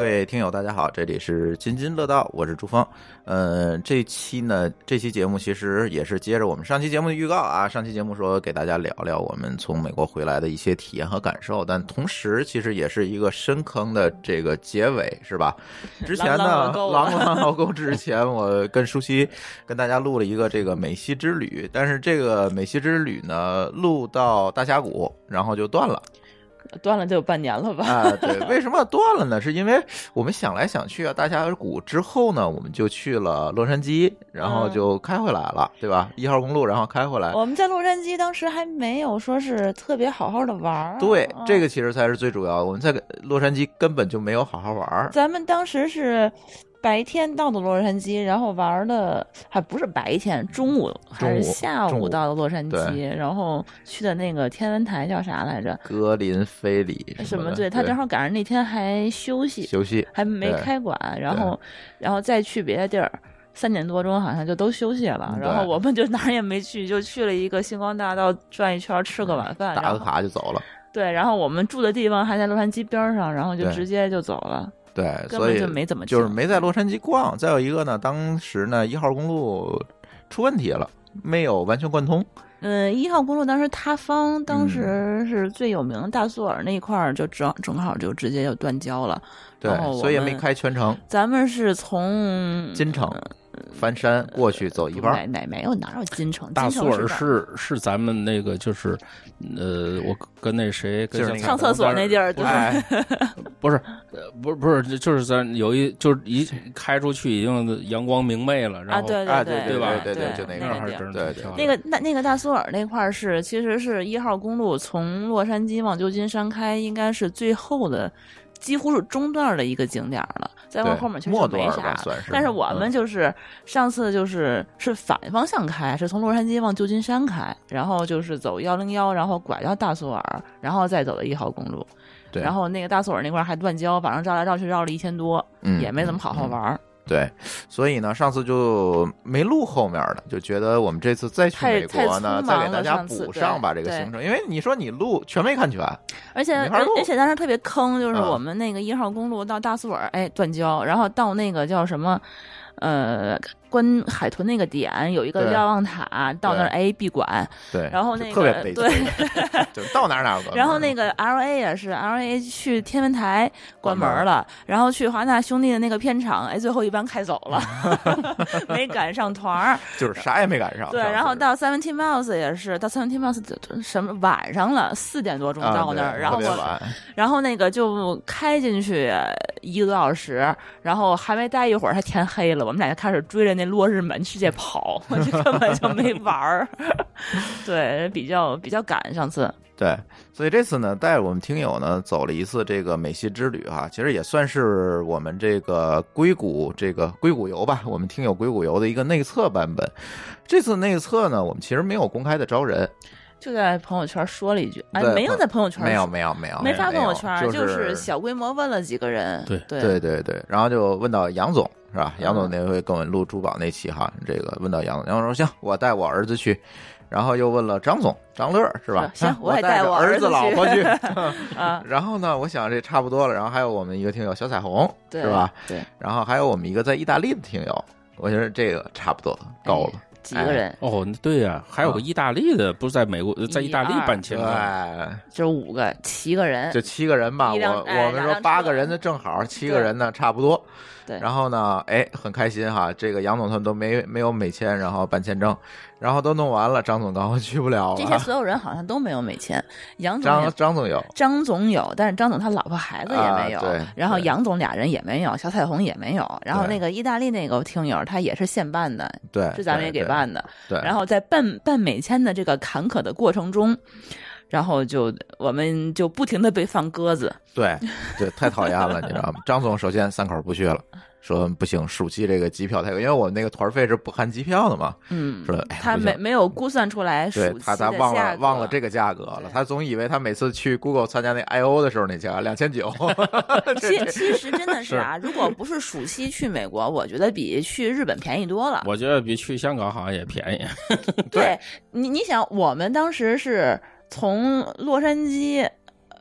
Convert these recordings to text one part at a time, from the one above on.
位呃听友，大家好，这里是津津乐道，我是朱峰。呃，这期呢，这期节目其实也是接着我们上期节目的预告啊。上期节目说给大家聊聊我们从美国回来的一些体验和感受，但同时其实也是一个深坑的这个结尾，是吧？之前呢，狼狼狼老狗啊狼老狗之前，我跟舒淇跟大家录了一个这个美西之旅，但是这个美西之旅呢，录到大峡谷，然后就断了。断了得有半年了吧？啊， 对，为什么断了呢？是因为我们想来想去啊，大峡谷之后呢，我们就去了洛杉矶，然后嗯哦就开回来了，对吧？一号公路，然后开回来。我们在洛杉矶当时还没有说是特别好好的玩儿、啊对，这个、个其实才是最主要的。我们在洛杉矶根本就没有好好玩儿，嗯咱们当时是白天到的洛杉矶，然后玩儿的还不是白天，中午还是中午下中午午到的洛杉对矶，然后去的那个天文台叫啥来着？格林菲里什么么的？对，他正好赶上那天还休息，休息。还没对开馆，然后然后再去别的地儿。三点多钟好像就都休息了，嗯然后对我们就哪儿也没去，就去了一个星光大道转一圈，吃个晚饭，打然个后卡就走了，对，然后我们住的地方还在洛杉矶边儿上，然后就对直接就走了，对，根所本以就没怎么就是去没在洛杉矶逛。再有一个呢，当时呢一号公路出问题了，没有完全贯通，嗯，一号公路当时塌方，嗯当时是最有名的大苏尔那一块儿，就正正好就直接就断交了。对然后，哦我所以也没们开全程。咱们是从金城翻山过去走一半哪儿，哪没有哪有金城，大金苏城啊尔哪儿是是咱们那个就是，呃，我跟那谁跟就是那个上厕所那地儿，不对 是哎，不是，呃不是不是，就是咱有一就是一开出去已经阳光明媚了，然啊，后对啊对对对吧对对对就那那个那还地是儿。真对的对挺漂亮那个那那个大苏尔那块儿是，其实是一号公路从洛杉矶往旧金山开，应该是最后的，几乎是中段的一个景点儿了。再往对后面其实末就段没儿啥吧，了。算是。但是我嗯们就是上次就是是反方向开，是从洛杉矶往旧金山开，然后就是走幺零幺，然后拐到大苏尔，然后再走的一号公路。对然后那个大苏尔那块儿还断交，反正绕来绕去绕了一千多，嗯也没怎么好好嗯嗯玩儿。对，所以呢，上次就没录后面的，就觉得我们这次再去太美国呢，太匆忙再给大家了上次补上吧这对个对行程，因为你说你录全没看全，而且没法而录而且当时特别坑，就是嗯我们那个一号公路到大苏尔，哎，断交，然后到那个叫什么，呃，观海豚那个点有一个对瞭望塔，到那儿哎闭馆，对，然后就那特别个悲对催，就是到哪儿哪儿有个门儿。 然后那个 L A 也是 L A 去天文台关门关门了，然后去华纳兄弟的那个片场，哎，最后一班开走 了，没赶上团儿。 就是啥也没赶上。对，上次然后到 Seventeen Miles 也是到 Seventeen Miles 什么晚上了，四点多钟啊到对那儿，然后特别我晚然后那个就开进去一个多小时，然后还没待一会儿，还天黑了，我们俩就开始追着那落日满世界跑，就根本就没玩儿。 对，比较比较赶上次，对，所以这次呢，带我们听友呢走了一次这个美西之旅哈，其实也算是我们这个硅谷这个硅谷游吧，我们听友硅谷游的一个内测版本。这次内测呢，我们其实没有公开的招人，就在朋友圈说了一句，哎对，没有在朋友圈没有说，没有没有，没发朋友没圈，有就就是小规模问了几个人。对对对对对，然后就问到杨总是吧？嗯杨总那回跟我们录珠宝那期哈，这个问到杨总，杨总说行，我带我儿子去。然后又问了张总，张乐是吧？行啊我也带带着我儿儿子去老婆去。啊，然后呢，我想这差不多了。然后还有我们一个听友小彩虹，对是吧？？对，然后还有我们一个在意大利的听友，我觉得这个差不哎多够了。几个人，哦，对呀、还有个意大利的，不是在美国，在意大利办签证，对，就是五个、七个人就，七个人吧。一辆我哎我们两说辆八车个人的正好，七个人呢差不多。对然后呢，哎，很开心哈。这个杨总他们都没没有美签，然后办签证，然后都弄完了，张总刚好去不了这些了。所有人好像都没有美签，杨总也张张总有，张总有，但是张总他老婆孩子也没有，啊对然后对杨总俩人也没有，小彩虹也没有，然后对哎那个意大利那个听友他也是现办的，对，是咱们也给办的。的。对，然后在办办美签的这个坎坷的过程中，然后就我们就不停的被放鸽子，对对，太讨厌了，你知道吗？张总首先三口不去了，说不行，暑期这个机票太贵，因为我们那个团费是不含机票的嘛。嗯是，哎他不没行没有估算出来暑对期他，他的忘价了格忘了这个价格了对，他总以为他每次去 Google 参加那 I O 的时候那价两千九，其其 实真的是啊，如果不是暑期去美国，我觉得比去日本便宜多了。我觉得比去香港好像也便 宜。对对你，你想，我们当时是从洛杉矶。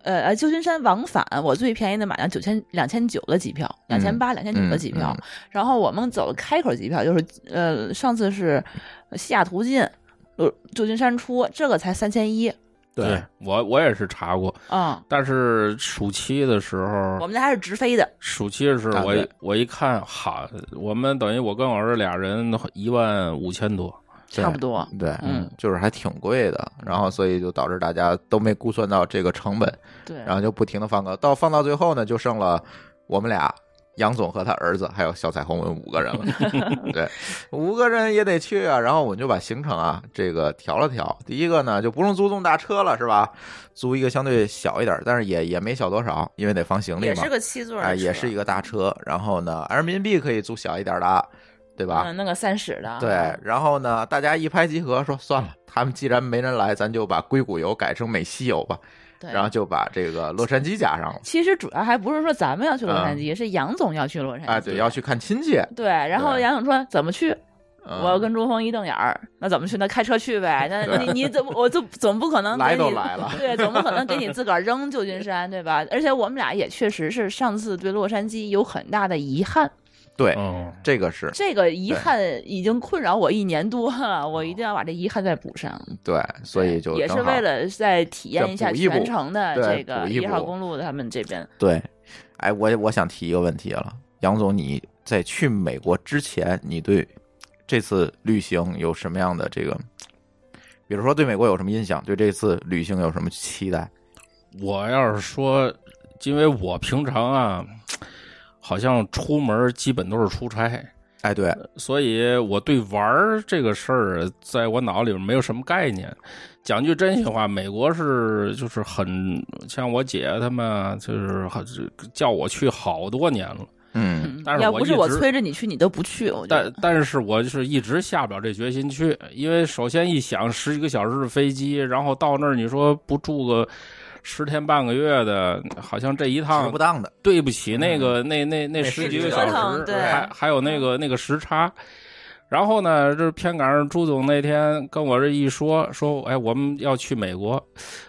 呃呃旧金山往返，我最便宜的买了九千两千九的机票，两千八两千九的机票，嗯然后我们走了开口机票，就是呃上次是西雅图进，呃旧金山出，这个才三千一对我我也是查过，嗯啊。但是暑期的时我候，们家还是直飞的，暑期的时啊候我一对我一看，哈，我们等于我跟我儿子俩人一万五千多，对差不多。对，嗯，就是还挺贵的，然后所以就导致大家都没估算到这个成本，对，然后就不停的放歌，到放到最后呢，就剩了我们俩。杨总和他儿子还有小彩虹，我们五个人 了，对，五个人也得去啊。然后我们就把行程啊，这个调了调。第一个呢，就不用租这么大车了，是吧？租一个相对小一点，但是也也没小多少，因为得放行李也嘛是。个七座的车，嗯哎，也是一个大车。然后呢，Airbnb 可以租小一点的，对吧？嗯，那啊个三室的，对，然后呢，大家一拍即合，说算了，他们既然没人来，咱就把硅谷游改成美西游吧，对，然后就把这个洛杉矶加上了。其实主要还不是说咱们要去洛杉矶，是杨总要去洛杉矶。啊，嗯对，要去看亲戚。对。然后对杨总说怎么去？嗯、我跟朱峰一瞪眼儿，那怎么去？那开车去 呗。那对你你怎么我就总不可能给来你都来了对，总不可能给 你自个儿扔旧金山，对吧？而且我们俩也确实是上次对洛杉矶有很大的遗憾，对、嗯，这个是这个遗憾已经困扰我一年多了，我一定要把这遗憾再补上。对，所以就也正是好为了再体验一下再补一补全程的对这个补一补一号公路他们这边。对。哎，我我想提一个问题了，杨总，你在去美国之前，你对这次旅行有什么样的这个？比如说，对美国有什么印象？对这次旅行有什么期待？我要是说，因为我平常啊，好像出门基本都是出差，哎，对，呃所以我对玩儿这个事儿，在我脑里边没有什么概念。讲句真心话，美国是就是很像我姐他们，就是好叫我去好多年了，嗯，嗯但是要我不一是我直催着你去，你都不去。我觉得但但是我就是一直下不了这决心去，因为首先一想十几个小时的飞机，然后到那儿你说不住个十天半个月的，好像这一值嗯趟不 当的，对不起那个、那那嗯那那十十几几个个小小时嗯时，对嗯还还有那个那个时差。然后呢，这偏赶上朱总那天跟我这一说，说哎我们要去美国，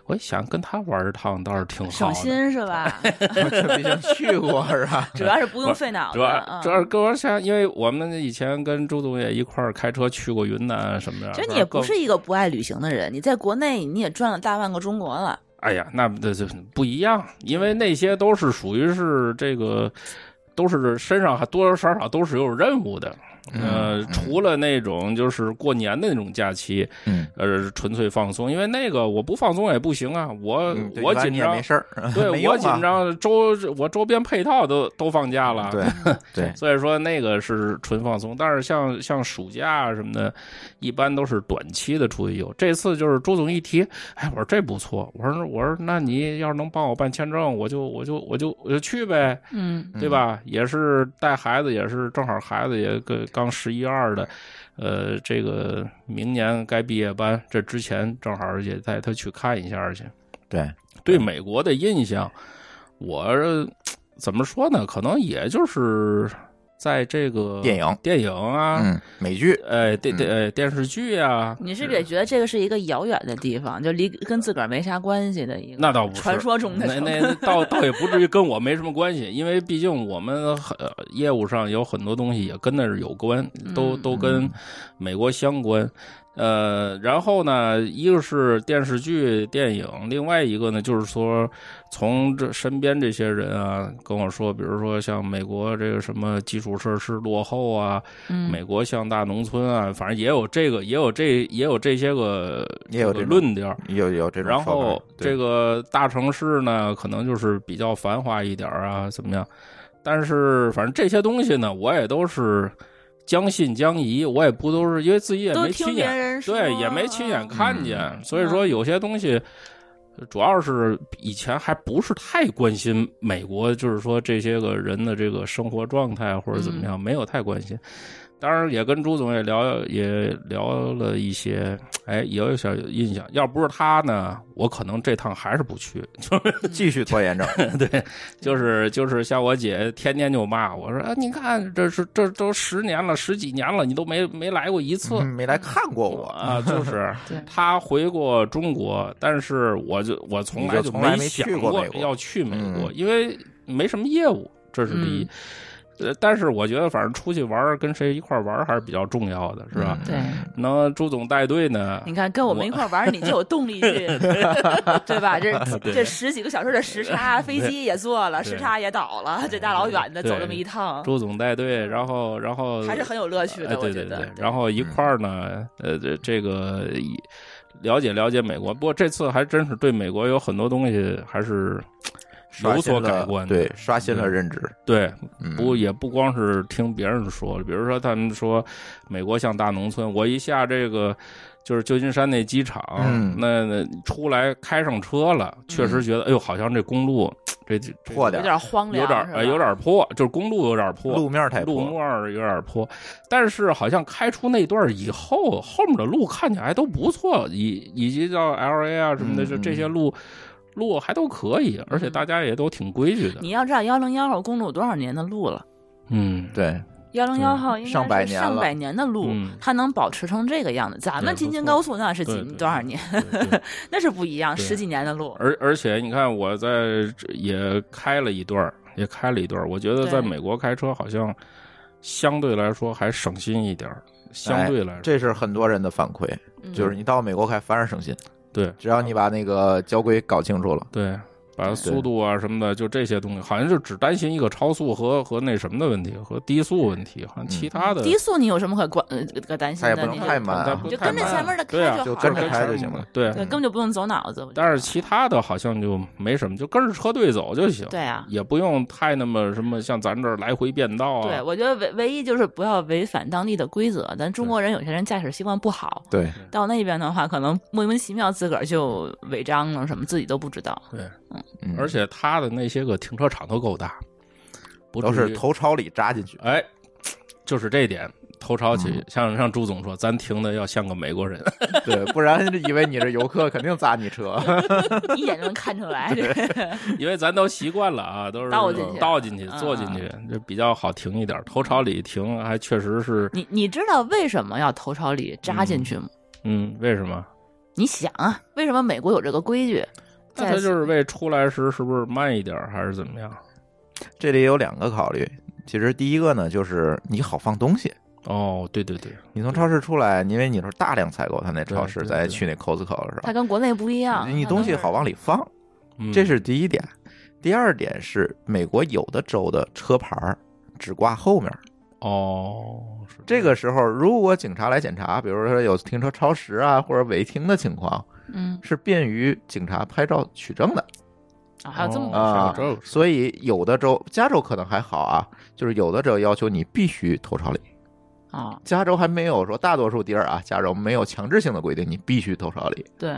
我一想跟他玩一趟倒是挺好省的。心是 吧？毕竟去过是吧？主要是不用费脑子主要嗯主要是跟我想，因为我们以前跟朱总也一块儿开车去过云南什么的。其实你反也正不各是一个不爱旅行的人，你在国内你也转了大半个中国了。哎呀，那这这不一样，因为那些都是属于是这个，都是身上还多多少少都是有任务的。嗯呃，除了那种就是过年的那种假期，嗯，呃，纯粹放松，因为那个我不放松也不行啊，我、嗯对我一般紧你也张没，事儿，对 没我用啊紧张，周我周边配套都都放假了，对 对，所以说那个是纯放松，但是像像暑假啊什么的，一般都是短期的出去游。这次就是朱总一提，哎，我说这不错，我说我说那你要是能帮我办签证，我就我就我就我就去呗，嗯，嗯对？吧？也是带孩子，也是正好孩子也个刚十一二的，呃，这个明年该毕业班，这之前正好也带他去看一下去。对，对美国的印象，我呃怎么说呢？可能也就是在这个电影电影啊，嗯，美剧，呃，电电呃电视剧啊，你是不是也觉得这个是一个遥远的地方，就离跟自个儿没啥关系的一个那倒不是。传说中的那城那那倒倒也不至于跟我没什么关系，因为毕竟我们很呃业务上有很多东西也跟那儿有关，都嗯都跟美国相关。呃，然后呢，一个是电视剧、电影，另外一个呢，就是说从这身边这些人啊跟我说，比如说像美国这个什么基础设施落后啊，嗯美国像大农村啊，反正也有这个，也有这，也有这些个也有这这个种论调。有有这种然说法。后对这个大城市呢，可能就是比较繁华一点儿啊，怎么样？但是反正这些东西呢，我也都是将信将疑，我也不都是因为自己也都没亲听别眼，人说，对，也没亲眼看见，嗯所以说有些东西。主要是以前还不是太关心美国，就是说这些个人的这个生活状态或者怎么样，没有太关心。当然也跟朱总也聊也聊了一些，哎，也有小印象。要不是他呢，我可能这趟还是不去。 就是继续拖延症，对，就是就是像我姐天天就骂我说，啊，你看这是这都十年了，十几年了，你都没没来过一次。嗯没来看过我，啊，就是对他回过中国，但是我就我从你来就就从来没去想过过美国嗯要去美国，因为没什么业务，这是第一。嗯呃，但是我觉得反正出去玩儿跟谁一块儿玩儿还是比较重要的，是吧？嗯对，能朱总带队呢，你看跟我们一块玩儿，你就有动 力去，对吧？这这十几个小时的时差，飞机也坐了，啊对时差也倒了，这大老远的对走这么一趟，朱总带队，然后然后还是很有乐趣哎的，我对觉对得对。，然后一块儿呢，嗯呃，这这个一了解了解美国，不过这次还真是对美国有很多东西还是刷有新所改了观的，对，刷新了认知，对，嗯，不也不光是听别人说，比如说他们说美国像大农村，我一下这个就是旧金山那机场，嗯那那出来开上车了，确实觉得、哎呦，好像这公路这这这破有点儿点荒凉，有点是儿吧呃有点儿破，就是公路有点儿破，路面太路破，面儿有点儿坡，但是好像开出那段儿以后，后面的路看起来都不错，以以及到 L A 啊什么的，嗯就嗯这些路路还都可以，而且大家也都挺规矩的你。要知道幺零幺号公路多少年的路了。 嗯，对，幺零幺号应该上百是年上了百年的路嗯，它能保持成这个样子。咱对们不京津错高速那是几对对多少年？对对那是不一样，对十几年的路。而而且你看，我在这也开了一段儿，也开了一段儿。我觉得对在美国开车好像相对来说还省心一点儿，相对来说，哎这是很多人的反馈，嗯就是你到美国开反而省心，对只要你把那个交规搞清楚了，对，把速度啊什么的，就这些东西，好像就只担心一个超速和和那什么的问题，和低速问题，好像嗯其他的低速你有什么可管呃可担心它也的？不你能太就慢它啊不，你就太跟着慢前面的对啊开好就了，跟着跟开就前行面了对对，，根本就不用走脑子。我觉得但是其他的好像就没什么，就跟着车队走就行。对啊也不用太那么什么，像咱这儿来回变道啊。对，我觉得唯唯一就是不要违反当地的规则。咱中国人有些人驾驶习惯不好，对，到那边的话，可能莫名其妙自个儿就违章了，什么自己都不知 道。嗯而且他的那些个停车场都够大，不都至是于头朝里扎进 去，哎，就是这一点头朝起，嗯像像朱总说，咱停的要像个美国人， 对，不然以为你是游客，肯定砸你车。 一眼就能看出来。因为咱都习惯了啊，都是倒进去倒进去，嗯坐进去，这比较好停一点。头朝里停，还确实是，你你知道为什么要头朝里扎进去吗？嗯，为什么？你想啊，为什么美国有这个规矩？那在他就是为出来时是不是慢一点，还是怎么样？这里有两个考虑，其实第一个呢，就是你好放东西。哦，对对对，你从超市出来，因为你是大量采购，他那超市对对咱对去那 Costco 的时它候，跟国内不一样，你它啊都东西是好往里放，嗯这是第一点。第二点是，美国有的州的车牌儿只挂后面儿，哦，是这个时候如果警察来检查，比如说有停车超时啊或者违停的情况，嗯是便于警察拍照取证的。啊，还有这么哦啊回事这儿呢。有所以有的州，加州可能还好啊，就是有的州要求你必须头朝里，啊，加州还没有说大多数地儿啊，加州没有强制性的规定，你必须头朝里。对。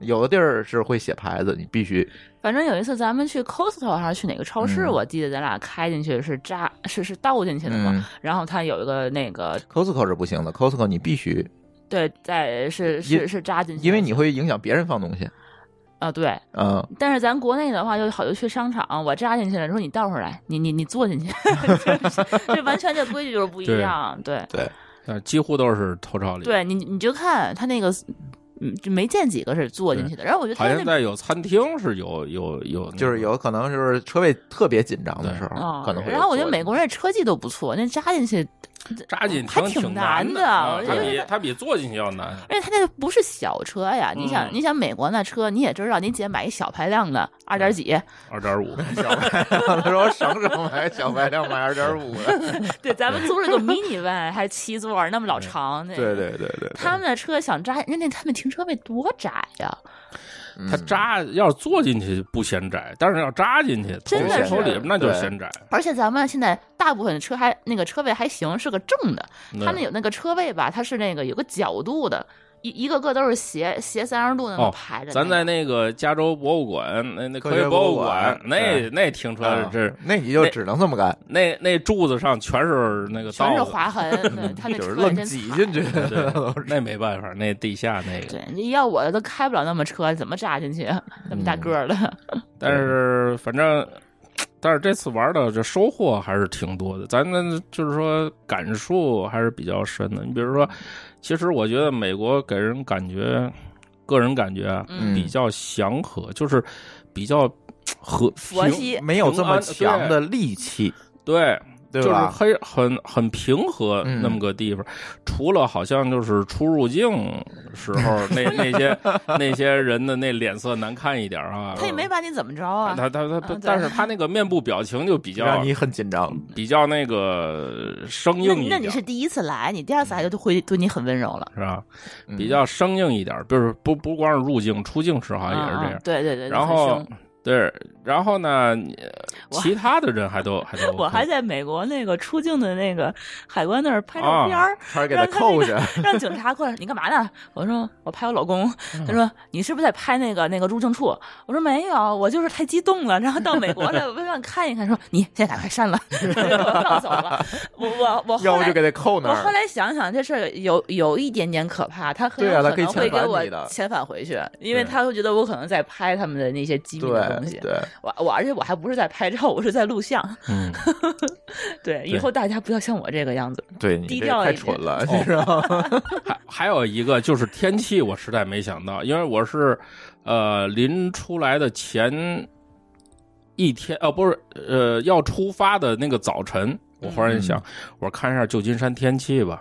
有的地儿是会写牌子，你必须反正有一次咱们去 Costco 还是去哪个超市，嗯我记得咱俩开进去是扎是是倒进去的嘛，嗯然后它有一个那个 Costco 是不行的，Costco 你必须，对，在是因是是扎进去的，因为你会影响别人放东西。啊对，嗯，但是咱国内的话，就好就去商场，我扎进去了，说你倒会儿来，你你你坐 进去，这完全这规矩就是不一对样，对对，但几乎都是头朝里。，对，你你就看他那个，嗯，就没见几个是坐进去的，然后我觉得好他像那在有餐厅是有有有，就是有可能就是车位特别紧张的时啊候，，可能会有然后我觉得坐美国人车技都不错，那扎进去，扎进哦还挺挺难难的，的啊我觉它得比它比坐进去要难。而且他那个不是小车呀，你想嗯你想美国那车，你也知道，你姐买一小排量的二点几，二点五，小白亮， 他说我省省买小白亮买二点五的， 对，咱们租了 个 mini van 还是七座儿，那么老长，那嗯对。对对对，他们的车想扎，人家他们停车位多窄呀！嗯它扎要是坐进去不嫌窄，但是要扎进去，头真的头里是边那就对嫌窄。而且咱们现在大部分的车还那个车位还行，是个正的。对嗯他那有那个车位吧，它是那个有个角度的，一一个个都是斜斜三十度那么哦排着、咱在那那个加州博物馆，那那科科学学博博物物馆馆，那那听出来啊是真是那你就那只能这么干，那那柱子上全是那个个全是道子，划痕， 对他那就是车愣真挤惨进去。对，那没办法，那地下那个。对，你要我的都开不了那么车，怎么扎进去？那么大嗯个儿的，但是反正，但是这次玩的这收获还是挺多的，咱们就是说感触还是比较深的。你比如说，其实我觉得美国给人感觉，个人感觉啊嗯比较祥和，就是比较和佛平系，没有这么平安强的戾气，对，对就是吧？很很很平和嗯那么个地方，除了好像就是出入境时候那那 些那些人的那脸色难看一点儿啊。他也没把你怎么着他啊。他他他嗯对，但是他那个面部表情就比较让你很紧张，比较那个生那硬一那点你儿，嗯是第一次来，你第二次来就会对你很温柔了。是吧？嗯比较生硬一点儿，就是不不光是入境出境时好像也是啊这啊样。对对对，然很后凶对，然后呢，你我其他的人还都还都 我 OK 还在美国那个出境的那个海关那儿拍照啊片儿，差点给他扣下。让警察过来，你干嘛呢？我说我拍我老公。嗯他说你是不是在拍那个那个入境处？我说没有，我就是太激动了，然后到美国来，我就想看一看。说你现在打开删了， 我放走了。我我我 要后不就来给。他扣那我后儿。来想想，这事儿有有一点点可怕，他很对啊有他可可以遣返能会给你的我遣返回去，因为对他会觉得我可能在拍他们的那些机密的东对西。对，我我而且我还不是在拍照，我是在录像。嗯，对，以后大家不要像我这 个样子。对你低这调太一点蠢了，哦你知道吗？还还有一个就是天气，我实在没想到，因为我是呃临出来的前一天，呃不是呃要出发的那个早晨，我忽然想，我看一下旧金山天气吧，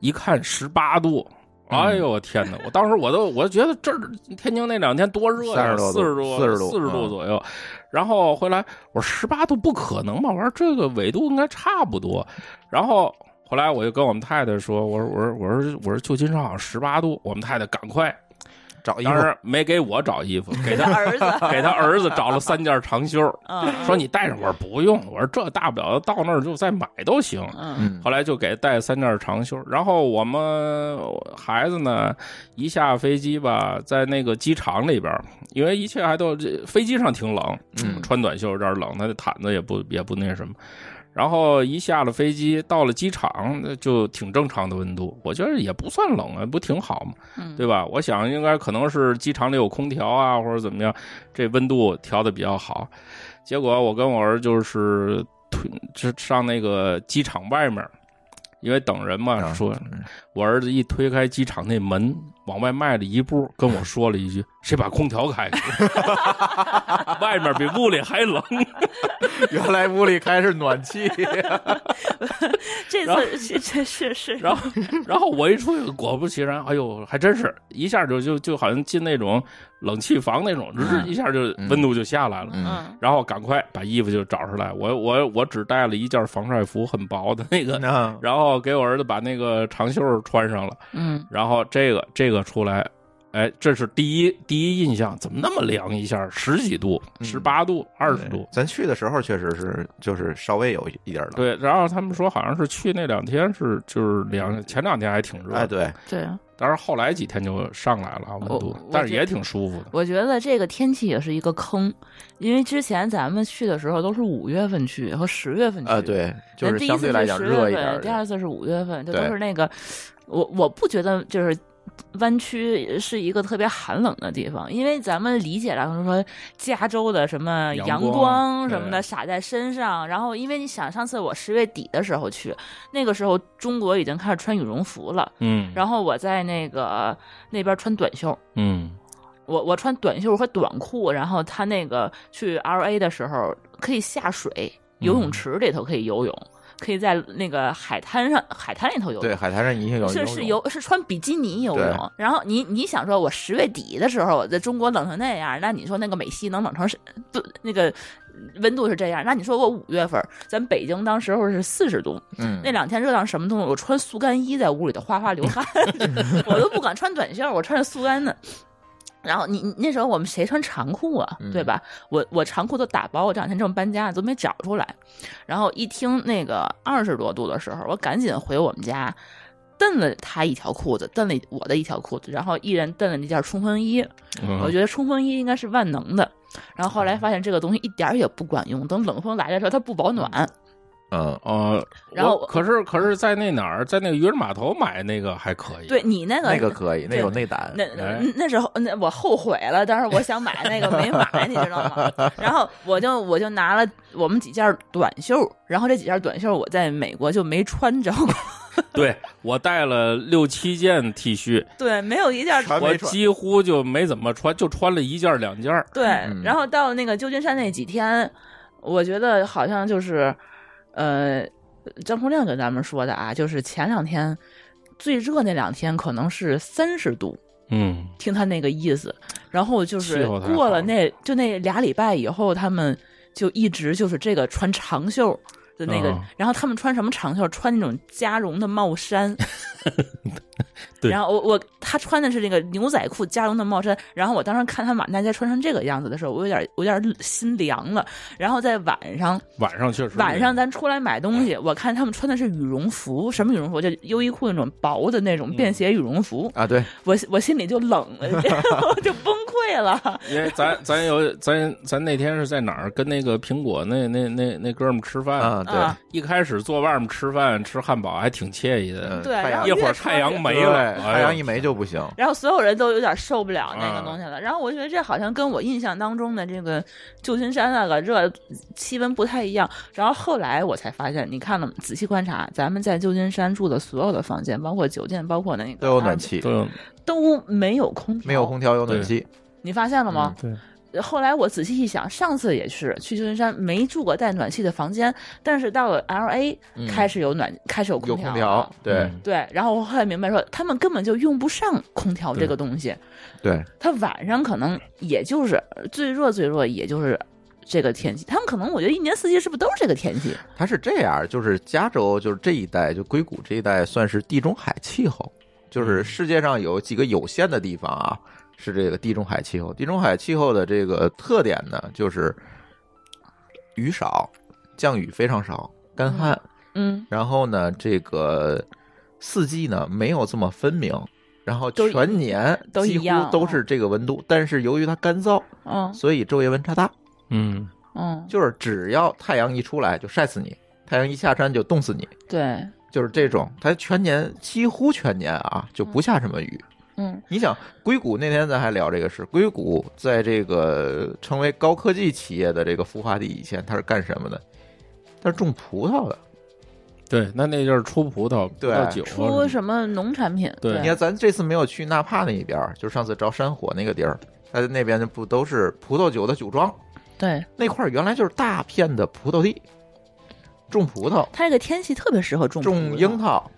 一看十八度。哎呦我天哪！我当时我都我觉得这儿天津那两天多热呀， 30多四度十多40度四十嗯度左右。然后回来我说十八度不可能吧？我说这个纬度应该差不多。然后后来我就跟我们太太说，我说我说我说我说旧金山好像十八度，我们太太赶快，找衣服当，时没给我找 衣服，给他他儿子，给他儿子找了三件长袖，嗯，说你带上，我说不用，我说这大不了到那儿就再买都行。嗯，嗯，后来就给带三件长袖，然后我们孩子呢，一下飞机吧，在那个机场里边儿，因为一切还都这飞机上挺冷，嗯穿短袖有点冷，他的毯子也不也不那什么。然后一下了飞机，到了机场那就挺正常的温度，我觉得也不算冷啊，不挺好吗？嗯对吧？我想应该可能是机场里有空调啊，或者怎么样，这温度调的比较好。结果我跟我儿就是推就上那个机场外面儿，因为等人嘛，啊说我儿子一推开机场那门，往外迈了一步，跟我说了一句：“谁把空调开开？ 外面比屋里还冷。原来屋里开是暖 气，这然后次这这是是”然后，然后我一出去，果不其然，哎呦，还真是一下就就就好像进那种冷气房那种，就是一下就嗯温度就下来了。嗯，嗯，然后赶快把衣服就找出来，我我我只带了一件防晒服，很薄的那嗯个，那然后给我儿子把那个长袖穿上了。嗯，然后这个这个出来，哎，这是第一第一印象，怎么那么凉一下？十几度，嗯十八度，二十嗯度。咱去的时候确实是，就是稍微有一点儿冷。对，然后他们说好像是去那两天是就是凉，前两天还挺热，哎，对，嗯对，但是后来几天就上来了温度我我，但是觉也挺舒服的。我觉得这个天气也是一个坑，因为之前咱们去的时候都是五月份去和十月份去，呃，，对，就是嗯第一相次对是来讲10热一月点份儿第的。二次是五月份，就都对是那个，我我不觉得就是。湾区是一个特别寒冷的地方，因为咱们理解来说，加州的什么阳阳光光什么对的洒在身上，然后因为你想，上次我十月底的时候去，那个时候中国已经开始穿羽绒服了，嗯，然后我在那个那边穿短袖，嗯，我我穿短袖和短裤，然后他那个去 L A 的时候可以下水，游嗯泳池里头可以游泳，可以在那个海滩上海滩里头游对，泳。海滩上一定有是游是泳游是穿比基尼游对泳，然后你你想说，我十月底的时候我在中国冷成那样，那你说那个美西能冷成是不那个温度是这样？那你说我五月份咱北京当时候是四十度，嗯那，两天热到什么东西？我穿速干衣在屋里头哗哗流汗，我都不敢穿短袖，我穿着速干的。然后你你那时候我们谁穿长裤啊，嗯对吧？我我长裤都打包，我这两天正搬家都没找出来。然后一听那个二十多度的时候，我赶紧回我们家，蹬了他一条裤子，蹬了我的一条裤子，然后一人蹬了那件冲锋衣。我嗯，觉得冲锋衣应该是万能的。然后后来发现这个东西一点儿也不管用，等冷风来的时候它不保暖。嗯，哦，然后我可是可是在那哪儿，在那个渔人码头买那个还可以，对你那个那个可以，那对有内胆，那嗯哎那时候那我后悔了，当时我想买那个 没买，你知道吗？然后我就我就拿了我们几件短袖，然后这几件短袖我在美国就没穿着过， 对，我带了六七件 T 恤，对，没有一件全我没穿。几乎就没怎么穿，就穿了一件儿两件儿。对嗯。然后到那个旧金山那几天，我觉得好像就是，呃，张洪亮跟咱们说的啊，就是前两天最热那两天可能是三十度，嗯，听他那个意思，然后就是气候太好过了那就那俩礼拜以后，他们就一直就是这个穿长袖的那个，嗯然后他们穿什么长袖？穿那种加绒的帽衫。 对然后我我他穿的是那个牛仔裤加绒的帽衫，然后我当时看他满大街穿成这个样子的时候，我有点我有点心凉了。然后在晚上晚上确实晚上咱出来买东西，我看他们穿的是羽绒服，什么羽绒服？就优衣库那种薄的那嗯种便携羽绒服。啊，对，我我心里就冷 了，我就崩溃啊了。因为咱咱有咱咱那天是在哪儿跟那个苹果那那那那哥们儿吃饭，啊，对啊，一开始坐外面吃饭吃汉堡还挺惬意的嗯，对，太然阳后一会越儿穿太阳越没对了，哎太呀阳一没就不行。然后所有人都有点受不了嗯那个东西了。然后我觉得这好像跟我印象当中的这个旧金山那个热气温不太一样。然后后来我才发现，你看了吗仔细观察，咱们在旧金山住的所有的房间，包括酒店，包括那个都有暖啊气，对，都没有空调，没有空调有暖气，你发现了吗？嗯后来我仔细一想，上次也是去旧金山没住过带暖气的房间，但是到了 L A 嗯开始有暖，开始有有空空调调了，对对，然后我后来明白说，他们根本就用不上空调这个东西，对，他晚上可能也就是最热最热也就是这个天气，他们可能我觉得一年四季是不是都是这个天气？它是这样，就是加州就是这一带，就硅谷这一带算是地中海气候，嗯就是世界上有几个有限的地方啊，是这个地中海气候。地中海气候的这个特点呢，就是雨少，降雨非常少，干旱，嗯，然后呢，这个四季呢没有这么分明，然后都全年都几一乎样啊都是这个温度，但是由于它干燥，嗯所以昼夜温差大。嗯，嗯，就是只要太阳一出来就晒死你，太阳一下山就冻死你，对，就是这种。它全年几乎全年啊就不下什么雨。嗯你想，硅谷那天咱还聊这个事，硅谷在这个成为高科技企业的这个孵化地以前，它是干什么的？它是种葡萄的。对，那那就是出葡萄、葡对萄酒啊什么出的什么农产品？对你看，咱这次没有去纳帕那一边儿，就是上次着山火那个地儿，它那边不都是葡萄酒的酒庄？对，那块儿原来就是大片的葡萄地，种葡萄、它这个天气特别适合种葡种萄樱，桃。啊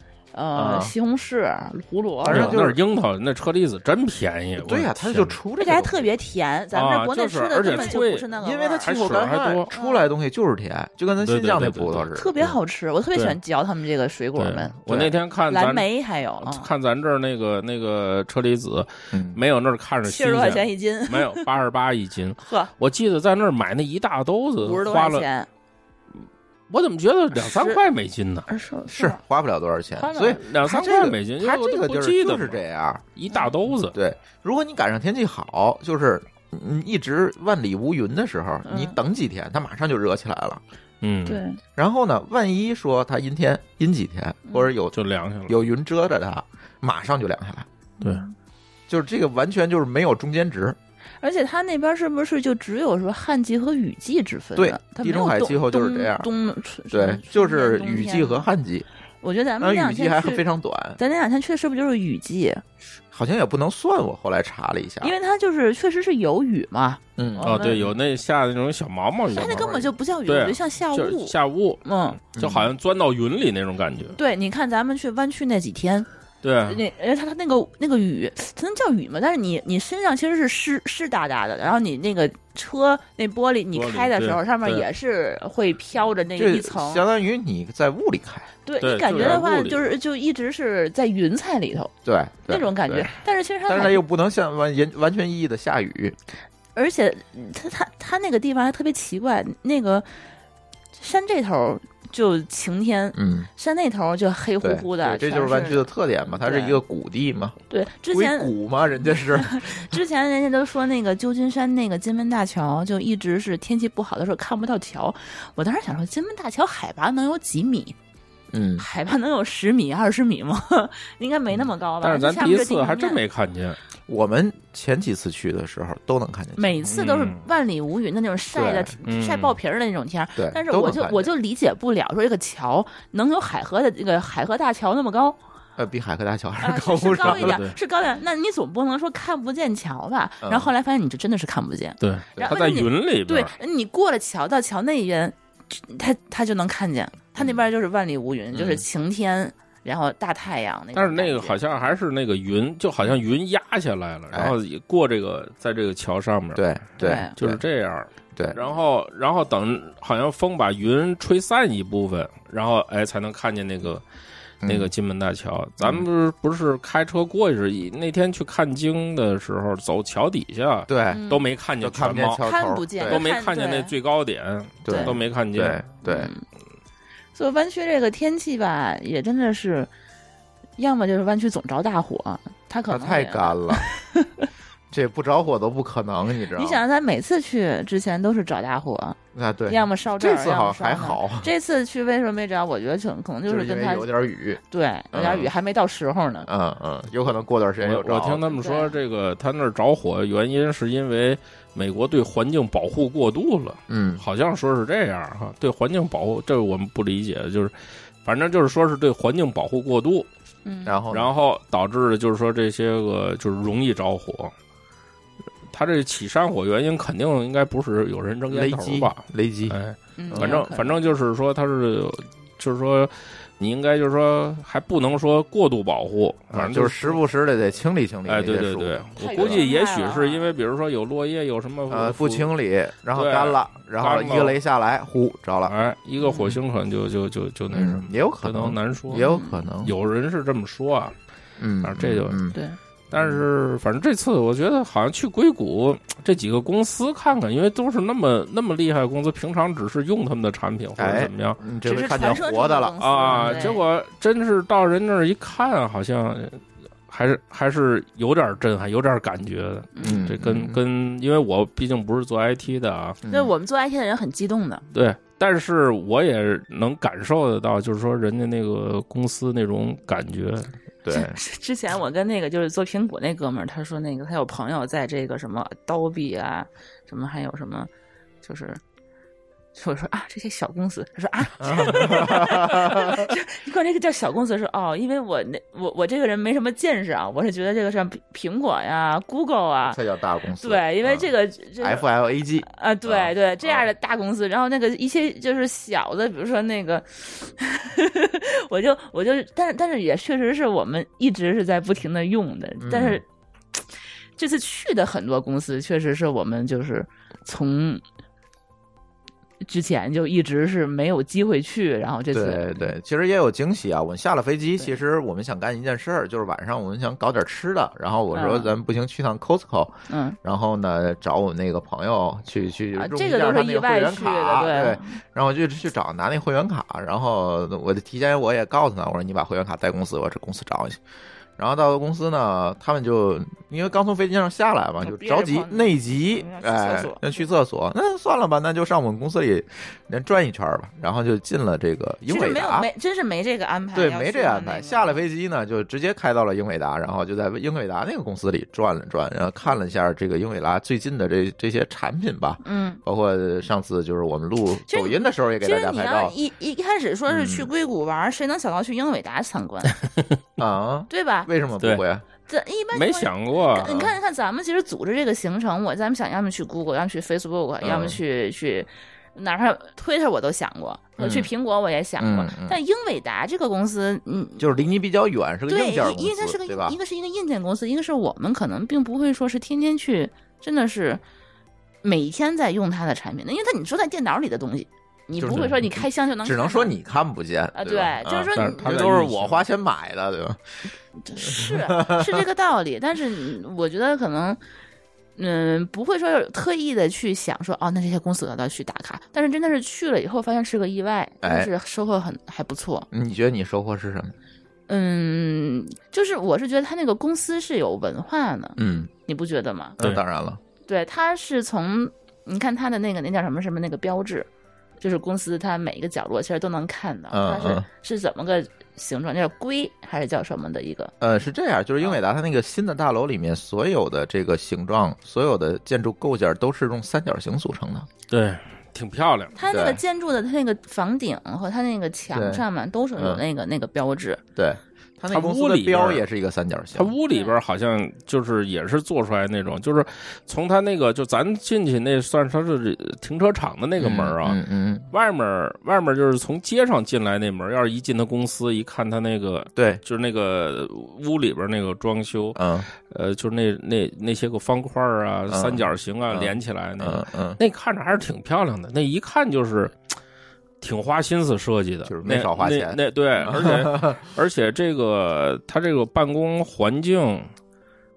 呃，西红柿、胡萝卜，反哎正呦就是那是樱桃，那车厘子真便宜。对呀、我的它天就哪出这这个个还东西特别甜，咱们啊这国内就是吃的而且根本就不脆是那个味儿，因为它气候干还水还旱多出来的东西就是甜，就跟咱新疆那葡萄似的。特别好吃，我特别喜欢对嚼他们这个水果对们，我那天看蓝咱莓还有啊，看咱这儿那个那个车厘子，嗯，没有那儿看着七新十多块钱鲜，一斤， 没有八十八一斤。呵，我记得在那儿买那一大兜呃子五十，多花块了钱，我怎么觉得两三十块美金呢？二十是吧花不了多少钱花不，了所以两它三这块个美金，因它为我这都个不地儿记得就是这了样。一大兜子。对，如果你赶上天气好，就是你一直万里无云的时候，嗯你等几天，它马上就热起来了。嗯，，对，然后呢，万一说它阴天阴几天，嗯或者有就凉下了。有云遮着它，马上就凉下来。对嗯就是这个完全就是没有中间值，而且它那边是不是就只有说旱季和雨季之分啊？对它没地有中海冬气候就是这样冬春对，就是春天雨冬季天和旱季，我觉得咱们但那两雨季天还去非常短，咱那两天去的是不是就是雨季？好像也不能算。我后来查了一下，因为它就是确实是有雨嘛，嗯哦哦，对，有那下那种小毛毛雨，但那根本就不叫雨，对啊我觉得像下就是雾。下雾，嗯，就好像钻到云里那种感觉。对，你看咱们去湾区那几天，对，嗯那而且它它那个那个雨，它能叫雨吗？但是你你身上其实是湿湿哒哒的，然后你那个车那玻璃你玻璃开的时候，对上面对也是会飘着那这一层，相当于你在雾里开，对对你感就觉在的雾话，里就是就一直是在云彩里头对对那种感觉对。但是其实它但是它很，又不能像完完完全意义的下雨，而且嗯它它它那个地方还特别奇怪，那个山这头就晴天，嗯，山那头就黑乎对，乎的，对这全就是湾是区的特点嘛，它是对一个谷地嘛，对，之硅前谷嘛，人家 是，之前人家都说那个旧金山那个金门大桥，就一直是天气不好的时候看不到桥。我当时想说，金门大桥海拔能有几米？嗯，海拔能有十米、二十米吗？ 应该没那么高吧？啊但是咱下第面一就次还地平真面。没看见，我们前几次去的时候都能看见，每次都是万里无云的那种晒的、嗯晒爆皮儿的那种天儿，对，但是都我能就看见我就理解不了，说这个桥能有海河的这个海河大桥那么 高，呃比海河大桥还啊，是是高不是少高的一，点对，是高一点。那你总不能说看不见桥吧？嗯然后后来发现你这真的是看不见，对，然它后在你云里边对儿，你过了桥到桥那边，它它就能看见，它那边嗯就是万里无云，就是晴天，然后大太阳那种但感是觉。那个好像还是那个云，就好像云压下来了，哎然后也过这个在这个桥上面，对对就是这样。对，然后然后等好像风把云吹散一部分，然后哎才能看见那个嗯那个金门大桥。咱们不是不是开车过去时，那天去看鲸的时候，走桥底下对嗯都没看就见看不全见貌，桥头，看不见对都没看见看对那最高点，对都没看对见。嗯对，所以湾区这个天气吧，也真的是，要么就是湾区总着大火，它可它能太也干 了，这不着火都不可能，你知道吗？你想，他每次去之前都是找大火，啊，对，要么烧这这儿，次要好么像还烧那儿。 好，这次去为什么没找？我觉得可可能就是是因跟为他有点雨，对有点雨，嗯还没到时候呢。嗯嗯，有可能过段时间我又着我听他们说，对这个他那儿着火原因是因为美国对环境保护过度了。嗯好像说是这样哈，对环境保护，这我们不理解，就是反正就是说是对环境保护过度，嗯，然后呢然后导致的就是说这些个就是容易着火。它这起山火原因肯定应该不是有人扔烟雷头击吧？雷击，哦哎，嗯反有正可能反正就是说它是，就是说你应该就是说还不能说过度保护，反反正啊正就是是时不时的得清理清理哎，那对些对树，对，我太估有计害也许了是因为比如说有落叶有什么呃，腐不清理，然后对干了，然后干一了个雷下来，呼着了，嗯哎，一个火星可能就就就就那什么嗯，，也有可可能能，难说，也有可能，有人是这么说啊，嗯，反正这就嗯对，但是反正这次我觉得好像去硅谷这几个公司看看，因为都是那么那么厉害的公司，平常只是用他们的产品或者怎么样、嗯，这只回是看传见说活的了，啊，嗯对结果真是到人那儿一看，好像还是还是有点震撼，有点感觉的。嗯，这跟嗯跟，因为我毕竟不是做 IT 的啊，嗯那我们做 IT 的人很激动的，对，但是我也能感受得到，就是说人家那个公司那种感觉，对， 之前我跟那个就是做苹果那哥们儿，他说那个他有朋友在这个什么 Adobe 啊，什么还有什么，就是。我说啊，这些小公司，他说啊， 你管这个叫小公司说哦，因为我那我我这个人没什么见识啊，我是觉得这个像苹苹果呀、Google 啊，才叫大公司，啊对，因为这个个这个 F L A G 啊，啊对对，这样的大公司，然后那个一些就是小的，比如说那个， 我就我就，但是但是也确实是我们一直是在不停的用的，但是嗯这次去的很多公司，确实是我们就是从之前就一直是没有机会去，然后这次对对，其实也有惊喜啊！我们下了飞机，其实我们想干一件事儿，就是晚上我们想搞点吃的。然后我说，嗯咱们不行，去趟 Costco，嗯，然后呢，找我那个朋友去去啊，用这一个下都他是那意个会外员去卡，的，对。然后我就去找拿那会员卡，然后我就提前我也告诉他，我说你把会员卡带公司，我这公司找你去。然后到了公司呢，他们就因为刚从飞机上下来嘛，就就憋着着急慌内急嗯，要去哎厕所，那去厕所，那算了吧，那就上我们公司里那转一圈儿吧。然后就进了这个英其实伟没有达，没，真是没这个安排，对，要没去这到安那排。个下了飞机呢，就直接开到了英伟达，然后就在英伟达那个公司里转了转，然后看了一下这个英伟达最近的这这些产品吧，嗯。包括上次就是我们录其实抖音的时候也给其大实家你拍要照一一开始说是去嗯硅谷玩儿，谁能想到去英伟达参观，啊，对吧？为什么不会啊？这一般情况没。想过。你看，你看，咱们其实组织这个行程，我咱们想要么去 Google，要么去 Facebook，嗯要么去去，哪怕 Twitter 我都想过，嗯去苹果我也想过嗯嗯，但英伟达这个公司，嗯，就是离你比较远，是个对，硬件公因为它司，是个对吧一？个是一个硬件公司，一个是我们可能并不会说是天天去，真的是每天在用它的产品，因为它你说在电脑里的东西，你就是不会说你开箱就能看到，只能说你看不见啊，吧对，就是啊说但你是他这在都是运行我花钱买的，对吧？是是这个道理，但是你我觉得可能嗯，不会说有特意的去想说哦，那这些公司我要去打卡，但是真的是去了以后发现是个意外，真哎的是收获很还不错。你觉得你收获是什么？嗯，就是我是觉得他那个公司是有文化的，嗯，你不觉得吗？那对当然了，对，他是从你看他的那个那叫什么什么那个标志，就是公司它每一个角落其实都能看到，嗯它是、嗯是怎么个形状，叫龟还是叫什么的一个？呃，是这样，就是英伟啊达它那个新的大楼里面，所有的这个形状、所有的建筑构件都是用三角形组成的。对，挺漂亮的。它那个对建筑的它那个房顶和它那个对墙上面都是有嗯那个、那个标志，对，它那它公司屋的里边标儿也是一个三角形他。屋里边好像就是也是做出来那种，就是从他那个就咱进去那算是他是停车场的那个门啊，嗯嗯，嗯外面外面就是从街上进来那门，要是一进他公司一看他那个对，就是那个屋里边那个装修，嗯呃，就是那那那些个方块啊、嗯三角形啊、嗯连起来那个，嗯嗯，那看着还是挺漂亮的，那一看就是。挺花心思设计的，就是那没少花钱那那 对，而且而且这个他这个办公环境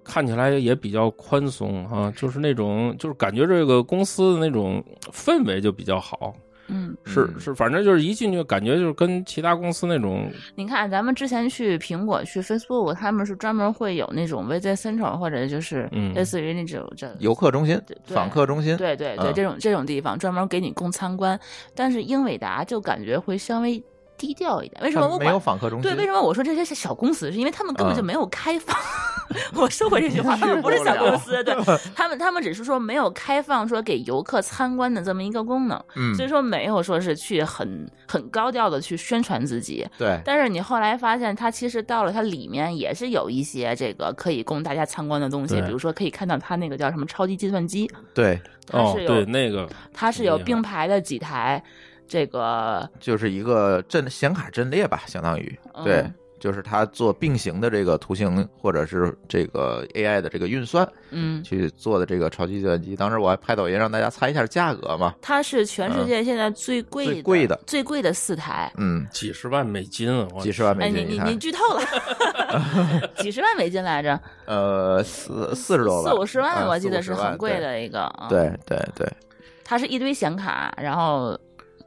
看起来也比较宽松哈、就是那种就是感觉这个公司的那种氛围就比较好，嗯，是嗯是，反正就是一进去感觉就是跟其他公司那种，你看咱们之前去苹果、去 Facebook，他们是专门会有那种 Visit Central 或者就是嗯类似于那种这游客中心对、对访客中心，对对对，嗯这种这种地方专门给你供参观，但是英伟达就感觉会稍微低调一点。为什么它我没有管？访客中心对，？为什么我说这些是小公司？是因为他们根本就嗯没有开放。 我收回这句话，他们不是小 公司，对他们，他们只是说没有开放说给游客参观的这么一个功能，嗯所，以说没有说是去很很高调的去宣传自己。对，但是你后来发现，它其实到了它里面也是有一些这个可以供大家参观的东西，对比如说可以看到它那个叫什么超级计算机，对，它哦，是有、对，那个它是有挺厉害并排的几台，这个就是一个阵显卡阵列吧，相当于嗯对，就是它做并行的这个图形或者是这个 AI 的这个运算嗯，去做的这个超级计算机。当时我还拍抖音让大家猜一下价格嘛，它是全世界现在最贵的、嗯最贵的最贵的四台。嗯，几十万美金啊，我几十万美哎，你金一你台你，剧透 了，几十万美金来着，呃，四四十多万，四五十万，嗯我记得四是五十万很贵的一个。啊，对。对对对，它是一堆显卡，然后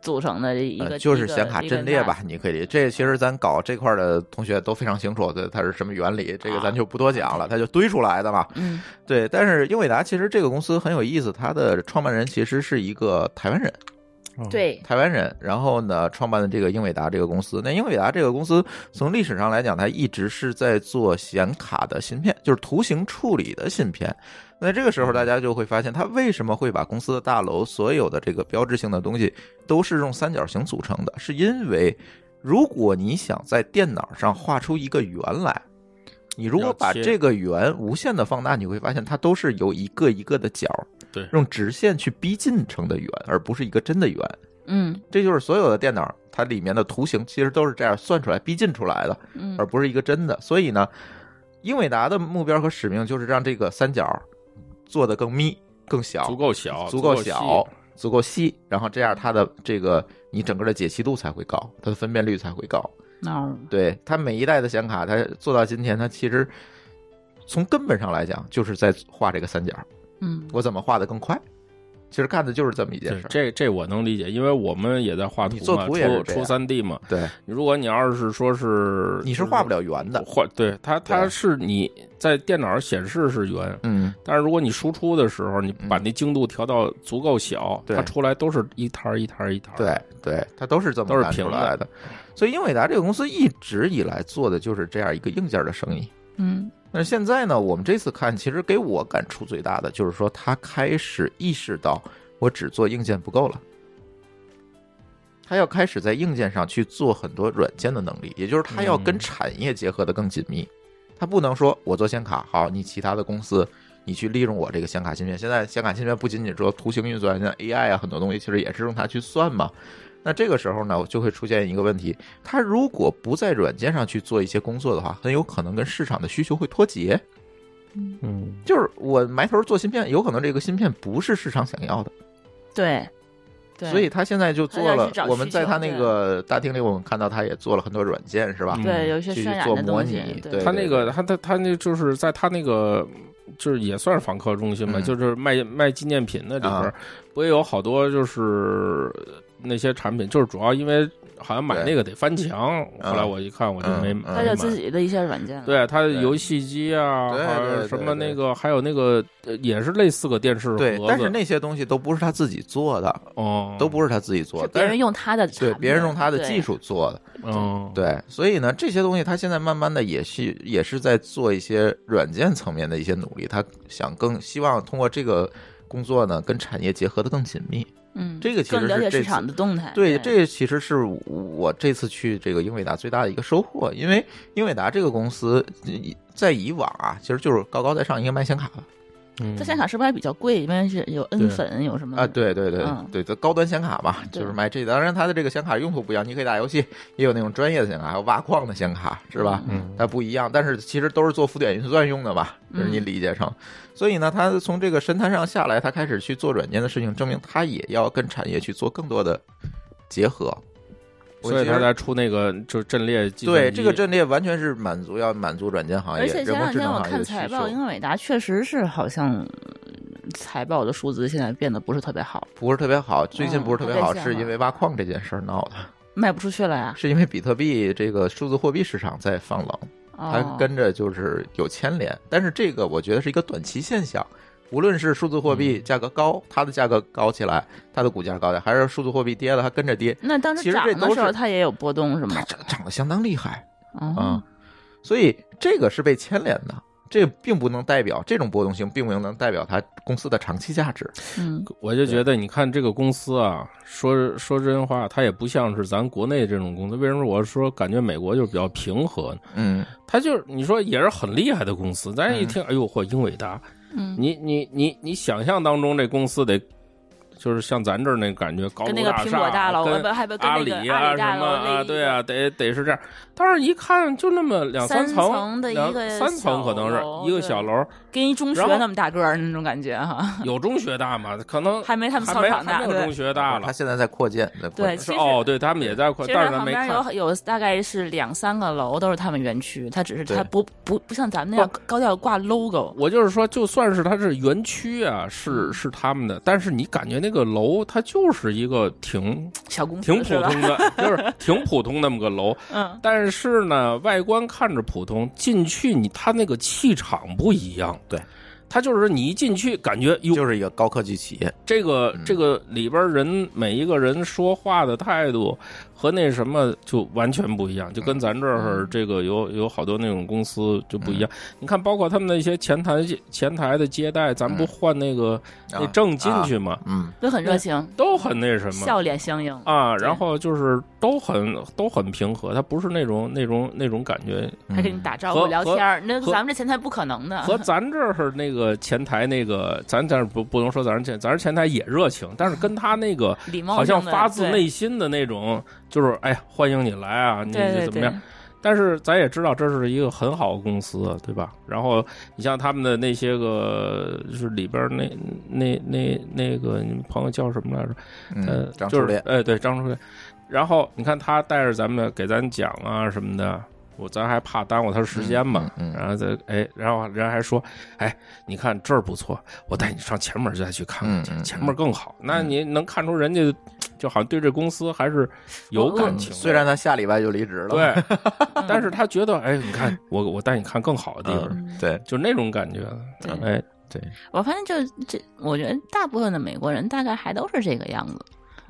组成的一呃个，就一是个显卡一个阵列 NAS 吧，你可以理。这其实咱搞这块儿的同学都非常清楚，对它是什么原理，啊这个咱就不多讲了，它就堆出来的嘛。嗯，对，但是英伟达其实这个公司很有意思，它的创办人其实是一个台湾人，嗯，对，台湾人，然后呢创办的这个英伟达这个公司。那英伟达这个公司从历史上来讲，它一直是在做显卡的芯片，就是图形处理的芯片。那这个时候，大家就会发现，它为什么会把公司的大楼所有的这个标志性的东西都是用三角形组成的？是因为如果你想在电脑上画出一个圆来，你如果把要切这个圆无限的放大，你会发现它都是由一个一个的角，对用直线去逼近成的圆，而不是一个真的圆。嗯这就是所有的电脑它里面的图形其实都是这样算出来、逼近出来的，嗯而不是一个真的。所以呢，英伟达的目标和使命就是让这个三角做得更密、更小，哦足够小，足够够细小，足够细，然后这样它的这个你整个的解析度才会高，它的分辨率才会高。哦，对它每一代的显卡，它做到今天，它其实从根本上来讲，就是在画这个三角，嗯我怎么画得更快？其实干的就是这么一件对事儿。这这我能理解，因为我们也在画图你做嘛，图也是出这出样三 D 嘛。对，如果你要是说是你是画不了圆的。画，对它它对是你在电脑上显示是圆，嗯，但是如果你输出的时候，你把那精度调到足够小，对它出来都是一摊儿一摊儿一摊儿。对对，它都是这都么是干出平来的的。所以英伟达这个公司一直以来做的就是这样一个硬件的生意。嗯但是现在呢，我们这次看，其实给我感触最大的就是说，他开始意识到我只做硬件不够了，他要开始在硬件上去做很多软件的能力，也就是他要跟嗯产业结合的更紧密。他不能说我做显卡好，你其他的公司你去利用我这个显卡芯片。现在显卡芯片不仅仅说图形运算，像 AI 啊很多东西其实也是用它去算嘛。那这个时候呢，就会出现一个问题，它如果不在软件上去做一些工作的话，很有可能跟市场的需求会脱节。嗯，就是我埋头做芯片，有可能这个芯片不是市场想要的，对，对，所以他现在就做他要了去找。需求我们在他那个大厅里，我们看到他也做了很多软件，是吧？嗯对有一些去渲染做的模东西拟，对对它那个它它它那就是在它那个就是也算是访客中心吧，嗯就是卖卖纪念品的里边儿啊，不也有好多就是那些产品，就是主要因为好像买对那个得翻墙，嗯后来我一看我就没嗯嗯它没有买。自己的一些软件了，对，它的游戏机啊，对还有对什么对那个，还有那个呃也是类似个电视盒对，但是子，那些东西都不是他自己做的，哦，都不是他自己做是的，别但人是用它的产对品别人用他的对技术做的，嗯，对，所以呢，这些东西他现在慢慢的也是也是在做一些软件层面的一些努力，他想更希望通过这个工作呢，跟产业结合的更紧密。嗯，这个其实更了是解这市次场的动态。对，这其实是我这次去这个英伟达最大的一个收获，因为英伟达这个公司呃在以往啊，其实就是高高在上一个卖显卡的嗯，它显卡是不是还比较贵？因为是有对 N 粉，有什么啊，对对对嗯对，就高端显卡吧，就是对卖这。当然，它的这个显卡用途不一样，你可以打游戏，也有那种专业的显卡，还有挖矿的显卡，是吧？嗯，它不一样，但是其实都是做浮点运算用的吧，就是你嗯理解成。所以呢，它从这个神坛上下来，它开始去做软件的事情，证明它也要跟产业去做更多的结合。我所以其它实才出那个就是阵列计算对机这个阵列完全是满足要满足软件行业，而且前人工两智天能我行业看的需财报，求，英伟达确实是好像嗯财报的数字现在变得不是特别好，不是特别好。最近嗯不是特别特别好，像是啊因为挖矿这件事儿闹的，卖不出去了呀。是因为比特币这个数字货币市场在放冷，它哦，跟着就是有牵连。但是这个我觉得是一个短期现象，无论是数字货嗯币价格高，它的价格高起来，它的股价高起来，还是数字货币跌了，它跟着跌，那当时其实涨这都的时候是它也有波动是吗它？涨涨得相当厉害啊嗯哦，。所以这个是被牵连的，这并不能代表这种波动性，并不能代表它公司的长期价值。嗯，我就觉得，你看这个公司啊，说说真话，它也不像是咱国内这种公司。为什么我说感觉美国就比较平和呢？嗯，它就是你说也是很厉害的公司，咱一听，哎呦嚯，英伟达，嗯你你你你想象当中这公司得就是像咱这儿那感觉高楼跟那个大苹厦果啊，大楼，跟呃不还不跟阿那里个阿啊里什大么楼啊，那对啊，啊，得得是这样。但是，一看就那么两三层，层的一两个三层可能小楼是一个小楼，跟一中学然后那么大个儿那种感觉哈，有中学大吗？可能还没他们还操没场还大。没有中对，学大了它。现在在扩建，在扩对建其是实哦，对他们也在扩，其实它但是咱旁没边看。有有大概是两三个楼都是他们园区，它只是它对不不不像咱们那样高调挂 logo。我就是说，就算是它是园区啊，嗯是是他们的，但是你感觉那个楼，它就是一个挺小公司挺普是吧通 的，就是挺普通那么个楼。嗯，但是呢，外观看着普通，进去你它那个气场不一样。对，它就是你一进去，感觉哟，就是一个高科技企业。这个嗯这个里边人每一个人说话的态度和那什么就完全不一样，就跟咱这儿嗯这个有有好多那种公司就不一样。你看，包括他们那些前台前台的接待，咱不换那个啊那证进去嘛，嗯，都很热情，都很那什么。笑脸相迎。啊，对然后就是都很都很平和，它不是那种那种那种感觉，还跟你打招嗯和呼聊天儿，那和咱们这前台不可能 的。和咱这儿那个前台那个，咱咱不不能说咱这前咱这前台也热情，但是跟他 那个礼貌好像性的发自对内心的那种，就是哎呀，欢迎你来啊，你对对怎么样？但是咱也知道这是一个很好的公司，啊对吧？然后你像他们的那些个，就是里边那那那那个你们朋友叫什么来着？呃嗯，，张就初是烈，哎，对张初烈。然后你看他带着咱们给咱讲啊什么的，我咱还怕耽误他时间嘛。嗯嗯嗯然后再哎，然后人还说，哎，你看这儿不错，我带你上前面再去看看去，嗯嗯前面更好。那你能看出人家就好像对这公司还是有感情的，嗯虽然他下礼拜就离职了，对，但嗯是他觉得哎，你看我我带你看更好的地方，嗯，对就那种感觉。对哎，对，我发现就这，我觉得大部分的美国人大概还都是这个样子。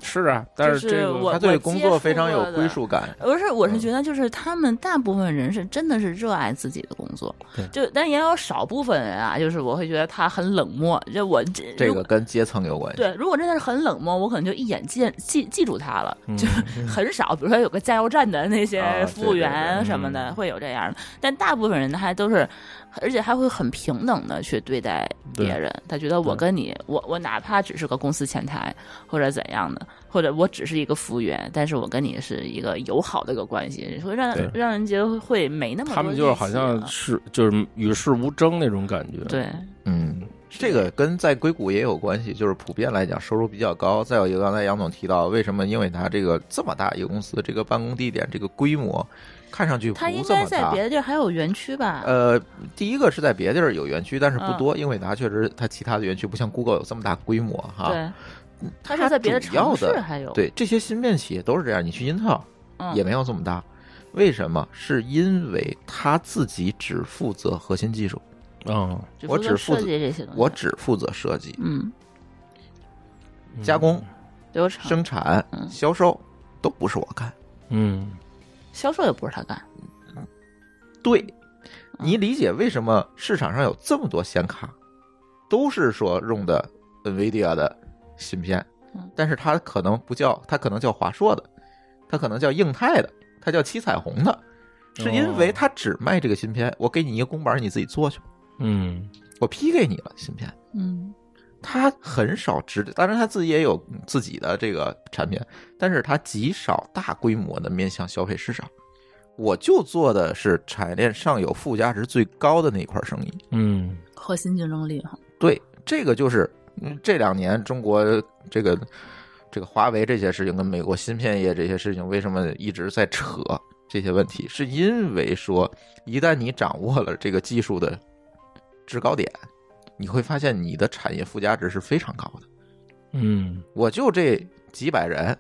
是啊，但就是这个我他对工作非常有我接触过归的属感。而是我嗯是觉得，就是他们大部分人是真的是热爱自己的工作对，就但也有少部分人啊，就是我会觉得他很冷漠。就我这这如个果跟阶层有关系，对，如果真的是很冷漠，我可能就一眼见记记住他了，嗯就 很少。比如说有个加油站的那啊些服对务对员对什么的，嗯会有这样的。但大部分人还都是，而且还会很平等的去对待对别人。他觉得我对跟你，我我哪怕只是个公司前台或者怎样的，或者我只是一个服务员，但是我跟你是一个友好的一个关系，会让对让人觉得会没那么多他们就是好戾气像了呃是就是与世无争那种感觉。对。嗯，这个跟在硅谷也有关系，就是普遍来讲收入比较高。再有一个，刚才杨总提到，为什么？因为它这个这么大一个公司，这个办公地点，这个规模，看上去不它应这该么在大别。的地儿还有园区吧？呃，第一个是在别地儿有园区，但是不嗯多，因为它确实它其他的园区不像 Google 有这么大规模哈。对，它它啊主要是在别的城市的还有，对这些芯片企业都是这样，你去英特尔嗯，也没有这么大，为什么？是因为他自己只负责核心技术，嗯，我只负设责计这些东西，我只负责设计、嗯嗯加工、流程生产、嗯销售都不是我干。嗯，销售也不是他干，对，你理解为什么市场上有这么多显卡，都是说用的 NVIDIA 的芯片嗯，但是它可能不叫，它可能叫华硕的，它可能叫硬泰的，它叫七彩虹的，是因为它只卖这个芯片。我给你一个公版，你自己做去吧，嗯我批给你了芯片。嗯它很少直，当然它自己也有自己的这个产品，但是它极少大规模的面向消费市场。我就做的是产业链上有附加值最高的那一块生意。嗯核心竞争力哈，对，这个就是嗯这两年中国这个这个华为这些事情跟美国芯片业这些事情为什么一直在扯这些问题，是因为说一旦你掌握了这个技术的制高点，你会发现你的产业附加值是非常高的。嗯我就这几百人，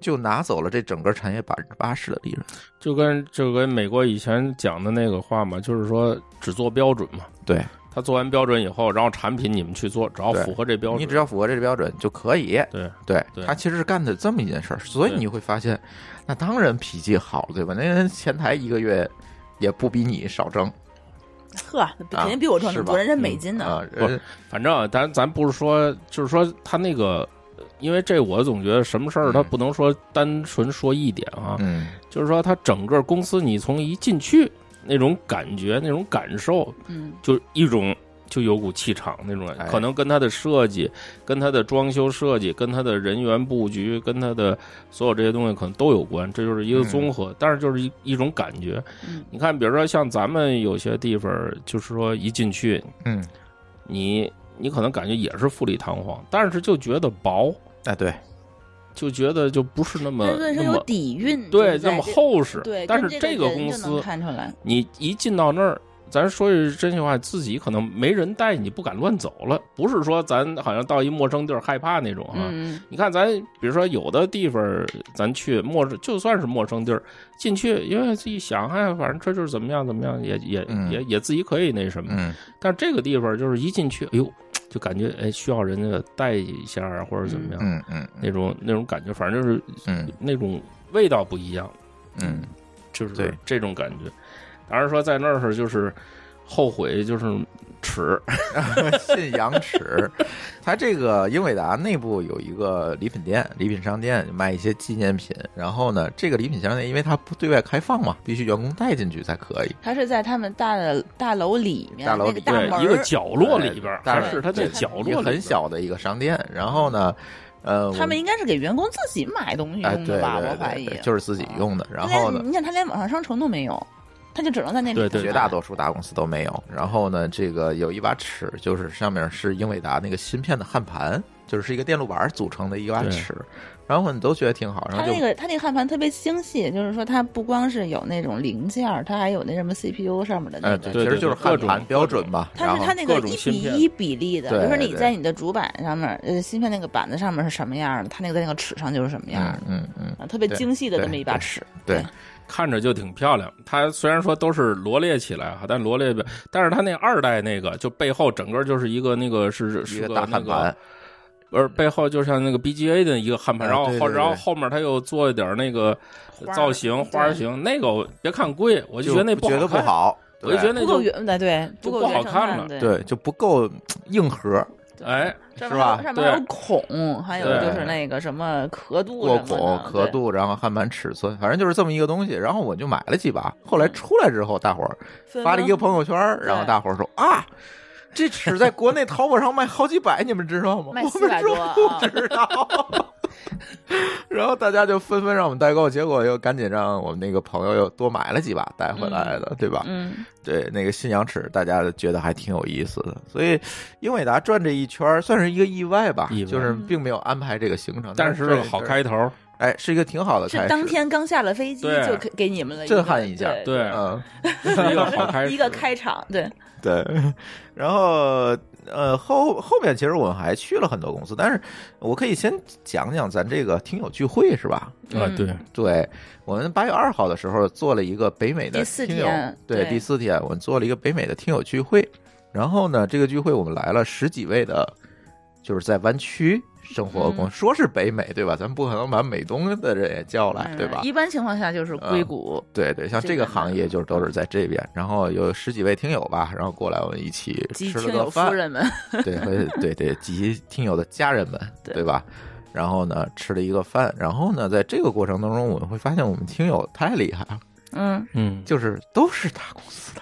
就拿走了这整个产业百分之八十的利润。就跟就跟美国以前讲的那个话嘛，就是说只做标准嘛。对他做完标准以后，然后产品你们去做，只要对符合这标准，你只要符合这个标准就可以。对，对对他其实是干的这么一件事儿，所以对你会发现，那当然脾气好了，对吧？那人前台一个月也不比你少挣呵，肯定比我啊赚是的吧多，人家美金呢，啊，人反正啊咱咱不是说，就是说他那个，因为这我总觉得什么事儿他嗯不能说单纯说一点啊，嗯，就是说他整个公司你从一进去那种感觉、那种感受，嗯，就一种就有股气场那种感觉，哎可能跟他的设计、跟他的装修设计、跟他的人员布局、跟他的所有这些东西可能都有关，这就是一个嗯综合，但是就是一一种感觉。嗯你看，比如说像咱们有些地方，就是说一进去，嗯，你你可能感觉也是富丽堂皇，但是就觉得薄，哎，对，就觉得就不是那么但是那是有么底蕴，对就在那么这，厚实。对，但跟是这个人公就能司，看出啊来，你一进到那儿。咱说句真心话，自己可能没人带，你不敢乱走了。不是说咱好像到一陌生地儿害怕那种啊。嗯你看咱，比如说有的地方咱去陌生，就算是陌生地儿进去，因为自己想，哎，反正这就是怎么样怎么样，也也、嗯也也自己可以那什么。嗯，但这个地方就是一进去，哎呦，就感觉哎需要人家带一下啊，或者怎么样，嗯嗯那种那种感觉，反正就是嗯那种味道不一样，嗯，就是对这种感觉。当然说在那儿就是后悔就是耻， 信仰尺，它这个英伟达内部有一个礼品店、礼品商店，卖一些纪念品。然后呢，这个礼品商店因为它不对外开放嘛，必须员工带进去才可以。它是在他们大的大楼里面，大楼那里个大面门对儿一个角落里边儿，但哦还是它在对角落里也边儿很小的一个商店。然后呢，呃，他们应该是给员工自己买东西哎，用对的吧？我对怀疑啊对，对，就是自己用的。然后呢，你看他连网上商城都没有，他就只能在那里对对绝大多数大公司都没有。然后呢，这个有一把尺，就是上面是英伟达那个芯片的焊盘，就是一个电路板组成的一把对尺。然后你都觉得挺好，然他后就那个他那个焊盘特别精细，就是说它不光是有那种零件儿，它还有那什么 CPU 上面的那呃，个，对，对其实对就是对焊各种盘标准吧。它然是后它那个各种一芯比片一比例的，对比如说你对在你的主板上面，呃，芯片那个板子上面是什么样儿的，它那个在那个尺上就是什么样儿嗯的。嗯嗯，啊，特别对精细的对这么一把尺，对，看着就挺漂亮。它虽然说都是罗列起来哈，但罗列表，但是它那二代那个就背后整个就是一个那个是一是个大那焊个盘，，而背后就像那个 BGA 的一个焊盘，啊然后对后对然后对后面它又做一点那个花儿造型对花儿型，那个我别看贵，我就觉得那觉得不好看，好，我就觉得对那不够就圆的，对，就够不好圆看看了对，对就不够硬核，哎，上是面还吧有上面还有对孔，还有对就是那个什么刻度过什么孔的、刻对度，然后焊盘尺寸，反正就是这么一个东西。然后我就买了几把，后来出来之后，大伙儿分发了一个分朋友圈儿，嗯对然后大伙儿说啊。这尺在国内淘宝上卖好几百，你们知道吗？卖我400们说多啊不知道， 然后大家就纷纷让我们代购，结果又赶紧让我们那个朋友又多买了几把带回来的，对吧？嗯对，那个新羊齿大家觉得还挺有意思的，所以英伟达转这一圈儿算是一个意外吧，意外就是并没有安排这个行程，但是是这好这开头，哎，是一个挺好的开是始，当天刚下了飞机对就给给你们了一个，震撼一下对，对，嗯，是一个好开始，一个开场，对，对， 然后呃后后面其实我们还去了很多公司，但是我可以先讲讲咱这个听友聚会是吧？啊，嗯对，对我们八月二号的时候做了一个北美的第四听友天对对第四天我们做了一个北美的听友聚会，然后呢，这个聚会我们来了十几位的，就是在湾区生活工，嗯说是北美对吧？咱们不可能把美东的人也叫来对吧？嗯嗯一般情况下就是硅谷，对对，像这这个个呢行业就是都是在这边，然后有十几位听友吧，然后过来我们一起及吃听了友个夫饭，人们， 对和对对，及听友的家人们，对对吧？然后呢，吃了一个饭，然后呢，在这个过程当中，我们会发现我们听友太厉害了，嗯嗯，就是都是大公司的，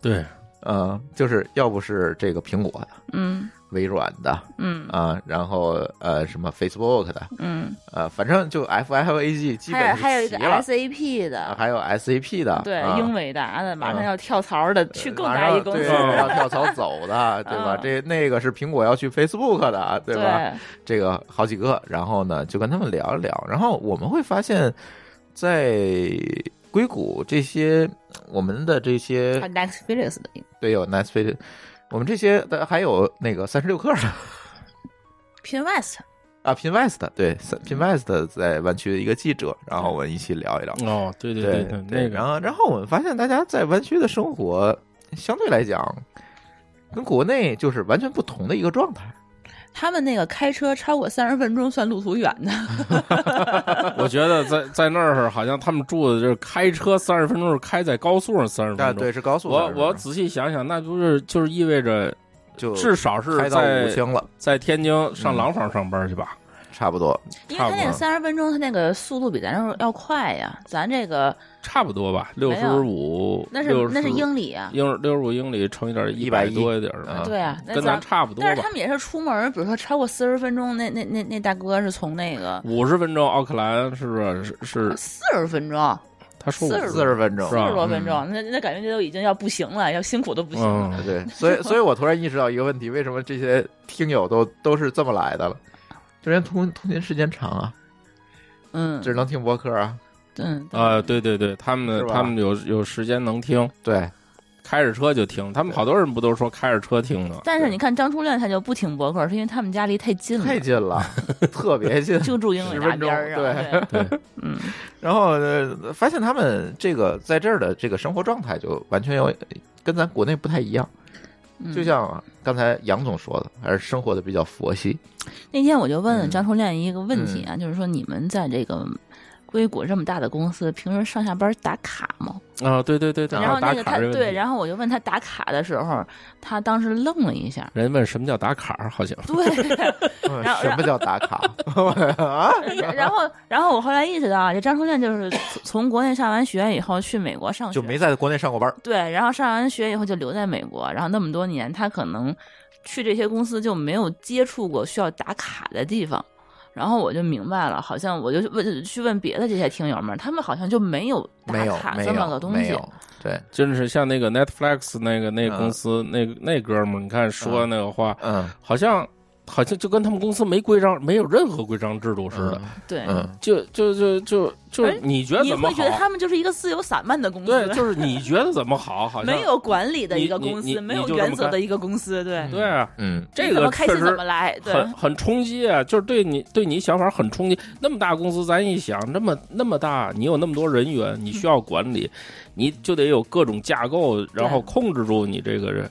对，嗯，就是要不是这个苹果的、嗯微软的嗯啊，然后呃什么 Facebook 的，嗯，呃，反正就 FIVAG 基还有本还有是一齐个了， SAP 啊的，还有 SAP 的，对啊，英伟达的，马上嗯要跳槽的，去更马大一上公对嗯司，要跳槽走 的，对吧？嗯这那个是苹果要去 Facebook 的，对对吧？这个好几个，然后呢就跟他们聊一聊，然后我们会发现，在硅谷这些我们的这些啊，Next Philips 的一个对有 Nice Fit，我们这些的还有那个三十六氪的 Pinwest，啊，Pin West 的对三，Pin 嗯 West 的在湾区的一个记者，然后我们一起聊一聊，哦，对对对，对然那个后然后我们发现大家在湾区的生活相对来讲。跟国内就是完全不同的一个状态，他们那个开车超过三十分钟算路途远的，我觉得在在那儿好像他们住的就是开车三十分钟，是开在高速上三十啊，分钟。对，是高速嗯我上我仔细想想，那不是就是意味着就至少是开到五在星了，在天津上廊坊上班去吧？差不多。 因为他那个差不多三十分钟，他那个速度比咱这儿要快呀，咱这个差不多吧，六没十有五，那是60那是英里啊，英六十五英里乘以点一110多一点儿啊吧，对啊，那跟咱咱。差不多但是吧他。们也是出门，比如说超过四十分钟，那那那那大哥是从那个五十分钟，奥克兰是不是是嗯是？四十分钟、他说40四十分钟四是吧十多分钟，嗯那那感觉都已经要不行了，要辛苦都不行了。嗯，对，所以所以我突然意识到一个问题：为什么这些听友都都是这么来的了？这边通通勤时间长啊，嗯只能听播客啊。嗯啊，对对对，他是们吧他们有有时间能听，对，开着车就听。他们好多人不都说开着车听呢？但是你看张初亮他就不听博客，是因为他们家离太近了，太近了， 特别近。就住英伟达边儿上。 10分对， 对，嗯然后、呃、发现他们这个在这儿的这个生活状态就完全有跟咱国内不太一样，嗯，就像刚才杨总说的，还是生活的比较佛系。那天我就问嗯张初亮一个问题啊，就是说你们在这个硅谷这么大的公司，平时上下班打卡吗？啊，对对对对，然然后那打个卡他这个问题。对，然后我就问他打卡的时候，他当时愣了一下人问什么叫打卡儿，好像对，嗯然后 什么叫打卡啊？然后，然后我后来意识到啊，这张初亮就是从从国内上完学以后去美国上学，就没在国内上过班儿。对，然后上完学以后就留在美国，然后那么多年，他可能去这些公司就没有接触过需要打卡的地方。然后我就明白了，好像我就问去问别的这些听友们，他们好像就没有打没有卡没这么有个东没西。有，对，真是像那个 Netflix 那个那嗯个公司那个那哥们儿，你看说那个话，嗯，好像好像就跟他们公司没规章，没有任何规章制度似的，对，嗯，就就就就就而你觉得哎你怎么会好觉得？他们就是一个自由散漫的公司，对，就是你觉得怎么好，好像没有管理的一个公你你司，你没有你就这么原则的一个公司，对，干对啊，嗯这你怎个么开确心怎实么来，对，很很冲击啊，就是对你对你想法很冲击。那么大公司，咱一想，那么那么大，你有那么多人员，你需要管理，你就得有各种架构，然后控制住你这个人，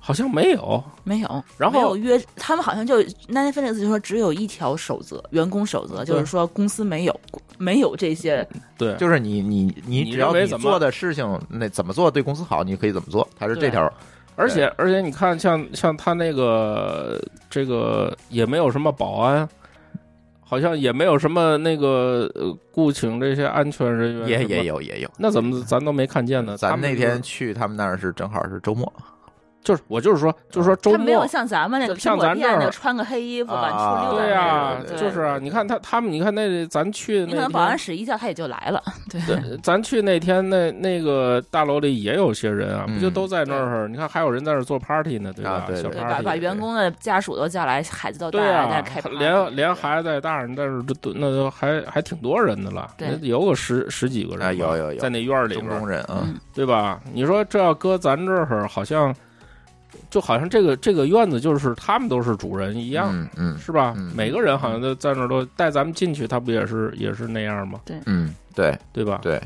好像没有。没有，然后没有约，他们好像就 Netflix 就说只有一条守则，员工守则，就是说公司没有没有这些，对，就是你你你你只要认为你怎么做的事情，那怎么做对公司好，你可以怎么做，它是这对条。而且而且你看，像像他那个这个也没有什么保安。好像也没有什么那个呃雇请这些安全人员，也也，有也有。那怎么咱都没看见呢？咱他们那就是天去他们那儿是正好是周末，就是我就是说，就是说周他没有末。像咱们那个像苹果咱店这儿那个穿个黑衣服晚啊出溜达对那啊呀种，对就是啊，你看他他们，你看那咱去你可那能保安天，室一叫他也就来了，对，对咱去那天那那个大楼里也有些人啊，嗯不就都在那儿？你看还有人在那儿做 party 呢，对吧啊？对小对对 party，把把对员工的家属都叫来，孩子都带对来，啊，在那开 party 连连孩子带大人，但是这都那都还还挺多人的了，对那有个十十几个人吧、啊有有有在那院儿里中边东儿，人啊，嗯对吧？你说这要搁咱这儿，好像就好像这个这个院子就是他们都是主人一一样，嗯嗯是吧？嗯每个人好像都在那儿都带咱们进去，他不也是也是那样吗？嗯，对对吧？对。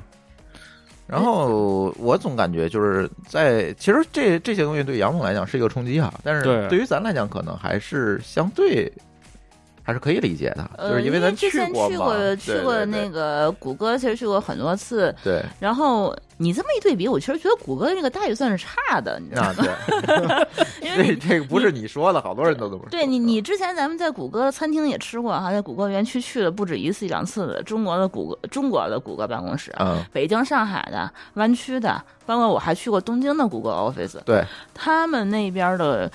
然后我总感觉就是在，其实这这些东西对杨总来讲是一个冲击哈，但是对对于咱来讲，可能还是相对还是可以理解的，就是呃，为咱之前过去嘛，对去过那对个谷歌，其实去过很多次。对然后你这么一对比，我其实觉得谷歌那个待遇算是差的，你知 对道吗？啊对， 因为这你这个不是你说的，好多人都这么说。 对你，你之前咱们在谷歌餐厅也吃过哈，在谷歌园区去了不止一次一两次的中国的谷歌中国的谷歌办公室，嗯，北京、上海的、湾区的，包括我还去过东京的谷歌 office，对，他们那边的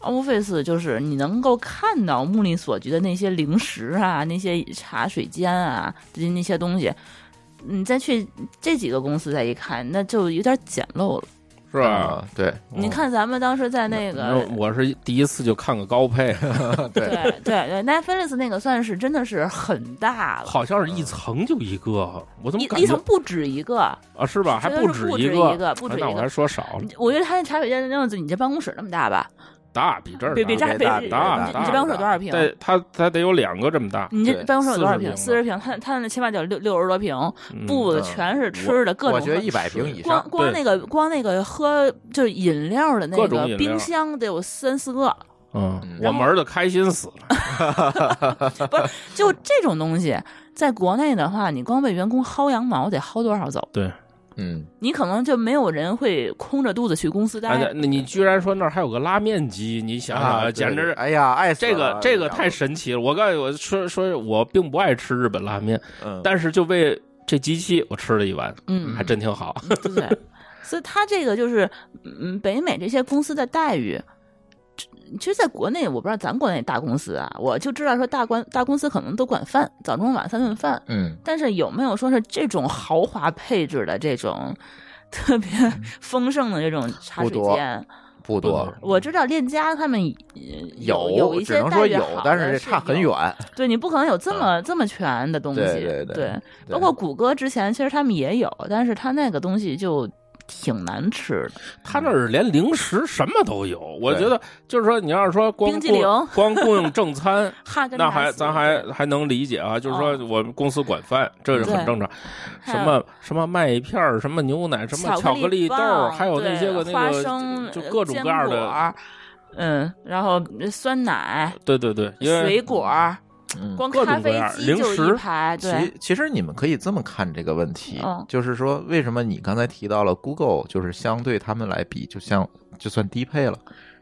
office 就是你能够看到目力所及的那些零食啊、那些茶水间啊这些那些东西。你再去这几个公司再一看，那就有点简陋了。是吧？啊，对嗯哦你看咱们当时在那个那我是第一次就看个高配，啊对，对对对，Netflix 那个算是真的是很大了， 好像是一层就一个，我怎么一感一觉层不止一个。啊？是吧？还真的是止不止一哎啊一个不止一个那我还说少了，我觉得他那茶水间那样子，你这办公室那么大吧？大比这儿比大比这大还大比啊大你大这办公室有多少平？对，它它得有两个这么大，你这对办公室有多少40平？平四十平，他他那起码得有六六十多平，嗯布的嗯全是吃的各种我喝。觉得一百平以光上，光那个光那个喝就是饮料的那各种个饮料冰箱得有三四个，嗯嗯，我们儿子开心死了。不是就这种东西，在国内的话，你光为员工薅羊毛得薅多少走？对，嗯，你可能就没有人会空着肚子去公司待。哎，那那你居然说那儿还有个拉面机，你想想，啊，简对直哎呀，爱死这个了这个太，神奇了。我告诉你，我说说我并不爱吃日本拉面，嗯，但是就为这机器我吃了一碗，嗯还，真挺好。对不 对？所以他这个就是，嗯，北美这些公司的待遇，这其实在国内我不知道咱国内大公司啊，我就知道说大官大公司可能都管饭，早中晚三顿饭，嗯，但是有没有说是这种豪华配置的这种特别丰盛的这种茶不水多间？不多，我知道链家他们呃有有一只些能待说遇有好，但的这是差很有远。啊对你不可能有这么、这么全的东西，对对对包括谷歌之前其实他们也有，但是他那个东西就挺难吃的。他那儿连零食什么都有，我对觉得就是说，你要是说光冰激供凌光供应正 餐，哈根那达斯还咱还还能理解啊，就是说我们公司管饭，这是很哦对正常。还有什么什么麦片儿，什么牛奶，什么巧克力豆儿，棒还有那些个对那花个生，就就各种各样坚的，果嗯，然后酸奶、对对对，因为水果，嗯，光各咖种各啡样机零就一食排，对其其实你们可以这么看这个问题，嗯就是说为什么你刚才提到了 Google，就是相对他们来比，就像就算低配了，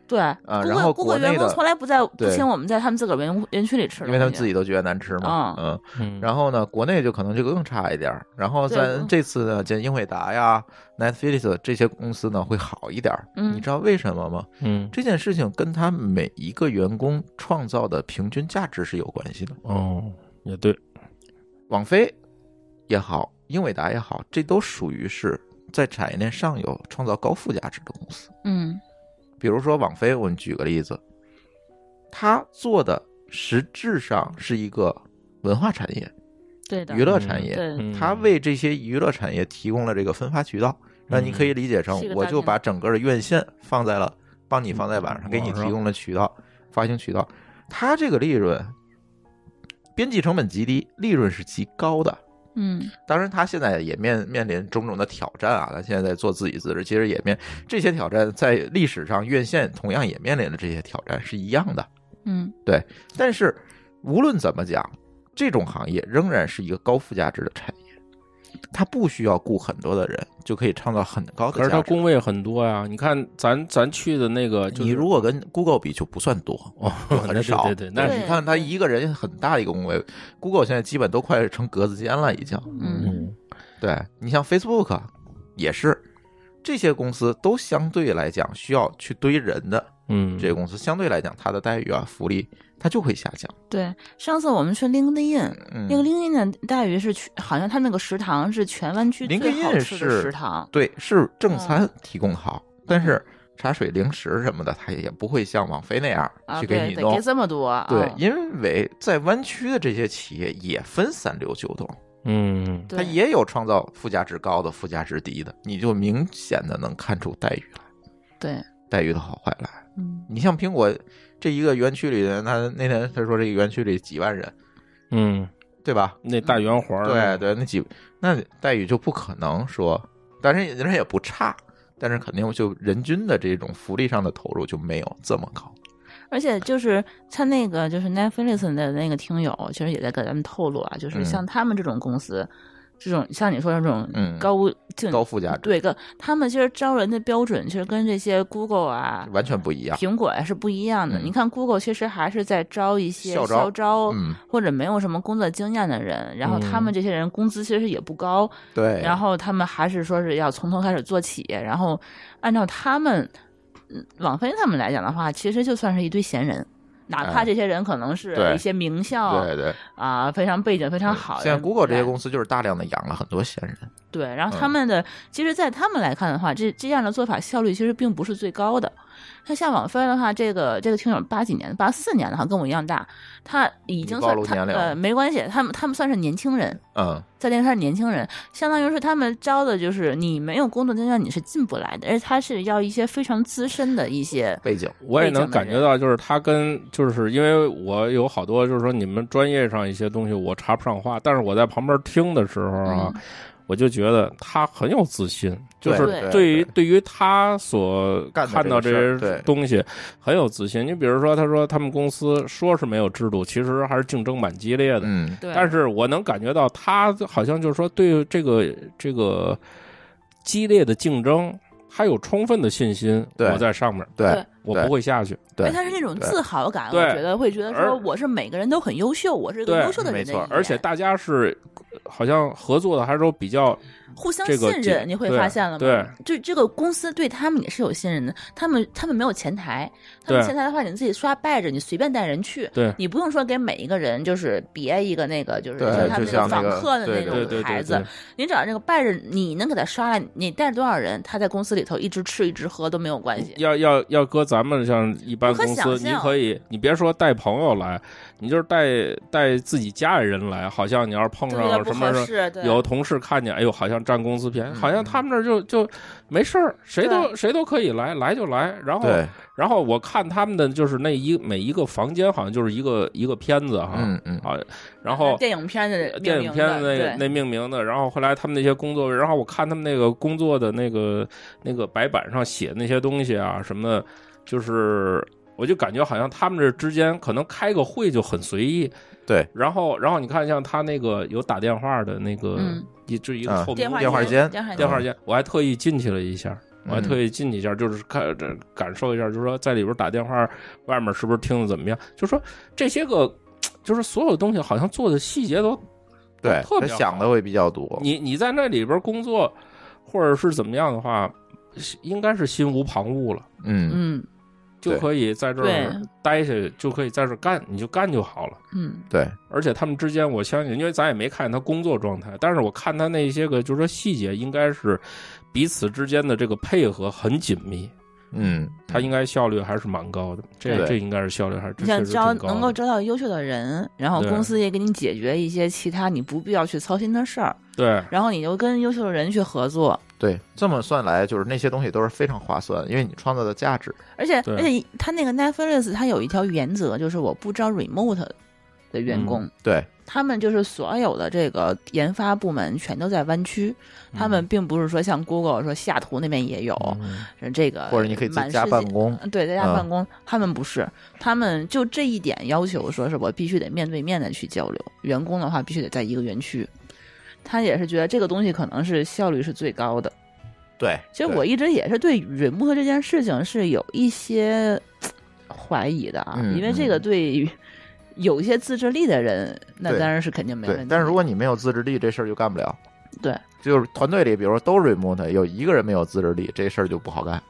对。啊不然过后国不过员内工的从来不在不对请我们在他们自个儿园园区里吃东西，因为他们自己都觉得难吃嘛，嗯。嗯然后呢，国内就可能这个更差一点儿。然后对咱嗯这次呢，像英伟达呀、Netflix 这些公司呢会好一点儿。嗯你知道为什么吗？嗯这件事情跟他每一个员工创造的平均价值是有关系的。哦，也对，网飞也好，英伟达也好，这都属于是在产业链上游创造高附加值的公司。嗯比如说网飞，我们举个例子，它做的实质上是一个文化产业、对的娱乐产业，对嗯它为这些娱乐产业提供了这个分发渠道。那你可以理解成嗯是一，个我大就平把整个的院线放在了，帮你放在网上，嗯给你网上提供了渠道、发行渠道。它这个利润，边际成本极低，利润是极高的。嗯当然，他现在也面面临种种的挑战啊，他现在在做自己自治，其实也面这些挑战在历史上院线同样也面临了这些挑战是一样的。嗯但是无论怎么讲，这种行业仍然是一个高附加值的产业，它不需要雇很多的人就可以创造很高的可是价它值。工位很多呀，你看咱咱去的那个，就是你 如果跟 Google 比就不算多，哦，那很少。对对对，那对你看他一个人很大一个工位，Google 现在基本都快成格子间了，已经。嗯嗯对你像 Facebook 也是，这些公司都相对来讲需要去堆人的，嗯，这些公司相对来讲它的待遇啊、福利它就会下降。对，上次我们去 LinkedIn，嗯那，个 LinkedIn 的待遇是全，好像他那个食堂是全湾区最 LinkedIn 好吃的是食堂。对，是嗯正餐提供的好，但是茶水、零食什么的，它也不会像网飞那样啊，去对，你得弄给。这么多啊！对，因为在湾区的这些企业也分三六九等，嗯，它对，也有创造附加值高的、附加值低的，你就明显的能看出待遇来，对，待遇的好坏来。嗯，你像苹果这一个园区里的，他那天他说这个园区里几万人，嗯，对吧？那大圆环对儿，对，那几那待遇就不可能说，但是人家也不差，但是肯定就人均的这种福利上的投入就没有这么高。而且就是他那个就是 Netflix 的那个听友，其实也在给咱们透露啊，就是嗯像他们这种公司，这种像你说的这种嗯，高净、高附加值对跟他们其实招人的标准其实跟这些 Google 啊、完全不一样。苹果呀啊是不一样的。嗯你看 Google 其实还是在招一些校招招嗯，或者没有什么工作经验的人，然后他们这些人工资其实也不高，对。然后他们还是说是要从头开始做起，然后按照他们，嗯网飞他们来讲的话，其实就算是一堆闲人。哪怕哎这些人可能是对一些名校对对，啊、非常背景非常好的现在人， Google 这些对公司就是大量的养了很多闲人，对，然后他们的、其实，在他们来看的话，这这样的做法效率其实并不是最高的。那像网飞的话，这个这个听友八几年、八四年的，哈，跟我一样大，他已经你暴算露他年龄呃了没关系，他们他们算是年轻人，嗯，在那边他是年轻人，相当于是他们招的就是你没有工作经验，你是进不来的，而且他是要一些非常资深的一些，背景，我也背景能的感觉人到，就是他跟就是因为我有好多就是说你们专业上一些东西我插不上话，但是我在旁边听的时候嗯啊，我就觉得他很有自信，就是对对于对于他所干的看到这这个事儿些对东西很有自信。你比如说，他说他们公司说是没有制度，其实还是竞争蛮激烈的，嗯，对，但是我能感觉到他好像就是说对这个这个激烈的竞争。他有充分的信心，对我在上面，对对我对不会下去。因对为他是那种对自豪感，我对觉得会觉得说而我是每个人都很优秀，我是一个对优秀的人没的错一员而且大家是好像合作的还是都比较互相这信个任，这你会对发现了吗？对，就这个公司对他们也是有信任的，他们他们没有前台，他们对前台的话你自己刷败着，你随便带人去。对你不用说给每一个人就是别一个那个就是对像他们就那个像那访个客的对对那种对孩对子对，，你只要这个拜着，你能给他刷来，你带着多少人，他在公司里头一直吃一直喝都没有关系。要要要搁咱们像一般呃不可公司想，你象可以你别说带朋友来，你就是带带自己家里人来，好像你要是碰对对对，上不什合么事。适，对，有同事看见，哎呦，好像占公司便宜，嗯好像他们那儿就就没事儿，谁都谁都可以来，来就来。然后，对，然后我看他们的就是那一每一个房间，好像就是一个一个片子哈，嗯嗯，啊，然后电影片的电影片的那个那命名的，然后后来他们那些工作，然后我看他们那个工作的那个那个白板上写的那些东西啊什么的，就是我就感觉好像他们这之间可能开个会就很随意，对，然后然后你看像他那个有打电话的那个嗯一就一啊个透明电话电话间间电话电话间，我还特意进去了一下。我还嗯特意进去一下，就是看这感受一下，就是说在里边打电话，外面是不是听的怎么样？就说这些个，就是所有东西好像做的细节都对他特，别好想的会比较多，你你在那里边工作，或者是怎么样的话，是应该是心无旁骛了，嗯，嗯就对可以在这对儿待下去，就可以在这儿干，你就干就好了。嗯，对，而且他们之间，我相信，因为咱也没看见他工作状态，但是我看他那些个，就是说细节，应该是彼此之间的这个配合很紧密，嗯，他应该效率还是蛮高的。这对这应该是效率还是你这想确实招挺高能够的。招到优秀的人，然后对公司也给你解决一些其他你不必要去操心的事儿，对，然后你就跟优秀的人去合作，对，这么算来，就是那些东西都是非常划算，因为你创造的价值。而且对而且他那个 Netflix 他有一条原则，就是我不招 remote 的嗯员工。对，他们就是所有的这个研发部门全都在湾区，嗯他们并不是说像 Google 说西雅图那边也有，嗯这个或者你可以在呃满家世办界公。对，在家嗯办公，他们不是，他们就这一点要求，说是我必须得面对面的去交流，员工的话必须得在一个园区。他也是觉得这个东西可能是效率是最高的。对，其实对我一直也是对 remote 这件事情是有一些嘖怀疑的啊，嗯因为这个嗯对于有一些自制力的人，那对当然是肯定没问对题，。但是如果你没有自制力，这事儿就干不了。对就是团队里，比如说都 remote，有一个人没有自制力，这事儿就不好干，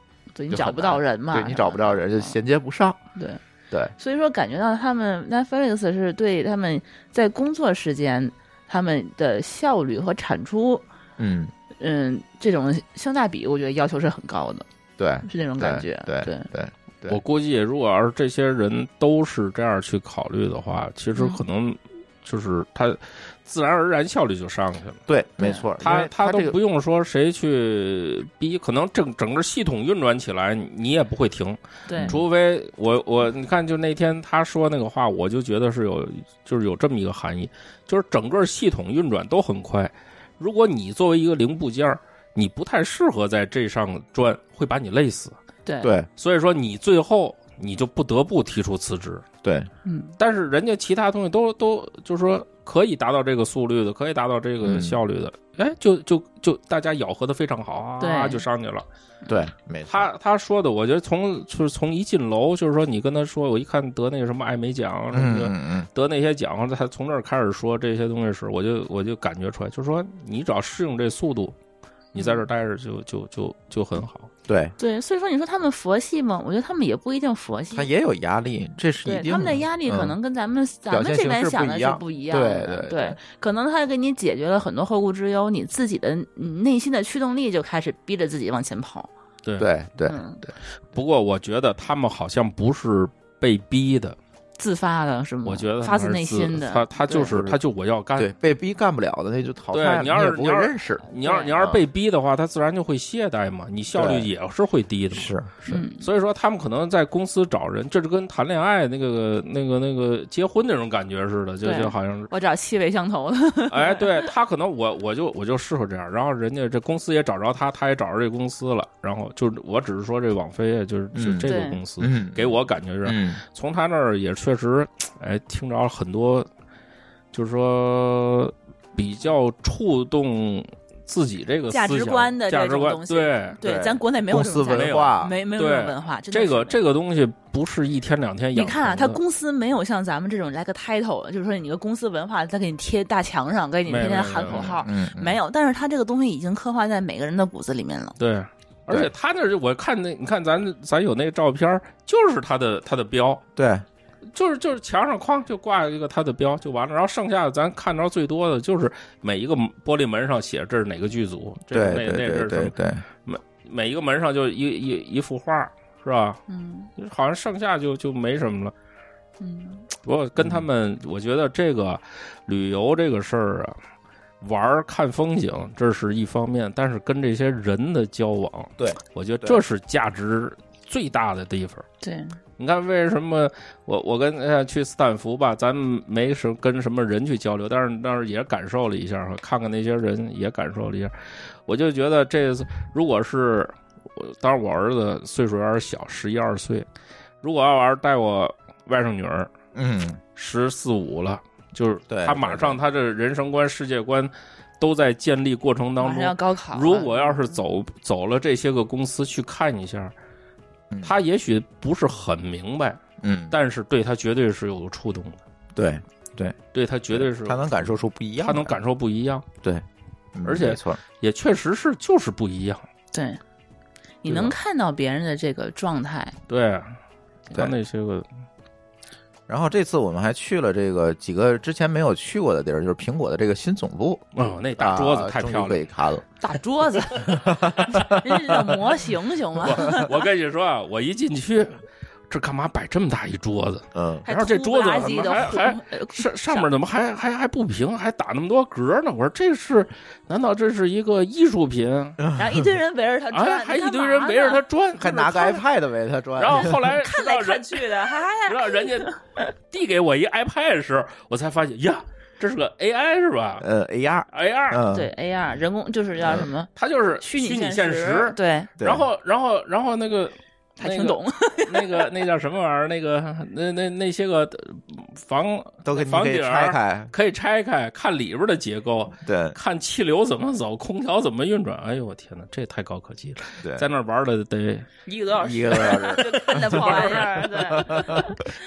就对你很找不到难人嘛，对你找不到人就嗯衔接不上，对。对，所以说感觉到他们 Netflix 是对他们在工作时间他们的效率和产出，嗯，嗯，这种性价比，我觉得要求是很高的，对，是这种感觉。对对对，对我估计，如果要是这些人都是这样去考虑的话，其实嗯可能就是他自然而然效率就上去了。对，对没错，因他为他都这个不用说谁去逼，可能整整个系统运转起来，你你也不会停，对除非我我你看，就那天他说那个话，我就觉得是有就是有这么一个含义，就是整个系统运转都很快。如果你作为一个零部件儿，你不太适合在这上转，会把你累死。对对所以说，你最后你就不得不提出辞职。对，嗯，但是人家其他东西都都就是说可以达到这个速率的，可以达到这个嗯效率的，哎、就就就大家咬合的非常好啊，对就上去了。对，没错，他他说的，我觉得从就是从一进楼，就是说你跟他说，我一看得那个什么艾美奖什么嗯的，嗯嗯，得那些奖，他从这儿开始说这些东西时，我就我就感觉出来，就是说你只要适应这速度，你在这儿待着就就就就很好。对对，所以说你说他们佛系吗？我觉得他们也不一定佛系他。也有压力，这是一对定他们的压力可嗯能跟咱们、表咱现们这形边式想不的一是样不一样的，对对对可能他给你解决了很多后顾之忧，你自己的你内心的驱动力就开始逼着自己往前跑。对对对嗯，不过我觉得他们好像不是被逼的，自发的是吗？我觉得发他自是内自心的。他他就对是嗯对他就我要干。对，被逼干不了的那就淘汰啊对了，你要也是不你会要是认识，你要对你要是嗯被逼的话，他自然就会懈怠嘛，你效率对也是会低的嘛。是是，嗯，所以说他们可能在公司找人，这就跟谈恋爱那个那个那个结婚那种感觉似的，就对，就好像是我找气味相投的。哎，对他可能我我就我就适合这样，然后人家这公司也找着他，他也找着这公司了，然后就是我只是说这网飞啊，就是就嗯这个对公司、嗯，给我感觉是，嗯从他那儿也确实，哎，听着很多，就是说比较触动自己这个思想价值观的这价值种观东，西对。对，对咱国内没有公这司种价值啊文有化没没有对这种文化，真的这是个没这个东西不是一天两天有。养你看啊，成他的公司没有像咱们这种来个 title，就是说你个公司文化，再给你贴大墙上，给你没有天天没有喊没口有号，嗯，嗯没有。但是他这个东西已经刻画在每个人的骨子里面了。对，而且他那儿就我看那你看咱咱有那照片儿，就是他的他的标，对就是就是墙上框就挂一个他的标就完了，然后剩下的咱看着最多的就是每一个玻璃门上写这是哪个剧组，这对是那对那对是什对么，对，每一个门上就一一一幅画是吧？嗯好像剩下就就没什么了。嗯，不过跟他们，我觉得这个旅游这个事儿啊，玩儿看风景这是一方面，但是跟这些人的交往，对我觉得对这是价值最大的地方。对，你看，为什么我我跟呃去斯坦福吧，咱们没什跟什么人去交流，但是但是也感受了一下，看看那些人也感受了一下，我就觉得这次如果是我，当然我儿子岁数有点小，十一二岁，如果要玩带我外甥女儿嗯，十四五了，就是对她马上她这人生观、世界观都在建立过程当马上要中。高考了。嗯如果要是走走了这些个公司去看一下嗯，他也许不是很明白。嗯，但是对他绝对是有触动的，对，对他绝对是他能感受出不一样他的，能感受不一样，嗯，而且没错，也确实是就是不一样。对，你对吧能看到别人的这个状态，对，他对那些个然后这次我们还去了这个几个之前没有去过的地儿，就是苹果的这个新总部，哦，那大桌啊子太终于漂可亮以看了。大桌 子，人家的模型行吗？了。我跟你说啊，我一进去，这干嘛摆这么大一桌子？嗯，还然后这秃桌子拉怎几么的还红还呃上上面怎么还还还不平，还打那么多嗝呢？我说这是，难道这是一个艺术品？然后一堆人围着他哎，转，还你一干堆嘛人围着呢他转，嗯还拿个就是 iPad 围他他转，然后后来看直来到看人去的，还还直到人家递给我一 iPad 的时候，我才发现呀，这是个 AI 是吧呃 AR， ？AR 嗯，对 AR 人工就是要什么它就是嗯虚拟现现实，对，对，然后，然后，然后那个还挺懂，那个那叫什么玩意儿？那个那那那些个呃房都给你房给顶儿拆开，可以拆开看里边的结构， 对看气流怎么走，空调怎么运转。哎呦我天哪，这也太高科技了！对，在那儿玩的得 一个多小时一个多小时。 就看那破玩意儿，对，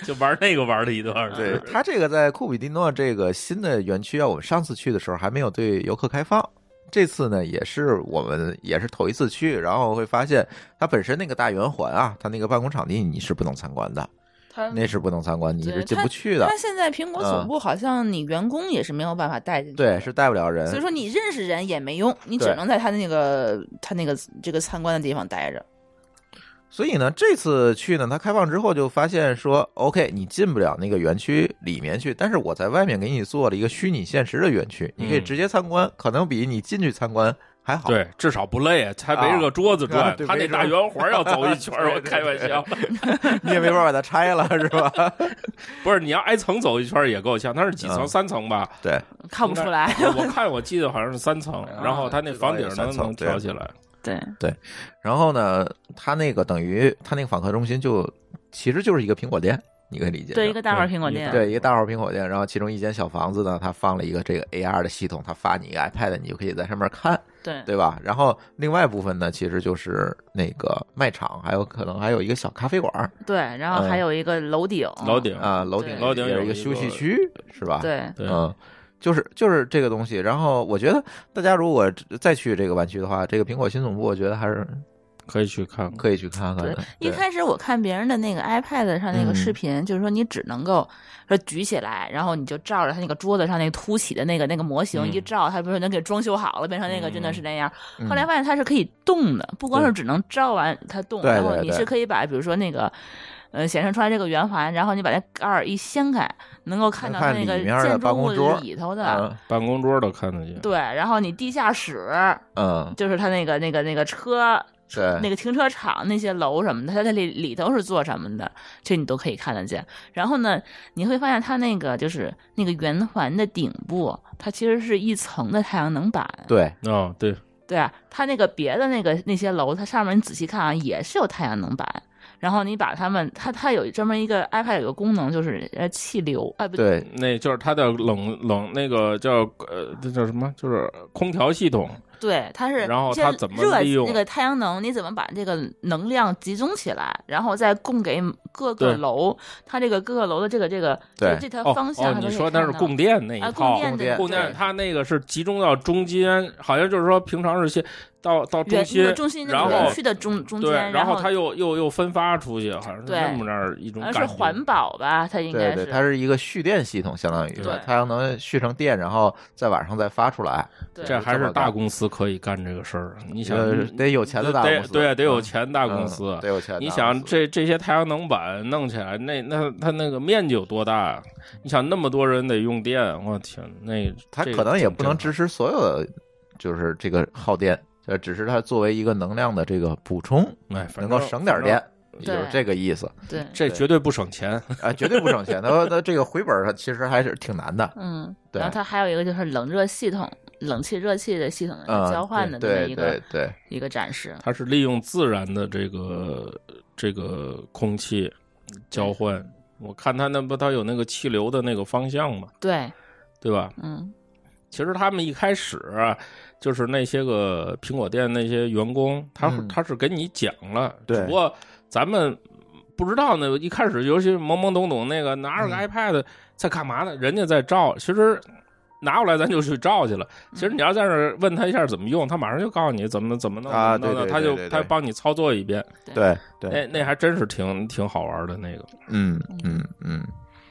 就玩那个玩了一 段儿。对它这个在库比蒂诺这个新的园区啊，我们上次去的时候还没有对游客开放，这次呢，也是我们也是头一次去，然后会发现它本身那个大圆环啊，它那个办公场地你是不能参观的，他 那是不能参观，你嗯对是进它不去的他。现在苹果总嗯部好像你员工也是没有办法带进去，对，，是带不了所以人。说你认识人也没用，你只对能在他的那个他那个这个参观的地方待着。所以呢，这次去呢，它开放之后就发现说，OK，你进不了那个园区里面去，但是我在外面给你做了一个虚拟现实的园区，你可以嗯直接参观，可能比你进去参观还好。对，至少不累，啊还围着个桌子啊转，对他那围着大圆环要走一圈对对儿，我对开玩笑， 你也没法把它拆了，是吧？不是你要挨层走一圈儿也够呛，它是几层？嗯三层吧？对，看不出来， 我我看我记得好像是三层，啊然后它那房顶最高也三能层能挑起来， 对，然后呢，它那个等于它那个访客中心就其实就是一个苹果店，你可以理解成。嗯对一个大号苹果对店，对一个大号苹果店，然后其中一间小房子呢，它放了一个这个 AR 的系统，它发你一个 iPad，你就可以在上面看，对对吧？然后另外部分呢，其实就是那个卖场，还有可能还有一个小咖啡馆儿对，然后还有一个嗯楼顶，楼顶啊、楼顶对楼顶也有是一个一休息个区，是吧？对，对嗯，就是就是这个东西。然后我觉得大家如果再去这个湾区的话，这个苹果新总部，我觉得还是可以去看看。可以去看看对的。一开始我看别人的那个 iPad 上那个嗯视频，就是说你只能够说举起来，然后你就照着它那个桌子上那个凸起的那个那个模型嗯一照，它不是能给装修好了，变成那个真的是那样。嗯后来发现它是可以动的，不光是只能照完它动，对对然后你对是可以把比如说那个。呃，显示出来这个圆环，然后你把那盖儿一掀开，能够看到能看那个里面的建筑办公物桌里头的，嗯办公桌都看得见，对，然后你地下室嗯，就是它那个那个那个车对，那个停车场那些楼什么的，它在里里头是做什么的，这你都可以看得见。然后呢，你会发现它那个就是那个圆环的顶部，它其实是一层的太阳能板。对，哦，对，对啊，它那个别的那个那些楼，它上面你仔细看啊，也是有太阳能板。然后你把它们，它它有专门一个 iPad 有个功能，就是呃气流啊，不对，那就是它的冷冷那个叫呃，这叫什么？就是空调系统。对，它是然后这它怎么热利用那个太阳能？你怎么把这个能量集中起来，然后再供给各个对楼？它这个各个楼的这个这个对这这条哦方向哦它，都可以看到，你说那是供电那一啊套，供电电供供对电它那个是集中到中间，好像就是说平常是先到到中园那心个，中心那然个后园区的中中对，间，然后它又又又分发出去，好像是对这么着一种好像感是觉。环保吧？它应对该对，它是一个蓄电系统，相当于对把太阳能蓄成电，然后在晚上再发出来。对这还这是么大干公司可以干这个事儿。啊你想，呃，得有钱的大公得司，对，得有嗯钱大公嗯司。得有钱的大公司。你想这这些太阳能板弄起来，那那它那个面积有多大啊？你想那么多人得用电，我天，那它这个可能也挺不能震支持所有的，就是这个耗电，呃，只是它作为一个能量的这个补充，撼哎，反能够正省点儿。电，也就是对这个意 思对，这绝对不省钱，啊，绝对不省钱。它它这个回本儿它其实还是挺难的，嗯，对然后它还有一个就是冷热系统。冷气、热气的系统嗯的交换的这么对一个对对，一个展示，它是利用自然的这个这个空气交换。我看它那不，它有那个气流的那个方向嘛，对，对吧？嗯，其实他们一开始啊就是那些个苹果店那些员工，他、嗯他是给你讲了，对只不过咱们不知道呢。一开始尤其是懵懵懂懂那个拿着个嗯 iPad 在干嘛呢？人家在照，其实。拿过来咱就去照去了。嗯其实你要在那儿问他一下怎么用，他马上就告诉你怎么怎么弄啊怎么弄对对他对就对对他帮你操作一遍。哎对对，那那还真是挺挺好玩的那个。嗯嗯嗯，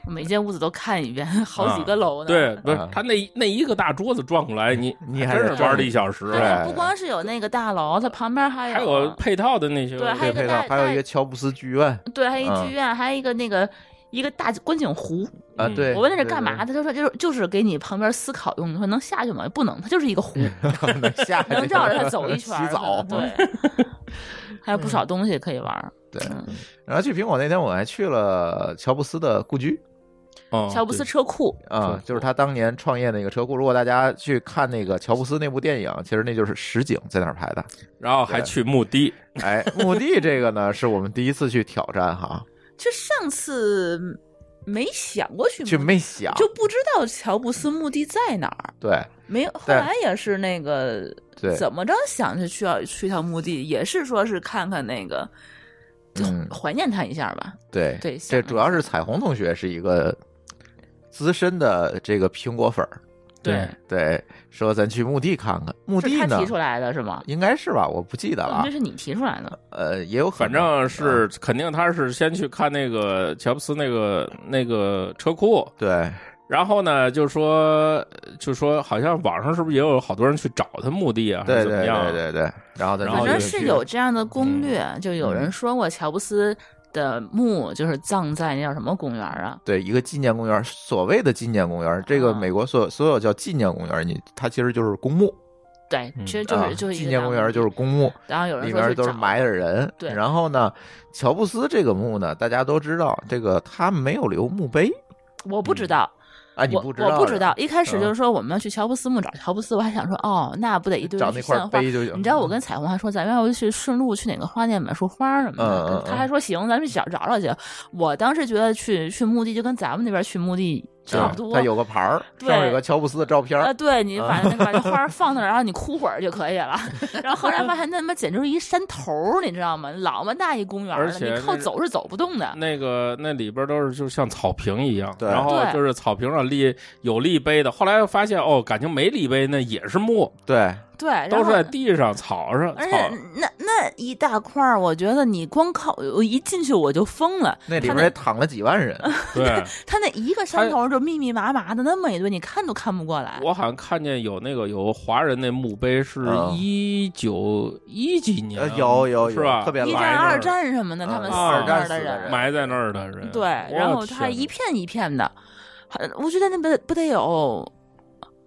每间屋子都看一遍， 好几啊个楼呢。对，不是啊他那那一个大桌子转过来，你你 还还真得是玩了一小时，对嗯它不光是有那个大楼，它旁边还还有配套的那些哎对还有这一个配套带还有一带个乔布斯剧院对，还有一嗯剧院，还有一个那个一个大观景湖。啊，嗯对，我问他是对干嘛，的，他说就是就是给你旁边思考用的。我说能下去吗？不能，它就是一个湖， 能 下去能绕着它走一嗯 洗圈儿。澡，可能对， 还有不少东西可以玩儿。对嗯然后去苹果那天，我还去了乔布斯的故居嗯哦乔布斯对车库，啊、是就是他当年创业那个车库。如果大家去看那个乔布斯那部电影，其实那就是实景在那儿拍的。然后还去墓地，哎，墓地这个呢，是我们第一次去挑战哈，就上次没想过去去墓没想 就不知道乔布斯墓地在哪儿，对没有。后对来也是那个对，怎么着想着去要去趟墓地，也是说是看看那个，就嗯怀念他一下吧。对对想这主要是彩虹同学是一个资深的这个苹果粉儿，对，对，说咱去墓地看看，墓地是他呢提出来的是吗？应该是吧，我不记得了啊这，哦是你提出来的，呃，也有可反能嗯正是肯定他是先去看那个乔布斯那个那个车库，对，然后呢就说就说好像网上是不是也有好多人去找他墓地啊，还对是怎对么样啊？对对对，然后咱嗯然反后正就是去有这样的攻略，就有人说过乔布斯的墓就是葬在那叫什么公园啊？对一个纪念公园，所谓的纪念公园，这个啊美国所所有叫纪念公园，你它其实就是公墓，对，嗯其实就是、啊就是一个纪念公园就是公墓，然后有人里说去面都是找埋的人。对然后呢，乔布斯这个墓呢，大家都知道，这个他没有留墓碑我不知道，啊，你我不知道我的，不知道。一开始嗯就是说我们要去乔布斯墓找乔布斯，我还想说哦，那不得一堆找人那去块献花？碑就嗯行。你知道我跟彩虹还说咱们要不去顺路去哪个花店买束花什么嗯的，嗯嗯他还说行，咱们去找找找去。我当时觉得去去墓地就跟咱们那边去墓地差不对多，它有个牌儿，对上面有个乔布斯的照片儿啊，，对你嗯把 那把那花儿放那儿，然后你哭会儿就可以了。然后后来发现那他妈简直是一山头儿，你知道吗？老么大一公园而了，且你靠那嗯走是走不动的。那个那里边都是就像草坪一样，对然后对就是草坪上立有立碑的。后来发现哦，感情没立碑那也是墓，对，对，然都是后在地上草上而草且那那一大块儿，我觉得你光靠我一进去我就疯了。那里它面也躺了几万人，呃对。它那一个山头儿就密密麻麻的那么一堆，你看都看不过来。我好像看见有那个有华人那墓碑是嗯一九一几年呃，有有有，是吧？特别一来战、那儿二战什么的，嗯他们死二那战儿的死的人人，埋在那儿的嗯人，对，然后它一片片一片的，好我觉得那不不得有，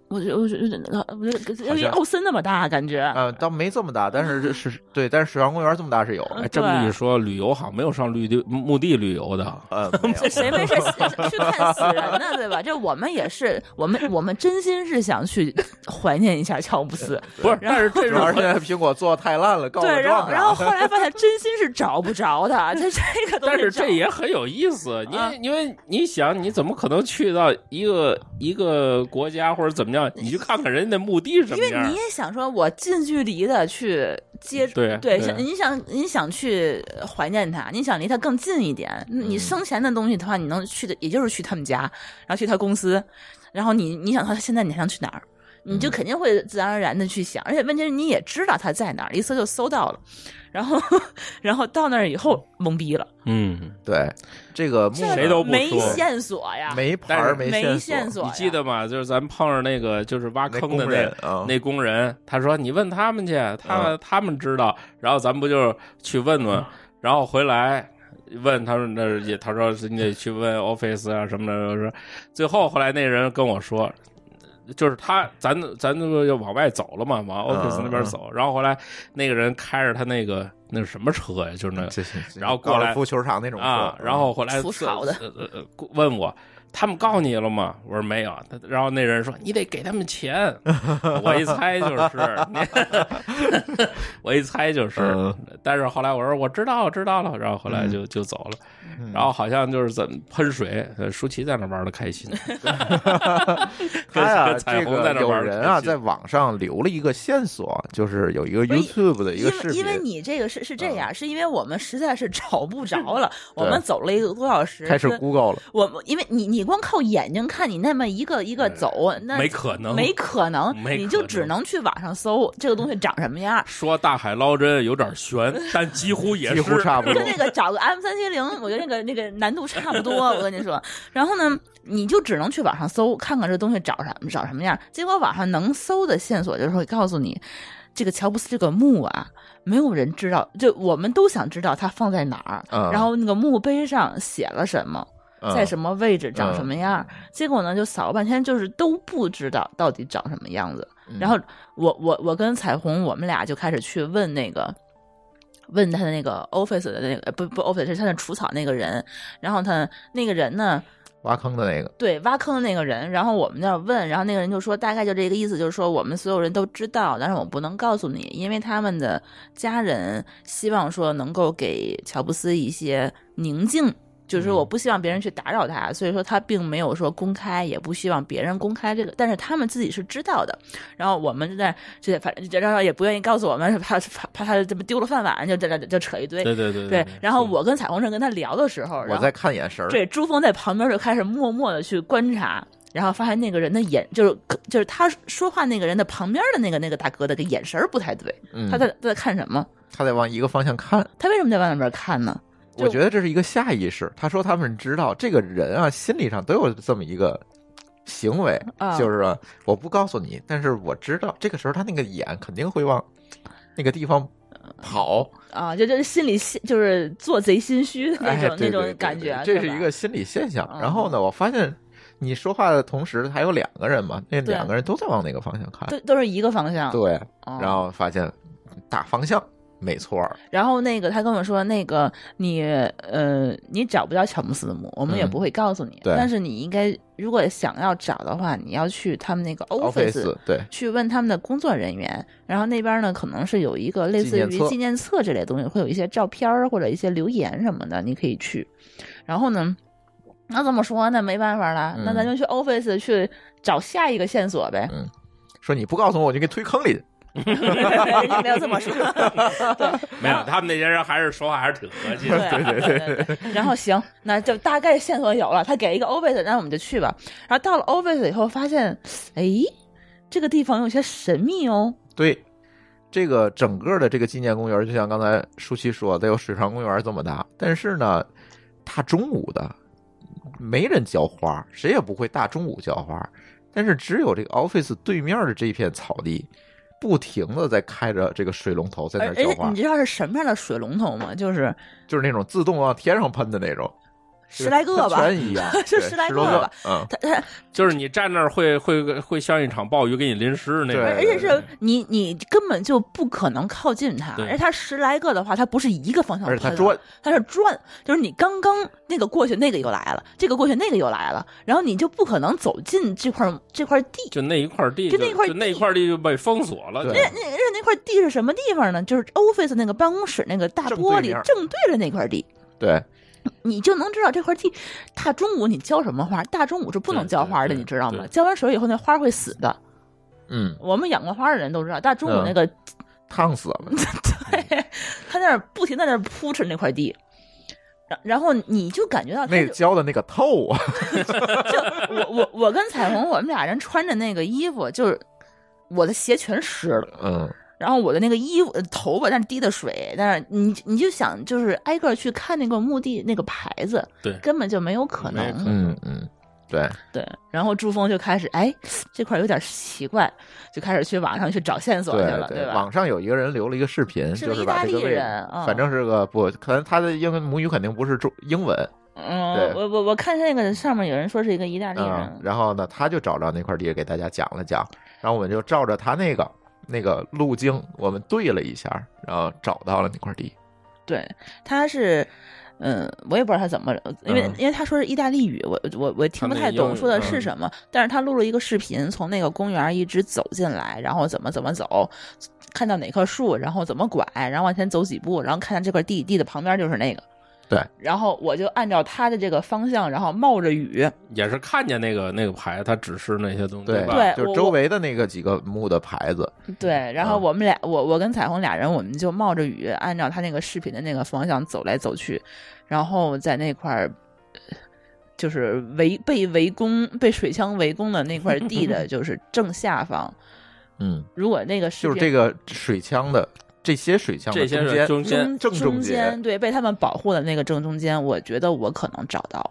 我觉我觉得我觉好得要比像奥森那么大感觉。呃，倒没这么大，但是这是对，但是水上公园这么大是有，哎，这么一说，旅游好像没有上绿地墓地旅游的，呃，没有谁没事去看死人呢，对吧？这 我们也是，我们我们真心是想去怀念一下乔布 斯，不是？但是这主要是现在是，苹果做的太烂了，告对，我然状啊后态。然后后来发现真心是找不着的， 就这个东西找。但是这也很有意思。你啊因为你想，你怎么可能去到一个一个国家或者怎么样，你去看看人家那墓地什因么为样你？也想说，我近距离的去接触，对对，对想你想你想去呃怀念他，你想离他更近一点。你嗯生前的东西的话，你能去的也就是去他们家，然后去他公司，然后你你想他现在你还想去哪儿，你嗯就肯定会自然而然的去想。而且问题是你也知道他在哪儿，一搜就搜到了，然后然后到那儿以后懵逼了，嗯，对，这个木呢谁都不没说线索呀，没牌但是儿，没线线索，索你呀，记得吗？就是咱碰上那个就是挖那坑工的那人啊，那工人，他说你问他们去，他们、他们知道，然后咱不就去问问，然后回来问他们那也，他说你得去问 Office 啊什么的，说最后后来那人跟我说。就是他，咱咱那个要往外走了嘛，往 office 那边走，然后后来那个人开着他那个那是什么车呀？就是那嗯这是这是然后过高来尔夫球场那种啊，车然后后来除草的呃呃呃问我他们告你了吗？我说没有。他然后那人说你得给他 们钱。我一猜就是，你 我一猜就是。嗯但是后来我说我知道知道了，然后后来就就走了。嗯然后好像就是怎么喷水，呃舒淇在那玩的开心，跟嗯他呀，跟这彩虹在个那有玩得人啊，开心在网上留了一个线索，就是有一个不是 YouTube 的一个因视为因为频，嗯你这个是是这样，是因为我们实在是找不着了，我 们对走了一个多小时，开始跟 Google 了，我们因为你你光靠眼睛看你那么一个一个走，那没可能没可能，没你可就只能。能去网上搜这个东西长什么样说大海捞针有点悬，但几乎 也是几乎差不跟多。那个找个 M 三七零，我觉得那个那个难度差不多，我跟你说。然后呢，你就只能去网上搜，看看这东西找什么找什么样。结果网上能搜的线索就是会告诉你，这个乔布斯这个墓啊，没有人知道，就我们都想知道它放在哪啊儿，嗯然后那个墓碑上写了什么，嗯在什么位置，长什么样儿。结果呢，就扫了半天，就是都不知道到底长什么样子。然后我我我跟彩虹，我们俩就开始去问那个。问他的那个 office 的那个呃不不 office 是他那除草那个人，然后他那个人呢，挖坑的那个，对挖坑的那个人，然后我们那儿问，然后那个人就说大概就这个意思，就是说我们所有人都知道，但是我不能告诉你，因为他们的家人希望说能够给乔布斯一些宁静。就是我不希望别人去打扰他，所以说他并没有说公开，也不希望别人公开这个，但是他们自己是知道的。然后我们就在这，反正然后也不愿意告诉我们，怕怕怕他这么丢了饭碗，就这就扯一堆。对对对对，然后是我跟彩虹正跟他聊的时候，然我后在看眼神儿，这朱峰在旁边就开始默默的去观察，然后发现那个人的眼就是就是他说话那个人的旁边的那个那个大哥的这个眼神儿不太对，嗯他在他在看什么？他在往一个方向看，他为什么在往那边看呢？就我觉得这是一个下意识。他说他们知道这个人啊，心理上都有这么一个行为，啊就是啊我不告诉你，但是我知道这个时候他那个眼肯定会往那个地方跑，啊，就就是心里心就是做贼心虚的那哎种、对对那对种感觉啊对，这对是吧一个心理现象。嗯然后呢，我发现你说话的同时还有两个人嘛，那对两个人都在往那个方向看，都都是一个方向。对，哦然后发现大方向没错儿，然后那个他跟我说，那个你呃，你找不到乔姆斯的墓，我们也嗯不会告诉你。对但是你应该如果想要找的话，你要去他们那个 office 对。去问他们的工作人员，然后那边呢可能是有一个类似纪念于册纪念册这类东西，会有一些照片儿或者一些留言什么的，你可以去。然后呢，那怎么说呢？没办法了，嗯那咱就去 Office 去找下一个线 索呗。说你不告诉我，我就给你推坑里去。人家没有 这么说，没有，他们那些人还是说话还是挺和 气的。对啊对对对。然后行，那就大概线索有了，他给一个 Office，那我们就去吧。然后到了 Office 以后，发现，哎，这个地方有些神秘哦。对，这个整个的这个纪念公园，就像刚才舒淇说，得有水上公园这么大。但是呢，大中午的没人浇花，谁也不会大中午浇花。但是只有这个 office 对面的这一片草地，不停的在开着这个水龙头在那而儿而浇且花哎你，知道是什么样的水龙头吗？就是就是那种自动往天上喷的那种，十来个吧，，全一样 就对十来十个多吧。嗯，他他，就是你站那儿会会会像一场暴雨给你淋湿那对而种。且是你你根本就不可能靠近它，对而且它十来个的话，它不是一个方向而且喷的，它转，它是转，就是你刚刚那个过去，那个又来了，这个过去，那个又来了，然后你就不可能走进这块这块地。就那一块地，就就那块地就那一块地就被封锁了。对就那那那那块地是什么地方呢？就是 office 那个办公室那个大正对玻璃面正对着那块地，对，你就能知道这块地大中午你浇什么花，大中午是不能对浇对花的，对你知道吗对？浇完水以后那花会死的，嗯，我们养过花的人都知道，大中午嗯那个、烫死 了，他那儿不停在那儿扑哧那块地，然然后你就感觉到他那就浇的那个透啊，就我我我跟彩虹我们俩人穿着那个衣服，就是我的鞋全湿了，嗯，然后我的那个衣服头发那滴的水，但是你你就想就是挨个去看那个墓地那个牌子，对根本就没有可没有可能。嗯嗯，对，对，然后朱峰就开始哎这块儿有点奇怪，就开始去网上去找线索去了，对吧？网上有一个人留了一个视频，是就个是意把大这利个位置人嗯反正是个不，可能他的英文母语肯定不是中英文嗯对，我我我看那个上面有人说是一个意大利人，啊、然后呢，他就找着那块地给大家讲了讲，然后我们就照着他那个那个路径，我们对了一下，然后找到了那块地。对，他是，嗯，我也不知道他怎么，因为、嗯因为他说是意大利语，我我我听不太他那英懂语嗯说的是什么，但是他录了一个视频，从那个公园一直走进来，然后怎么怎么走，看到哪棵树，然后怎么拐，然后往前走几步，然后看见这块地，地的旁边就是那个。对，然后我就按照他的这个方向，然后冒着雨，也是看见那个那个牌，它指示那些东西，吧？对就是我周围的那个几个墓的牌子，对，然后嗯我们俩，我我跟彩虹俩人，我们就冒着雨，按照他那个视频的那个方向走来走去，然后在那块儿，呃就是围被围攻、被水枪围攻的那块地 的，就是正下方。嗯，如果那个视就频是这个水枪的这些水枪的这些中是间，中间中正中间间，对，被他们保护的那个正中间，我觉得我可能找到。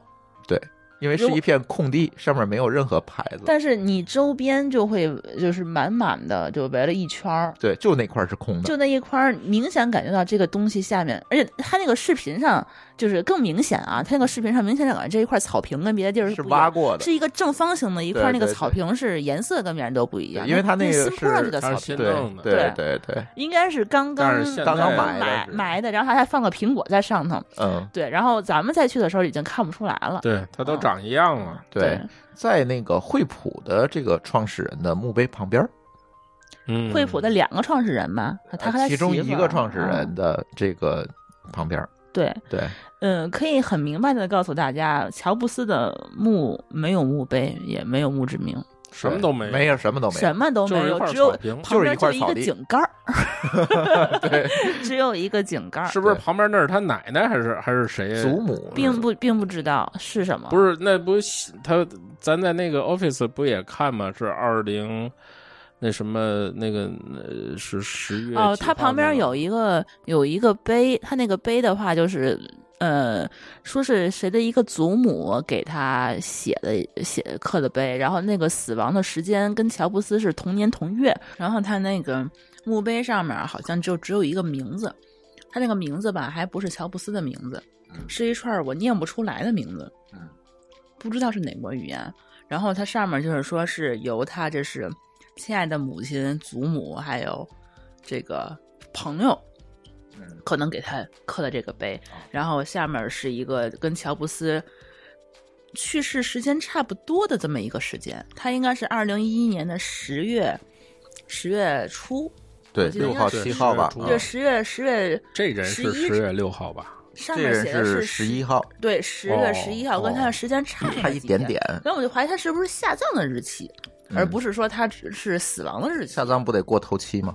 因为是如一片空地，上面没有任何牌子，但是你周边就会就是满满的，就围了一圈儿，对，就那块是空的，就那一块儿，明显感觉到这个东西下面，而且它那个视频上就是更明显啊，它那个视频上明显感觉这一块草坪跟别的地儿是不一样挖过的是。一个正方形的一块对儿，那个对草对坪是颜色跟别人都不一样，对因为它那那个新铺上是去的它是草新坪。对弄的对对对，应该是刚刚但是现刚刚在买埋的是埋的，然后他还放个苹果在上头，嗯，对，然后咱们再去的时候已经看不出来了，对，它都长一样了。对，在那个惠普的这个创始人的墓碑旁边儿，嗯，惠普的两个创始人吧，他和他呃啊其中媳妇一儿个创始人嗯的这个旁边儿，对，对，嗯，可以很明白的告诉大家，乔布斯的墓没有墓碑，也没有墓志铭，什么都没有，没有什么都没有什，么都就没是一有，块只有草坪。就是一块旁边草就地一个井盖儿， 对， 只有一个井盖儿，是不是对旁边那是他奶奶还是还是谁？祖母啊并不并不知道是什么。不是，那不是他咱在那个 Office 不也看吗？是二零那什么那个呃是十月哦，几它号旁边那个有一个有一个碑，它那个碑的话就是，呃，说是谁的一个祖母给他写的写刻的碑，然后那个死亡的时间跟乔布斯是同年同月，然后他那个墓碑上面好像就只有一个名字，他那个名字吧还不是乔布斯的名字，是一串儿我念不出来的名字嗯，不知道是哪国语言。然后它上面就是说是由他这是亲爱的母亲、祖母还有这个朋友嗯哦可能给他刻了这个碑，然后下面是一个跟乔布斯去世时间差不多的这么一个时间，他应该是二零一一年的十月十月初，对我记得六应该号是七号吧，是啊对，十月十月这人是11十月六号吧？上这面人写的是十十一，号，对，十月哦十一号，哦跟他的时间差差了一几点点，然后我就怀疑他是不是下葬的日期，而不是说他只是死亡的日嗯期下。葬不得过头七吗？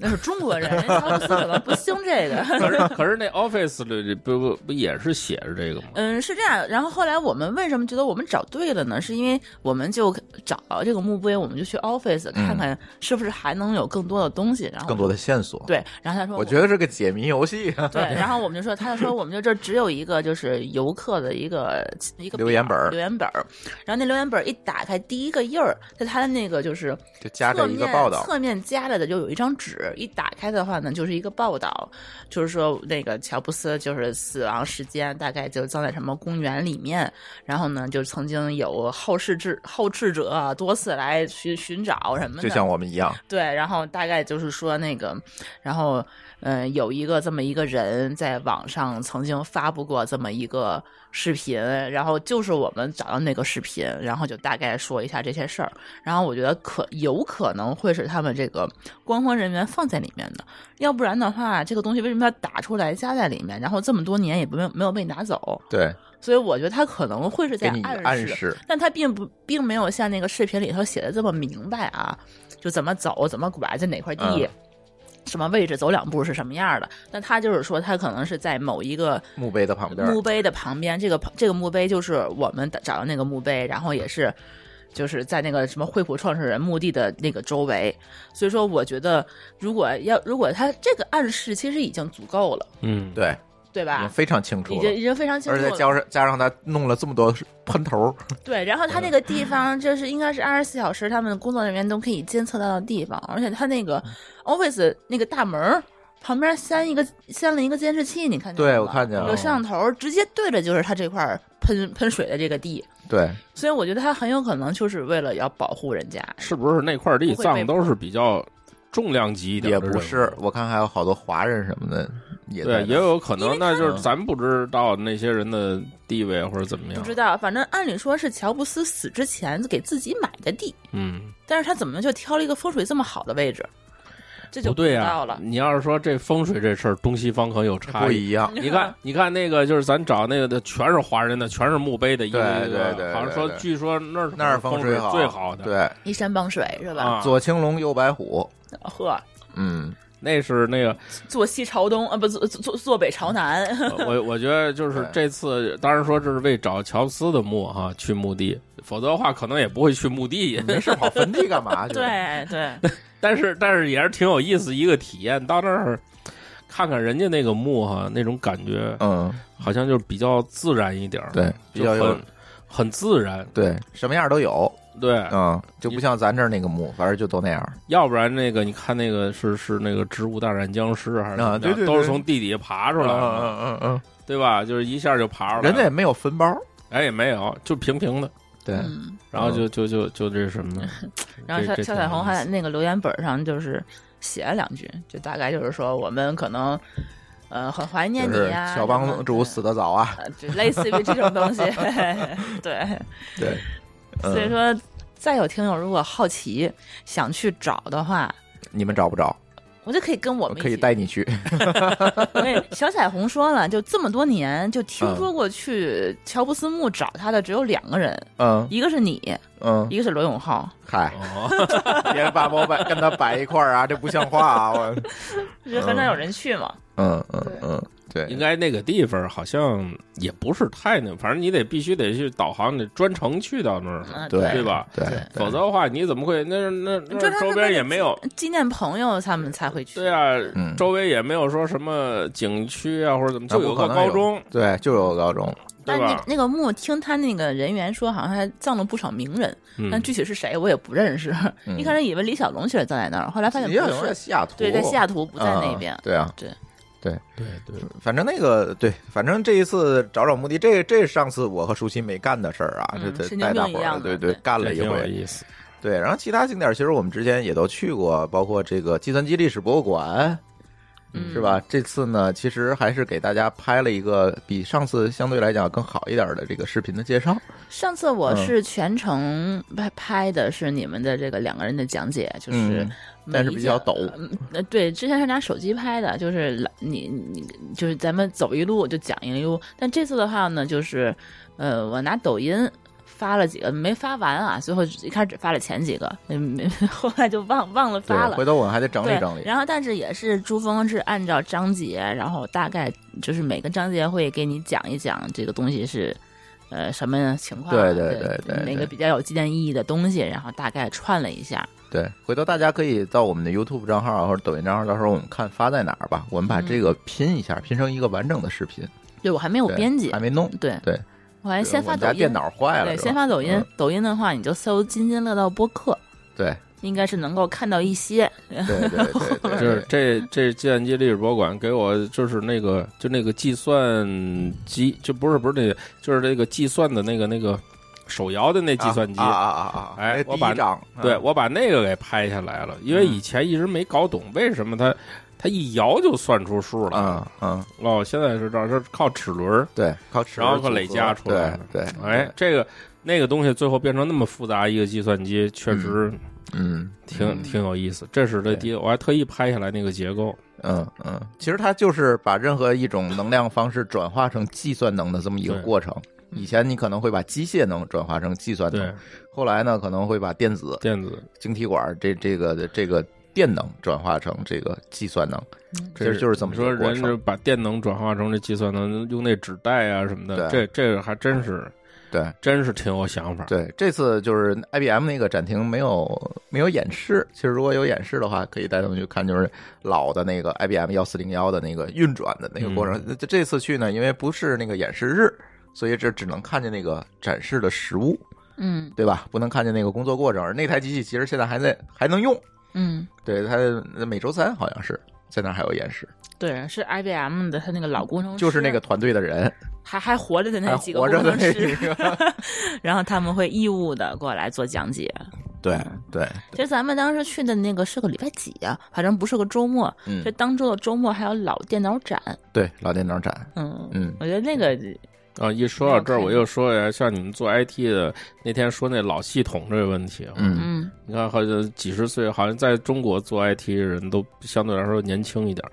那是中国人，人家乔布斯可能不兴这个。 可是可是那 Office 里不不不也是写着这个吗？嗯，是这样。然后后来我们为什么觉得我们找对了呢？是因为我们就找这个墓碑，我们就去 Office 看看是不是还能有更多的东西。然嗯后更多的线索，，哦对，然后他说我觉得是个解谜游戏啊，对，然后我们就说，他就说我们就这只有一个就是游客的一个一个留言表本儿留言本儿。然后那留言本儿一打开，第一个印儿在他的那个就是 就夹着一个报道侧面，侧面夹着的就有一张纸，一打开的话呢，就是一个报道，就是说那个乔布斯就是死亡时间大概就葬在什么公园里面，然后呢，就曾经有后世之后世者啊多次来寻寻找什么的，就像我们一样，对，然后大概就是说那个，然后嗯、呃有一个这么一个人在网上曾经发布过这么一个视频，然后就是我们找到那个视频，然后就大概说一下这些事儿。然后我觉得可有可能会是他们这个官方人员放在里面的，要不然的话，这个东西为什么要打出来加在里面？然后这么多年也没有没有被拿走，对，所以我觉得他可能会是在给你暗示，但他并不并没有像那个视频里头写的这么明白啊，就怎么走、怎么拐、在哪块地、嗯什么位置走两步是什么样的。但他就是说，他可能是在某一个墓碑的旁边，墓碑的旁边，这个这个墓碑就是我们找到那个墓碑，然后也是就是在那个什么惠普创始人墓地的那个周围。所以说，我觉得如果要如果他这个暗示其实已经足够了，嗯，对，对已经吧？非常清楚已了经已经非常清而楚且了再。加上加上他弄了这么多喷头，对，然后他那个地方就是应该是二十四小时，他们工作人员都可以监测到的地方，而且他那嗯个 office 那个大门儿旁边镶一个镶了一个监视器，你看见了对吗我看见有了，摄像头，直接对着就是他这块儿喷喷水的这个地，对，所以我觉得他很有可能就是为了要保护人家。是不是那块地不会被葬的都是比较重量级一点也的不人是物，我看还有好多华人什么的也在对，也那有可能，因为他那就是咱不知道那些人的地位或者怎么样。不知道，反正按理说是乔布斯死之前给自己买的地，嗯，但是他怎么就挑了一个风水这么好的位置？这就不对知啊道了。你要是说这风水这事儿，东西方可有差不异。一样，你看，你看那个，就是咱找那个的，全是华人的，全是墓碑的，一个对一对个对好像对说，对据说那儿那儿风风水最好的，对，依山傍水是吧？啊左青龙右白虎，呵，嗯，那是那个坐西朝东啊，不坐坐坐北朝 南。呃我我觉得就是对这次，当然说这是为找乔布斯的墓哈去墓地，否则的话可能也不会去墓地。没事跑坟地干嘛 去？对对， 但是但是也是挺有意思一个体验，到那儿看看人家那个墓哈，那种感觉嗯，好像就比较自然一点儿，对，比就较有很很自然。对，什么样都有，对，嗯，就不像咱这儿那个墓，反正就都那样。要不然那个你看那个是是那个《植物大战僵尸》还是啊怎对么样对对都是从地底下爬出来的，嗯嗯对吧？就是一下就爬出来了，人家也没有坟包，哎也没有，就平平的，对，嗯。然后就就就就这什么呢？然后这肖这肖挺彩有虹意还思那个留言本上就是写了两句，就大概就是说我们可能呃很怀念就你是呀、小帮主死的，得早 啊，呃就类似于这 种东西。 对，对，嗯所以说再有听友如果好奇想去找的话，嗯你们找不着，我就可以跟我我们一可以起带你去。对，小彩虹说了，就这么多年，就听说过去乔布斯墓找他的只有两个人，嗯一个是你，嗯，一个是罗永浩。嗨，哦，别把我摆跟他摆一块儿啊，这不像话啊！我，就是很少有人去嘛，嗯嗯嗯，对，应该那个地方好像也不是太那，反正你得必须得去导航，你得专程去到那儿，嗯，对对吧？对，对对否则的话你怎么会那那那专程周是为边了也没有？纪念朋友他们才会去。对，啊，嗯周围也没有说什么景区啊或者怎么，那就不个可能高有中，对，就有高中，但对那吧？那个墓，听他那个人员说，好像还葬了不少名人，嗯但具体是谁我也不认识。嗯一开始以为李小龙其实葬在那儿，后来发现也有不人在是，西雅图，对，在西雅图不不在那边。对啊，对对，反正那个对，反正这一次找找墓地，这这是上次我和舒淇没干的事儿啊，嗯这这神经带大病一伙儿样对的对对干这了一挺有回，意思。对，然后其他景点其实我们之前也都去过，包括这个计算机历史博物馆，嗯是吧？这次呢，其实还是给大家拍了一个比上次相对来讲更好一点的这个视频的介绍，上次我嗯是全程拍拍的是你们的这个两个人的讲解，就是嗯每但一是讲、比较陡，呃，对，之前是拿手机拍的，就是来你你就是咱们走一路就讲一路，但这次的话呢，就是呃，我拿抖音发了几个，没发完啊，最后一开始只发了前几个，嗯没 后来就忘忘了对发，了回。头我们还得整理对整理，然后但是也是珠峰是按照章节，然后大概就是每个章节会给你讲一讲这个东西是。呃，什么情况啊？对对对对哪对个比较有纪念意义的东西，然后大概串了一下。对，回头大家可以到我们的 YouTube 账号或者抖音账号，到时候我们看发在哪儿吧。我们把嗯这个拼一下，拼成一个完整的视频。对我还没有对编辑还，没弄，对对，我还先我发们抖家音电，脑坏了，对，是吧先发抖音嗯。抖音的话，你就搜“津津乐道播客 对”，应该是能够看到一些。对对对对，就是这这计算机历史博物馆给我就是那个就那个计算机，就不是不是那个，就是那个计算的那个那个手摇的那计算机。啊啊啊啊啊！哎那我第把一张，对嗯我把那个给拍下来了，因为以前一直没搞懂为什么它它一摇就算出数了。嗯嗯，哦，现在是这样，是靠齿轮儿。对，靠齿然后轮靠组累合加出来的对嗯对，哎，这个那个东西最后变成那么复杂一个计算机，确实嗯挺、嗯挺有意思。这是这第一，我还特意拍下来那个结构。嗯嗯，其实它就是把任何一种能量方式转化成计算能的这么一个对过程。以前你可能会把机械能转化成计算对能，，后来呢可能会把电子电子晶体管这这个这个电能转化成这个计算能，其实就是这么一你说个过人程是。把电能转化成这计算能，用那纸袋啊什么的，对这这个还真是对真是挺有想法。对，这次就是 IBM 那个展厅没有没有演示，其实如果有演示的话，可以带他们去看，就是老的那个 IBM 幺四零幺的那个运转的那个过嗯程。这这次去呢，因为不是那个演示日，所以这只能看见那个展示的实物，嗯对吧？不能看见那个工作过程。而那台机器其实现在还在还能用，嗯，对，它每周三好像是在那儿还有演示，对，是 IBM 的，他那个老工程师，就是那个团队的人。还还活着的那还几个活工着的程那师几， 然后他们会义务的过来做讲解。对嗯对，其实咱们当时去的那个是个礼拜几啊？反正不是个周末。嗯这当周的周末还有老电脑展，对，老电脑展，嗯，嗯我觉得那个啊，一说到这儿，我又说一下，像你们做 IT 的那天说那老系统这个问题，啊嗯嗯你看好像几十岁，好像在中国做 IT 的人都相对来说年轻一点儿，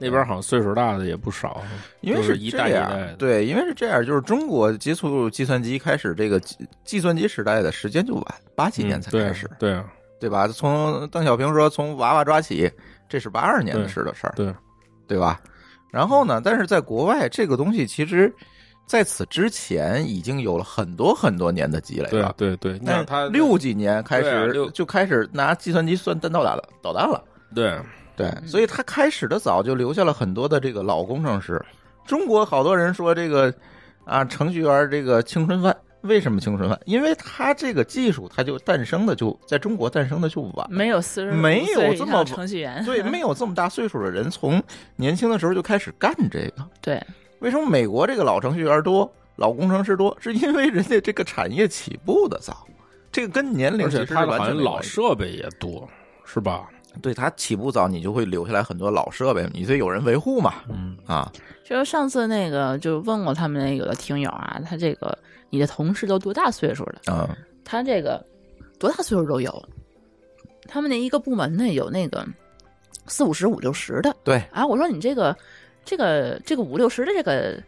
那边好像岁数大的也不少，因为就是是一这代一样代的对，因为是这样，就是中国接触计算机开始这个计计算机时代的时间就晚，八几年才嗯对开始，哎对啊对吧？从邓小平说从娃娃抓起，这是八二年的时的事儿，对对吧？然后呢，但是在国外这个东西其实在此之前已经有了很多很多年的积累对了。对对，你但看是他六几年开对啊始六就开始拿计算机算弹道打了导弹了。对对，所以他开始的早，就留下了很多的这个老工程师。中国好多人说这个啊，程序员这个青春饭，为什么青春饭？因为他这个技术，它就诞生的就在中国诞生的就晚，没有四十没有这么程序员，所以没有这么大岁数的人从年轻的时候就开始干这个。对，为什么美国这个老程序员多，老工程师多？是因为人家这个产业起步的早，这个跟年龄而其且实是他完好像全没老关系设备也多，是吧？对他起步早，你就会留下来很多老设备，你得有人维护嘛。嗯啊，就是上次那个，就问过他们那有的听友啊，他这个你的同事都多大岁数了？嗯他这个多大岁数都有。他们那一个部门呢，有那个四五十、五六十的。对，啊，我说你这个这个这个五六十的这个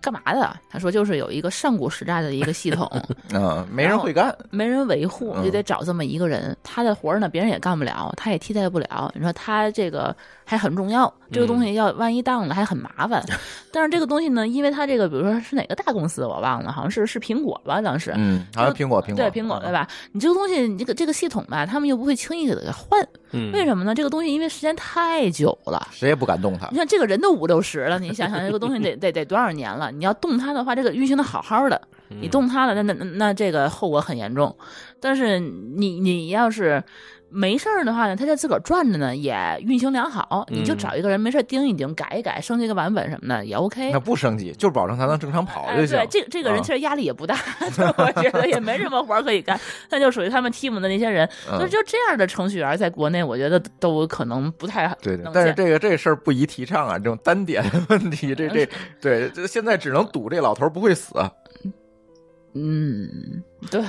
干嘛的？啊他说就是有一个上古时代的一个系统，嗯，没人会干，没人维护，嗯就得找这么一个人。他的活儿呢，别人也干不了，他也替代不了。你说他这个还很重要，这个东嗯西要万一当了还很 麻烦。但是这个东西呢，因为他这个，比如说是哪个大公司我忘了，好像是是苹果吧，当时。嗯，好像苹果，嗯苹果，对苹果对吧？你这个东西，你这个这个系统吧，他们又不会轻易的给它换。嗯为什么呢？这个东西因为时间太久了，谁也不敢动它你。看这个人都五六十了，你想想这个东西得得得多少年了？你要动它的话，这个运行的好好的，嗯你动它了，那那那那这个后果很严重。但是你你要是没事儿的话呢，它这自个儿转着呢，也运行良好，你就嗯找一个人没事儿盯一盯，改一改，升级个版本什么的也 OK 那。不升级，就是保证它能正常跑哎，就行。对，这这个人啊其实压力也不大， 就我觉得也没什么活儿可以干，那就属于他们 team 的那些人，嗯所以就这样的程序员在国内，我觉得都可能不太对对能，但是见这个这事儿不宜提倡啊，这种单点的问题，这这对，这现在只能赌这老头儿不会死。嗯， 对。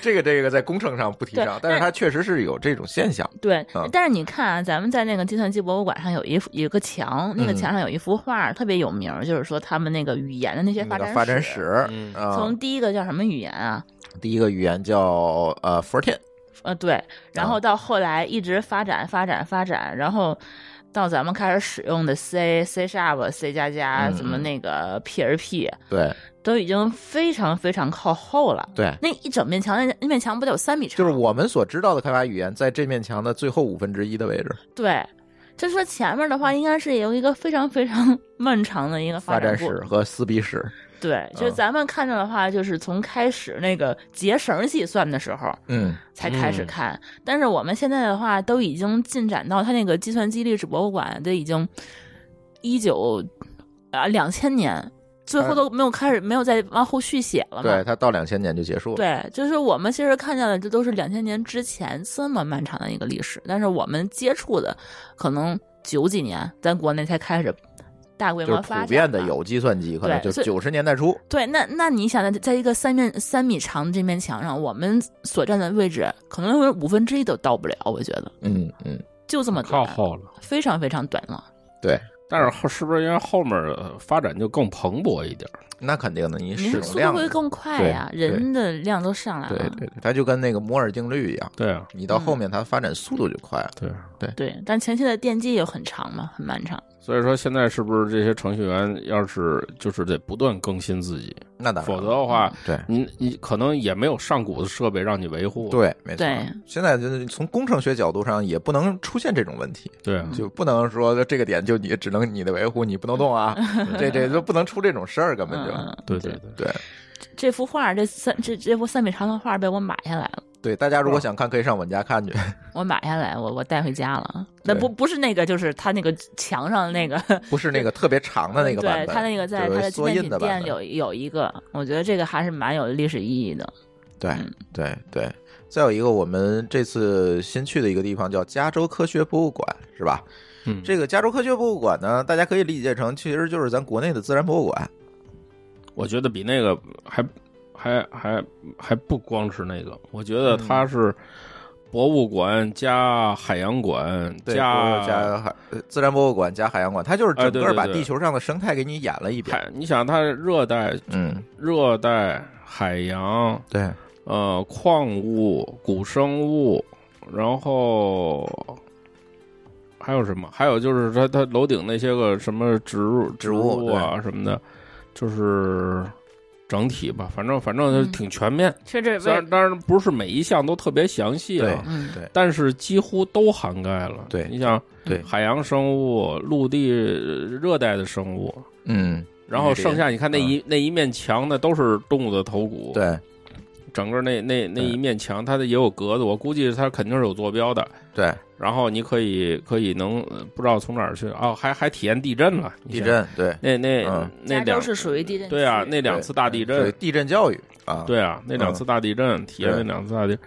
这个这个在工程上不提倡对，但是但它确实是有这种现象。对啊，但是你看啊，咱们在那个计算机博物馆上有一幅有一个墙，那个嗯墙上有一幅画、特别有名儿，就是说他们那个语言的那些那发个展发展史。史嗯啊从，第一个叫什么语言啊？第一个语言叫呃 Fortin，呃，对，啊然后到后来一直发展、发展、发展，然后到咱们开始使用的 C、C Sharp、C 加加，嗯什么那个 PHP，对都已经非常非常靠后了。对，那一整面墙，那那面墙不得有三米长？就是我们所知道的开发语言，在这面墙的最后五分之一的位置，对，就说前面的话，应该是有一个非常非常 漫长的一个嗯发展过史和撕逼史。对，就是嗯咱们看到的话，就是从开始那个结绳计算的时候嗯，才开始嗯看，但是我们现在的话都已经进展到它那个计算机历史博物馆都已经一九啊两千年，最后都没有开始，没有再往后续写了哎对，嘛。它到两千年就结束了。对，就是我们其实看见的，这都是两千年之前这么漫长的一个历史，但是我们接触的可能九几年，咱国内才开始大规就模是发展普遍的嘛有计算机，可能对就所以九十年代初。对，那那你想，在在一个三面三米长的这面墙上，我们所站的位置，可能有五分之一都到不了。我觉得嗯嗯，就这么靠短，后了。非常非常短了。对，但是后是不是因为后面呃发展就更蓬勃一点儿？那肯定的，你使你看用速量度会更快呀、对对人的量都上来对了。对对，它就跟那个摩尔定律一样，对啊，你到后嗯面它发展速度就快了。对啊。对但前期的奠基也很长嘛，很漫长。所以说现在是不是这些程序员要是就是得不断更新自己，那当然，否则的话，对嗯你你可能也没有上古的设备让你维护。对，没错对。现在就是从工程学角度上，也不能出现这种问题，对啊，就不能说这个点就你只能你的维护，你不能动 啊，这这都不能出这种事儿，根本就嗯，对对对，对这幅画，这三这这幅三米长的画被我买下来了。对。大家嗯如果想看，可以上我们家看去。我买下来，我我带回家了。那对不不是那个，就是他那个墙上那个，不是那个特别长的那个版 对本，他那个在就他是的纪缩念印品的版店本。有有一个，我觉得这个还是蛮有历史意义的。对嗯对对。再有一个，我们这次新去的一个地方叫加州科学博物馆，是吧？嗯，这个加州科学博物馆呢，大家可以理解成其实就是咱国内的自然博物馆。我觉得比那个还还还还不光是那个，我觉嗯得它是博物馆加海洋馆对，加加海呃自然博物馆加海洋馆，它就是哎整对个对把对地球上的生态给你演了一遍。海，你想它热带嗯，热带海洋对，呃矿物古生物，然后。还有什么？还有就是它它楼顶那些个什么植物植物物啊什么的，就是整体吧，反正反正嗯挺全面。确实，虽然当然不是每一项都特别详细对啊，嗯，对但是几乎都涵盖了。对你想对，海洋生物、陆地、热带的生物，嗯，然后剩下你看那一、那一面墙，那都是动物的头骨。，对整个那那那对一面墙，它的也有格子，我估计它肯定是有坐标的。对，然后你可以可以能呃不知道从哪儿去哦，还还体验地震了。你地想，震对那那、嗯那加州两是属于地震区对啊，那两对次大地对震，地震教育啊，对啊，那两次大地震，体验那两次大地震，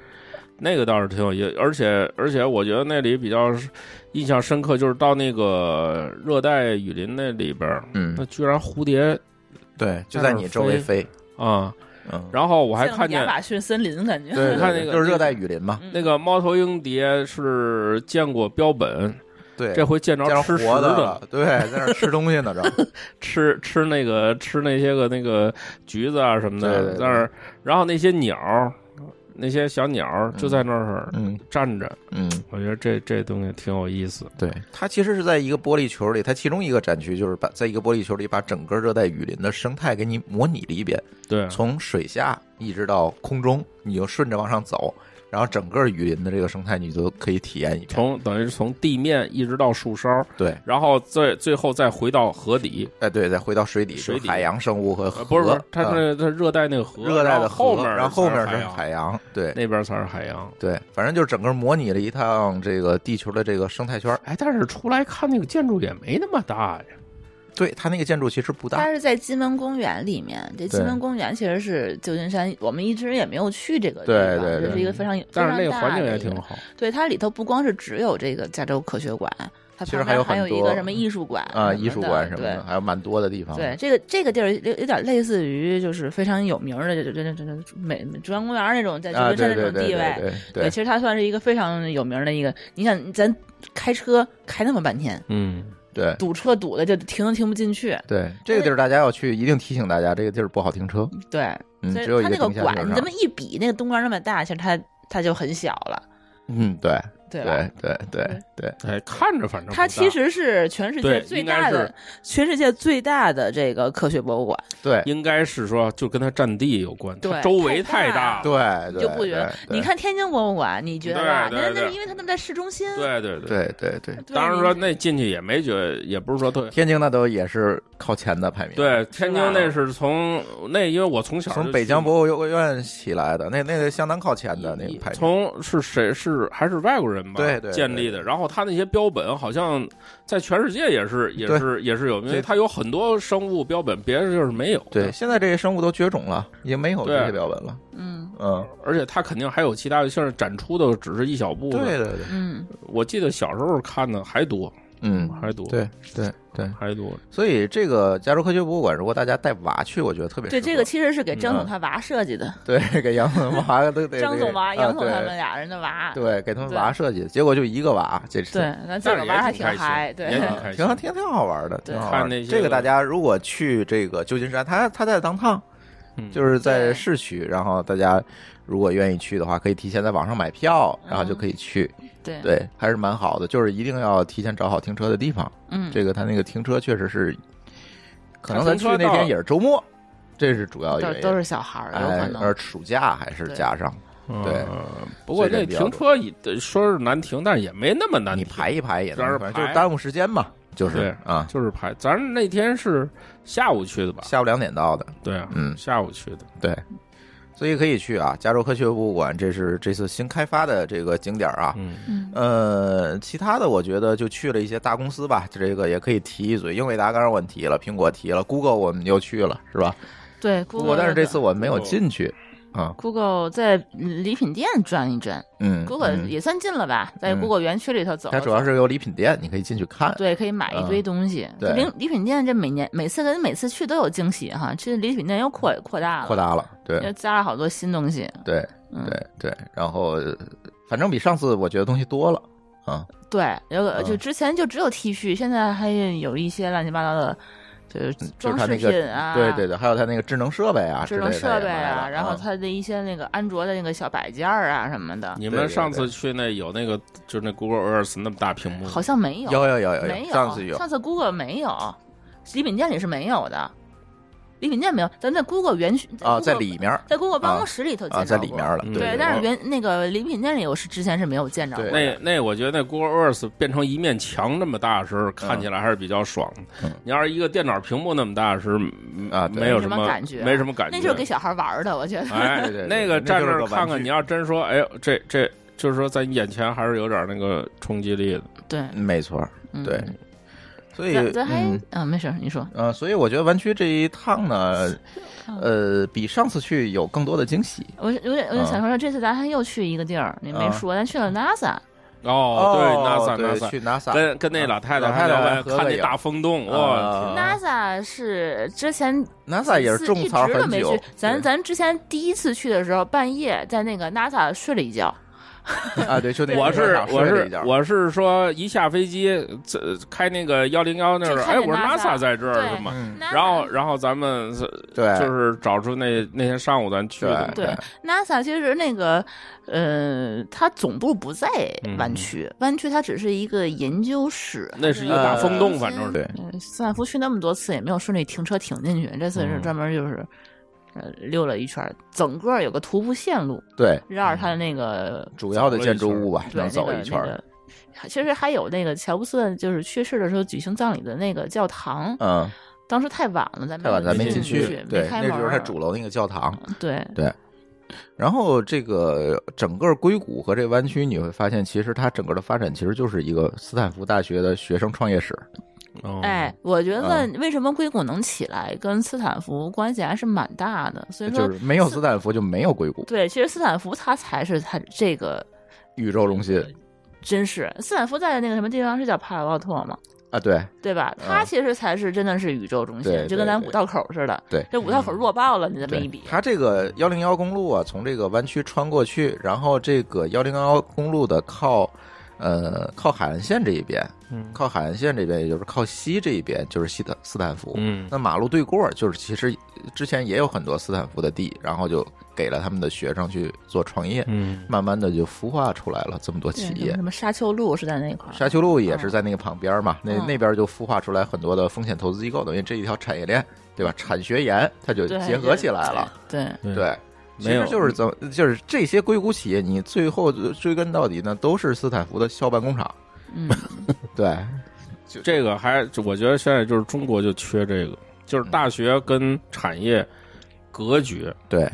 那个倒是挺有意思。而且而且，我觉得那里比较印象深刻，就是到那个热带雨林那里边儿，嗯那居然蝴蝶对，就在在那儿你周围飞飞，啊，嗯，然后我还像看见亚马逊森林感觉。对，你看对那个就是热带雨林嘛，嗯那个猫头鹰蝶是见过标本，对，这回见着见着吃食活的了了，，对，在那儿吃东西呢，这吃吃那个吃那些个那个橘子啊什么对对的，对但是然后那些鸟儿，那些小鸟儿就在那儿嗯站着，嗯，我觉得这这东西挺有意思。对，它其实是在一个玻璃球里，它其中一个展区就是把在一个玻璃球里把整个热带雨林的生态给你模拟了一遍，对，啊从水下一直到空中，你就顺着往上走，然后整个雨林的这个生态你都可以体验一遍。从等于是从地面一直到树梢，对，然后再最后再回到河底，哎，对，再回到水底，水就是底海洋生物和河，呃、不是不是，它嗯那它热带那个河，热带的然后后河面然后后面才是洋，海洋，对那边才是海洋。对，反正就是整个模拟了一趟这个地球的这个生态圈儿。哎，但是出来看那个建筑也没那么大呀，对，它那个建筑其实不大它，是在金门公园里面，这金门公园其实是旧金山，我们一直也没有去这个地对方，对对这是一个非常，但是那非个常大环境的也一个挺好。对，它里头不光是只有这个加州科学馆，它其实旁还有边很还有一多个什么艺术馆啊，什么艺术的馆什么对的，还有蛮多的地方。对，，这个这个地儿有有点类似于就是非常有名儿的，这这这这这美中央公园那种在旧啊，金山对对那种对地位。对对其实它算是一个非常有名儿的一个。你想，咱开车开那么半天，嗯，对堵车堵的就停都停不进去。对，这个地儿大家要去，一定提醒大家，这个地儿不好停车。对，嗯，所以只有一它那个个停下馆，停你上这么一比，那个东边那么大，其实它它就很小了，嗯，对对吧？嗯对对对对，哎，看着反正不它大其实是全世界对最应该大是的，全世界最大的这个科学博物馆。对应该是说就跟它占地有关，它对周围太大太大了。对对，就不觉得对。对你看天津博物馆，你觉得吧？对那对那对是因为它那么在市中心。对对对，对对对，对，当然你说那进去也没觉得，也不是说特别。天津那都也是靠前的排名。。对，天津吧那是从那，因为我从小从就北去疆博物院起来的，那那个相当靠前的那个排名，从是谁是还是外国人吧？对对对建立的。然后他那些标本好像在全世界也是也对是也是有，因对为它有很多生物标本，别的就是没有的。对，现在这些生物都绝种了，已经没有这些对标本了。嗯嗯，而且它肯定还有其他的，像是展出的只是一小部分。对对对，嗯，我记得小时候看的还多，嗯，还多，对对对，还多。所以这个加州科学博物馆，如果大家带娃去，我觉得特别对，适合这个其实是给张总嗯他娃设计的， 对给杨 总娃都得张总娃、啊杨总对他们俩人的娃。对，给他们对娃设计，结果就一个娃，这是 对，那自但个儿是玩儿还也挺开嗨，心，对也，挺开挺心。挺挺好玩的，对挺好玩看的。那些这个大家如果去这个旧金山，它它在当趟，嗯就是在对市区，然后大家如果愿意去的话，可以提前在网上买票，然后就嗯可以去。对，对，还是蛮好的，就是一定要提前找好停车的地方。嗯，这个它那个停车确实是，可能它咱停去车那天道也是周末，这是主要都原是因。都是小孩儿，有可哎，能而暑假还是对加上，对嗯不过这那个比较停车也说是难停，但是也没那么难你停。排一排也能这，儿反正就是排耽误时间嘛，就是对啊，就是排，咱那天是下午去的吧？下午两点到的，对啊，嗯下午去的。对，所以可以去啊，加州科学博物馆，这是这次新开发的这个景点儿啊。嗯，嗯呃，其他的我觉得就去了一些大公司吧，这个也可以提一嘴。英伟达刚让我提了，苹果提了，Google 我们又去了，是吧对？Google，但是这次我们没有 Google 进去啊。 Google 在礼品店转一转嗯，Google 嗯也算近了吧，在嗯 Google 园区里头走它了主走，要是有礼品店，你可以进去看。对，可以买一堆嗯东西。对礼礼品店这每年每次跟每次去都有惊喜哈，这礼品店又扩扩大了，扩大了，对又加了好多新东西。对嗯，对对，然后呃反正比上次我觉得东西多了啊。对，有个嗯就之前就只有 T 恤，现在还有一些乱七八糟的，就是嗯就是装它饰那个品啊，对对对，还有它那个智能设备啊之类智的能也设备卖啊，了然后它的一些那个安卓的那个小摆件儿啊什么的，你对对们对上次去那有那个就是那 Google Earth 那么大屏幕，好像没有，有有有有没有，上次有，啊上次 Google 没有，礼品店里是没有的，礼品店没有，咱在 Google 园区啊，在 Google- 里面儿在 Google 办公室里头见啊，在里面儿了，了。嗯对，对，但是原那个礼品店里，我是之前是没有见着过对的。那那我觉得那 Google Earth 变成一面墙那么大的时候，看起来还是比较爽的。嗯你要是一个电脑屏幕那么大时，嗯啊对没有没什么么感觉没什么感觉。那就是给小孩玩儿的，我觉得。哎，对对对 那个那站就是那个儿玩看看，具你要真说，哎呦，这这就是说在你眼前还是有点那个冲击力的。对，嗯没错儿，嗯对，所以咱咱还嗯。嗯，没事儿，你说。呃，所以我觉得湾区这一趟呢，啊呃，比上次去有更多的惊喜。我有点，我就嗯想说，这次咱还又去一个地儿，你没啊说，咱去了 NASA。哦，对对，NASA，NASA。去 NASA，跟跟那老太太老太还太聊完合个看那影大风洞，啊哇！ NASA 是之前 NASA 也是种一直草都很没久去，咱对咱之前第一次去的时候，半夜在那个 NASA 睡了一觉，啊，对，就 那我停车是场我睡了一是觉我是说一下飞机，这开那个幺零幺那就儿，看哎，见我说 NASA NASA 在这儿对是吗？嗯，然后然后咱们是对，就是找出那那天上午咱去的哎对对 NASA 其实那个，呃，它总部不在湾区，湾区它只是一个研究室。嗯呃那是一个大风洞，反正是。呃对嗯斯坦福去那么多次也没有顺利停车停进去，这次是嗯专门就是，呃，溜了一圈儿，整个有个徒步线路对，绕着它的嗯那个主要的建筑物吧，对能走一圈那个那儿，个其实还有那个乔布斯就是去世的时候举行葬礼的那个教堂，嗯，当时太晚了，咱太晚咱没没进进去，对，开那门就是儿。啊他主楼那个教堂，对然后这个整个硅谷和这湾区，你会发现，其实它整个的发展其实就是一个斯坦福大学的学生创业史。哦哎，，我觉得嗯为什么硅谷能起来，跟斯坦福关系还是蛮大的。所以说，就是没有斯坦福就没有硅谷，对，其实斯坦福它才是它这个宇宙中心真是斯坦福在的那个什么地方是叫帕尔沃特吗？啊，对对吧？它其实才是真的是宇宙中嗯心，对对就跟咱对五道口似的。对嗯这五道口弱爆了，你这么一对比，，它这个幺零幺公路啊，从这个湾区穿过去，然后这个幺零幺公路的靠呃靠海岸线这一边，嗯靠海岸线这边，也就是靠西这一边，就是西坦斯坦福，嗯那马路对过儿就是其实之前也有很多斯坦福的地，然后就给了他们的学生去做创业，嗯慢慢的就孵化出来了这么多对企什么业什。么沙丘路是在那块儿，沙丘路也是在那个旁边儿嘛，那嗯那边儿就孵化出来很多的风险投资机构，等于这一条产业链，对吧？产学研它就对结合起来了，。对对对对。其没有实就是怎么，就是这些硅谷企业，你最后追根到底呢，都是斯坦福的校办工厂。 嗯，对，这个还我觉得现在就是中国就缺这个，就是大学跟产业隔绝，对，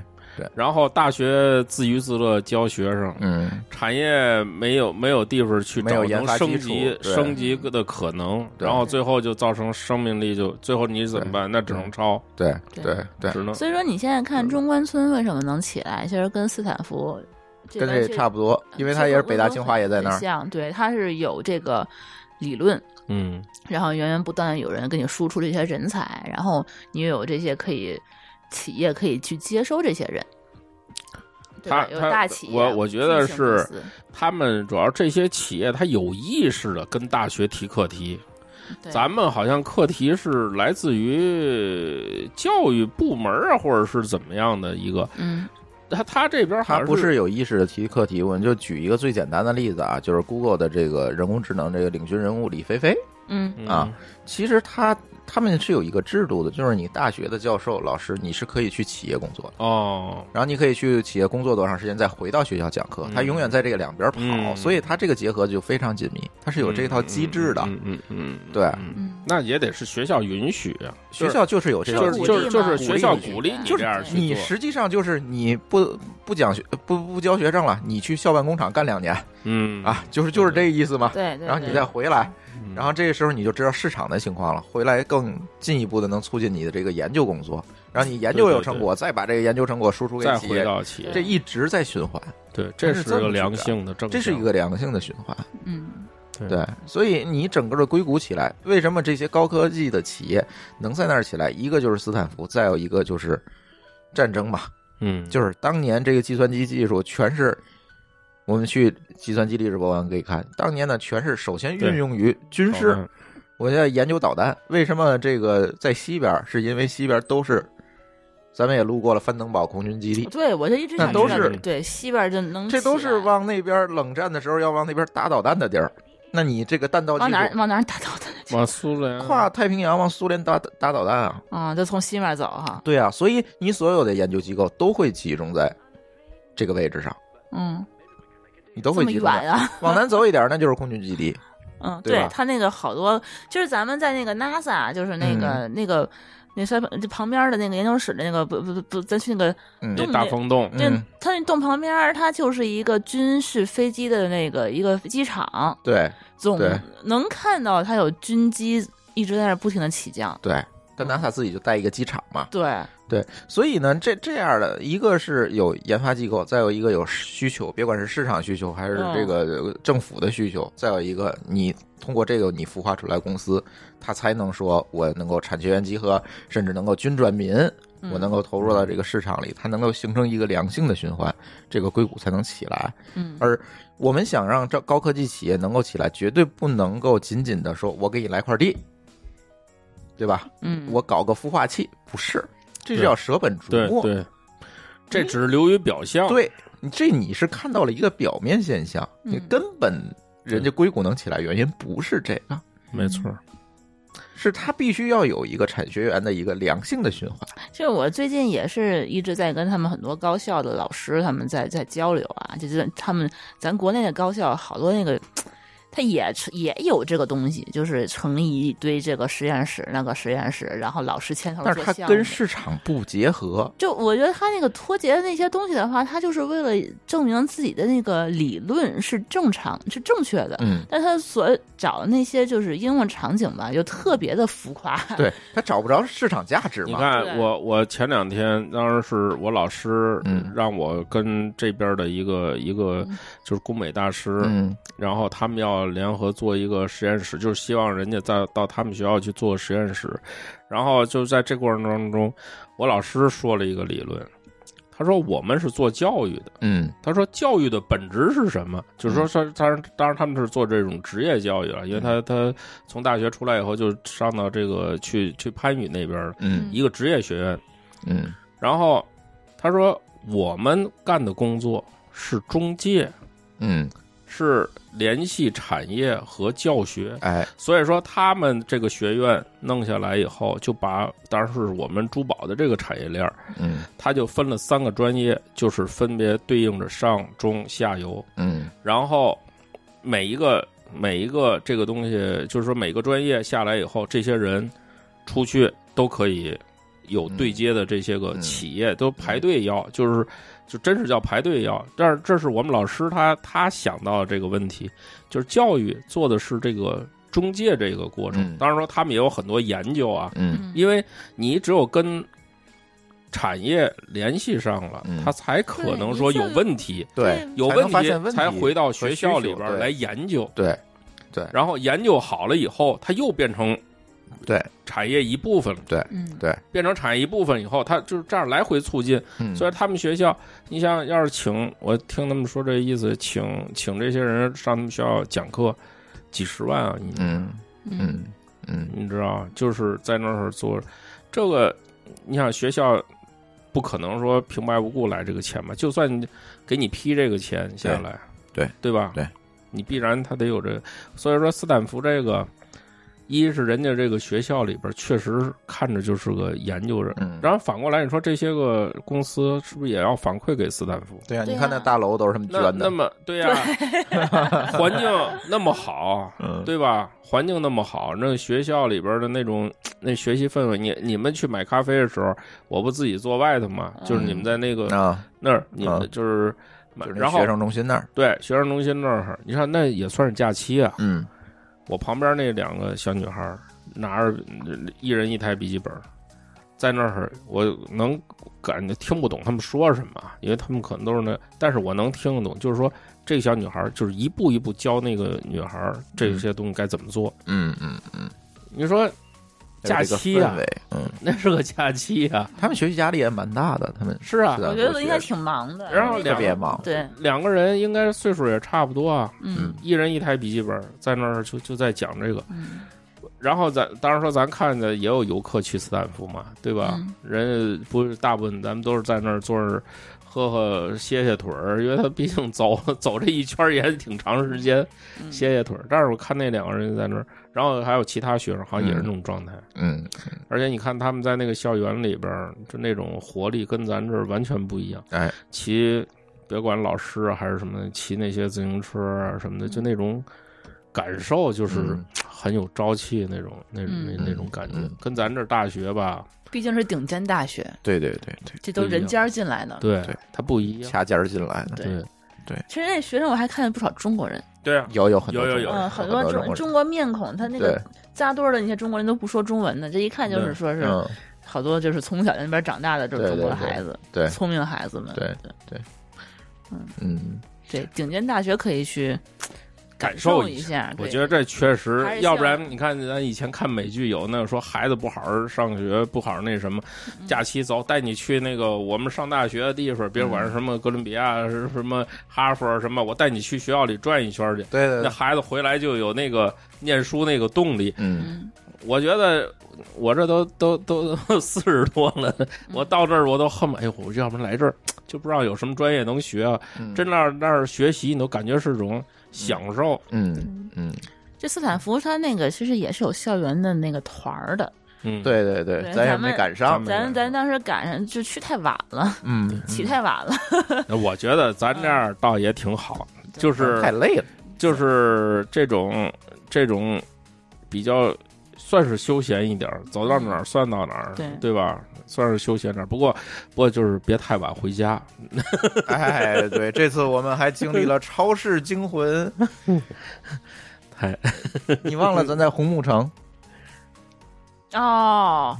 然后大学自娱自乐教学生，嗯，产业没有没有地方去没找有研能发升基础级对升级的可能，对然后最后就造成生命力就最后你怎么办？那只能抄，对，对对，对，只能所以说你现在看中关村为什么能起来，其实跟斯坦福跟这差多，不多，因为它也是北大清华也在那很儿。像对，它是有这个理论，嗯然后源源不断地有人给你输出这些人才，然后你又有这些可以企业可以去接收这些人。对吧他有他大企业，我我觉得新型公是司他们主要这些企业，他有意识的跟大学提课题。对咱们好像课题是来自于教育部门啊，或者是怎么样的一个？嗯，他他这边好它像不是有意识的提课题，我们就举一个最简单的例子啊，就是 Google 的这个人工智能这个领军人物李飞飞，嗯，啊，其实他他们是有一个制度的，就是你大学的教授老师你是可以去企业工作的。嗯哦，然后你可以去企业工作多长时间，再回到学校讲课。嗯他永远在这个两边跑，嗯所以他这个结合就非常紧密，它是有这套机制的。嗯嗯嗯，嗯对嗯嗯那也得是学校允许啊，学校就是有这就套是机制，就是就是鼓励学校你鼓励你就是这样去做，你实际上就是你不不讲学不不教学生了，你去校办工厂干两年嗯啊，就是就是这意思嘛。对对，然后你对再回来，嗯然后这个时候你就知道市场的情况了，回来更进一步的能促进你的这个研究工作，然后你研究有成果，再把这个研究成果输出给再企回业，到企业，这一直在循环，对，这是这么个去良干性的正向，这是一个良性的循环。嗯，对，所以你整个的硅谷起来，为什么这些高科技的企业能在那儿起来？一个就是斯坦福，再有一个就是战争嘛，嗯，就是当年这个计算机技术全是。我们去计算机历史博物馆可以看，当年呢全是首先运用于军事，是我现在研究导弹，为什么这个在西边儿？是因为西边儿都是，咱们也路过了范登堡空军基地，对我就一直那想都知道是对西边就能这都是嗯起来往那边儿冷战的时候要往那边儿打导弹的地儿。那你这个弹道技往哪儿嗯术，往哪儿打到的往苏联跨太平洋往苏联打打导弹啊？啊，就从西面走哈，对啊，所以你所有的研究机构都会集中在这个位置上，嗯，你都这会么集远中在。啊，往南走一点儿，那就是空军基地。嗯，对吧他那个好多，就是咱们在那个 NASA，就是啊那个、嗯那个那山这旁边的那个研究室的那个不不不，咱去那个嗯那动大力风洞，那、嗯它那洞旁边儿，它就是一个军事飞机的那个一个机场，对总对能看到它有军机一直在那儿不停的起降。对，但 NASA 自己就带一个机场嘛。对，对，所以呢，这这样的一个是有研发机构，再有一个有需求，别管是市场需求还是嗯这个呃政府的需求，再有一个你通过这个你孵化出来公司，它才能说我能够产学研集合，甚至能够军转民，嗯我能够投入到这个市场里，它能够形成一个良性的循环，这个硅谷才能起来。嗯而我们想让这高科技企业能够起来，绝对不能够仅仅的说我给你来块地，对吧？嗯，我搞个孵化器，不是，这对叫舍本逐对末。对，这只是流于表哦象。嗯对，你这你是看到了一个表面现象，嗯你根本人家嗯硅谷能起来，原因不是这个，没错儿，是它必须要有一个产学研的一个良性的循环。这我最近也是一直在跟他们很多高校的老师他们在在交流啊，就是他们咱国内的高校好多那个，他也也有这个东西，就是成立一堆这个实验室那个实验室，然后老师牵头但是做它项目跟。市场不结合，就我觉得他那个脱节的那些东西的话，他就是为了证明自己的那个理论是正常、是正确的， 嗯，但他所找的那些就是应用场景吧，又特别的浮夸。对，它找不着市场价值你嘛。对看我我前两天当时是我老师嗯让我跟这边的一个一个就是工美大师，嗯然后他们要联合做一个实验室，就是希望人家在到他们学校去做实验室。然后就在这过程当中，我老师说了一个理论，他说我们是做教育的，嗯他说教育的本质是什么？就是说是，当然当然他们是做这种职业教育了，因为他他从大学出来以后就上到这个去去番禺那边儿嗯一个职业学院，嗯然后他说我们干的工作是中介，嗯，是联系产业和教学。哎，所以说，他们这个学院弄下来以后，就把当然是我们珠宝的这个产业链儿，嗯它就分了三个专业，就是分别对应着上中下游，嗯然后每一个每一个这个东西，就是说每个专业下来以后，这些人出去都可以有对接的这些个嗯企业、都排队要，就是就真是叫排队要。但是这是我们老师他他想到的这个问题，就是教育做的是这个中介这个过程。嗯当然说他们也有很多研究啊，嗯 因为你只有跟。产业联系上了嗯，它才可能说对有你这个问题。对，有才问能发现题问才题回到和学需校里求边对儿来研究，对对然后研究好了以后，它又变成对产业一部分了。嗯，对，变成产业一部分以后，它就是这样来回促进。嗯 所以他们学校，你想要是请我听他们说这意思，请请这些人上他们学校讲课，几十万啊，你嗯嗯嗯你知道，就是在那儿做这个，你想学校不可能说平白无故来这个钱吧？就算给你批这个钱下来，对对吧？对，你必然他得有这，所以说斯坦福这个，一是人家这个学校里边确实看着就是个研究人。嗯，然后反过来，你说这些个公司是不是也要反馈给斯坦福？对啊，对你看那啊大楼都是他们那捐那的，么对呀、环境那么好，嗯，对吧？环境那么好，那学校里边的那种那学习氛围，你你们去买咖啡的时候，我不自己坐外头嘛，嗯就是你们在那个、啊，那儿，你啊们就是买，就是那然后学生中心那儿，对学生中心那儿，你看那也算是假期啊。嗯我旁边那两个小女孩拿着嗯一人一台笔记本，在那儿，我能感觉听不懂他们说什么，因为他们可能都是那，但是我能听得懂，就是说这个小女孩就是一步一步教那个女孩这些东西该怎么做。嗯嗯嗯，你说假这个期啊氛围，嗯， 那是个假期啊，他们学习压力也蛮大的，他们是啊是，的我觉得应该挺忙的。然后特两别忙，对，两个人应该岁数也差不多啊，嗯一人一台笔记本，在那儿就就在讲这个。嗯然后咱当然说咱看的也有游客去斯坦福嘛，对吧？嗯人家不是大部分咱们都是在那儿坐着喝喝歇歇腿儿，因为他毕竟走走这一圈儿也挺长时间，嗯歇歇腿儿。但是我看那两个人在那儿，然后还有其他学生好像也是那种状态。嗯，而且你看他们在那个校园里边儿，就那种活力跟咱这儿完全不一样。哎，骑别管老师啊还是什么的，骑那些自行车啊什么的，就那种感受就是嗯很有朝气那种，那种嗯那那种感觉嗯，跟咱这儿大学吧，毕竟是顶尖大学，对对对对，这都人尖儿进来的。对嗯对它不一样。掐尖儿进来的，对对其实那学生我还看见不少中国人，对啊，有有很多有中有国有人嗯，很多中中国人中国面孔，他那个扎堆儿的那些中国人都不说中文的，这一看就是对说对，是嗯，好多就是从小在那边长大的这种对中国的对对孩子，嗯对聪明孩子们，对对嗯 对，顶尖大学可以去感受一一下。我对觉得这确实还，是要不像然你看咱以前看美剧有那个说孩子不好好上学，不好好那什么，嗯假期走带你去那个我们上大学的地方，别管是嗯什么哥伦比亚、是什么哈佛什么，我带你去学校里转一圈去。对那对，孩子回来就有那个念书那个动力。嗯，嗯，我觉得我这都都都 四十多了，嗯 我到这儿我都恨不得，哎呦，我要不然来这儿就不知道有什么专业能学啊。真那儿那儿学习，你都感觉是种享受。嗯嗯，这斯坦福它那个其实也是有校园的那个团儿的，嗯，对对对，对咱也咱们没赶上，咱咱当时赶上就去太晚了，嗯，起太晚了，那我觉得咱这样倒也挺好，就是嗯太累了，就是这种这种比较算是休闲一点儿，走到哪嗯儿算到哪儿，对吧？算是休闲点儿，不过不过就是别太晚回 家。哎，对，这次我们还经历了超市惊魂， 太你忘了咱在红木城， 哦。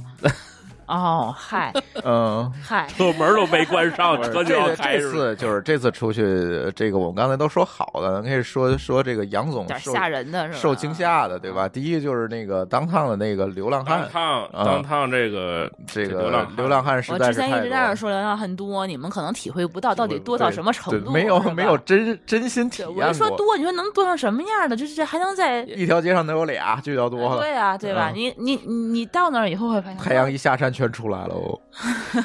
哦，嗨嗯。嗨，车门儿都没关 上，不是车就要这开这始了。次就是这次出去，这个我们刚才都说好了，可以说说这个杨总有点受吓人嗯的是吧？受惊吓的，对吧？第一就是那个当趟的那个流浪当汉，趟啊当趟这个这流个浪汉流浪汉实我在之是前太一直在这多儿。说流浪很多，你们可能体会不到到底多到什么程对，度，没有是吧没有。真真心体对，我验一说过，多，你说能多成什么样的？就是这还能在一条街上能有俩，就叫多了。对啊，对吧？嗯你你你你到那儿以后会发现，太阳一下山全出来了哦，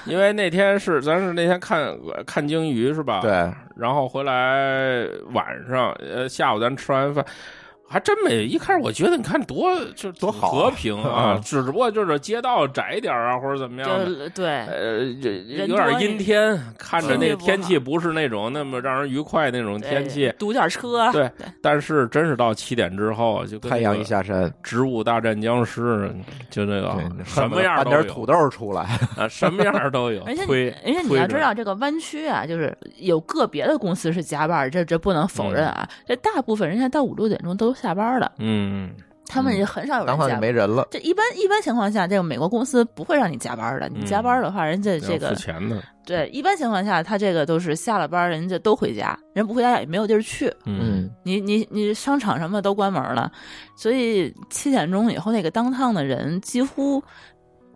因为那天是咱是那天看呃看鲸鱼是吧？。对，然后回来晚上，呃，下午咱吃完饭，还真没。一开始我觉得你看多就多好啊和平啊嗯，只不过就是街道窄一点啊，或者怎么样的。就对，呃，这人有多点一阴天，看着心那情个不天气好不是那种那么让人愉快那种对啊天气，堵点车，对。但是真是到七点之后，就跟太阳那一个下山， 《植物大战僵尸》，就那对个，啊什恨不么得样拌都点有土豆出来，啊，什么样儿都 有而且。推你，而且你推要着知道，这个湾区啊，就是有个别的公司是加班儿，这这不能否认啊。嗯这大部分人家到五六点钟都下班了，嗯，他们也很少有当趟人加就班。没人了。这一般一般情况下，这个美国公司不会让你加班儿的。你加班儿的话，人家这嗯要个付钱的，对一般情况下，他这个都是下了班儿，人家都回家，人不回家也没有地儿去。嗯，嗯，你你你商场什么都关门了，所以七点钟以后，那个当趟的人几乎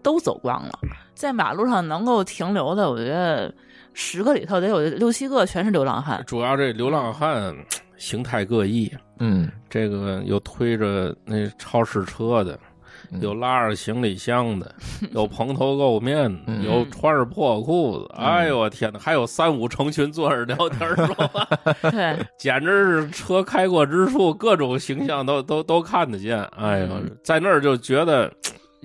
都走光了。嗯在马路上能够停留的，我觉得十个里头得有六七个全是流浪 汉。主要这流浪汉形态各异，嗯，这个有推着那超市车的，嗯有拉着行李 箱的，有蓬头垢面的，嗯有穿着破裤子，嗯哎呦我天哪，还有三五成群坐着聊天说 话，对，简直是车开过之处，各种形象都都都看得见。哎呦嗯，在那儿就觉得。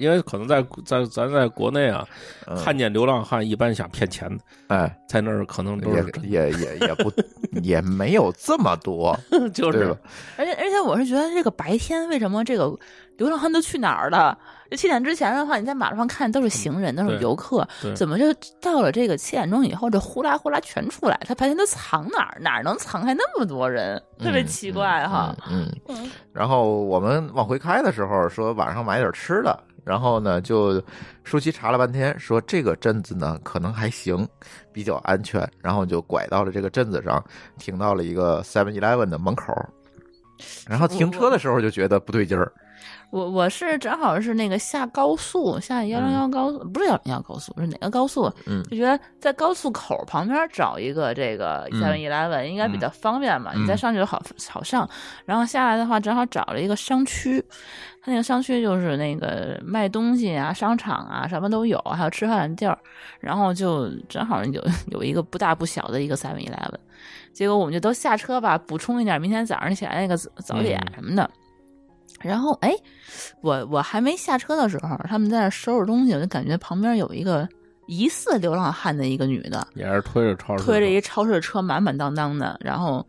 因为可能在在咱在国内啊，嗯看见流浪汉一般想骗钱的，哎，在那儿可能都是真也也也也不也没有这么多，的 就对是吧？而且而且我是觉得这个白天为什么这个流浪汉都去哪儿了？就七点之前的话，你在马路上看都是行人，都是对游客对，怎么就到了这个七点钟以后，这呼啦呼啦全出来？他白天都藏哪儿？哪儿能藏开那么多人？特别嗯奇怪哈。，嗯嗯，嗯然后我们往回开的时候说晚上买点吃的，然后呢就舒淇查了半天，说这个镇子呢可能还行，比较安全，然后就拐到了这个镇子上，停到了一个 Seven Eleven 的门口。然后停车的时候就觉得不对劲儿，我我是正好是那个下高速，下幺零幺高速，不是幺零幺高速，是哪个高速？嗯就觉得在高速口旁边找一个这个嗯 Seven Eleven 应该比较方便嘛，嗯你再上去就好好上。然后下来的话，正好找了一个商区，它那个商区就是那个卖东西啊、商场啊什么都有，还有吃饭的地儿。然后就正好有 有一个不大不小的一个 Seven Eleven，结果我们就都下车吧，补充一点明天早上起来那个早早点嗯什么的。然后哎，我我还没下车的时候，他们在那收拾东西，我就感觉旁边有一个疑似流浪汉的一个女的，也是推着超市推着车一超市车满满当当的，然后。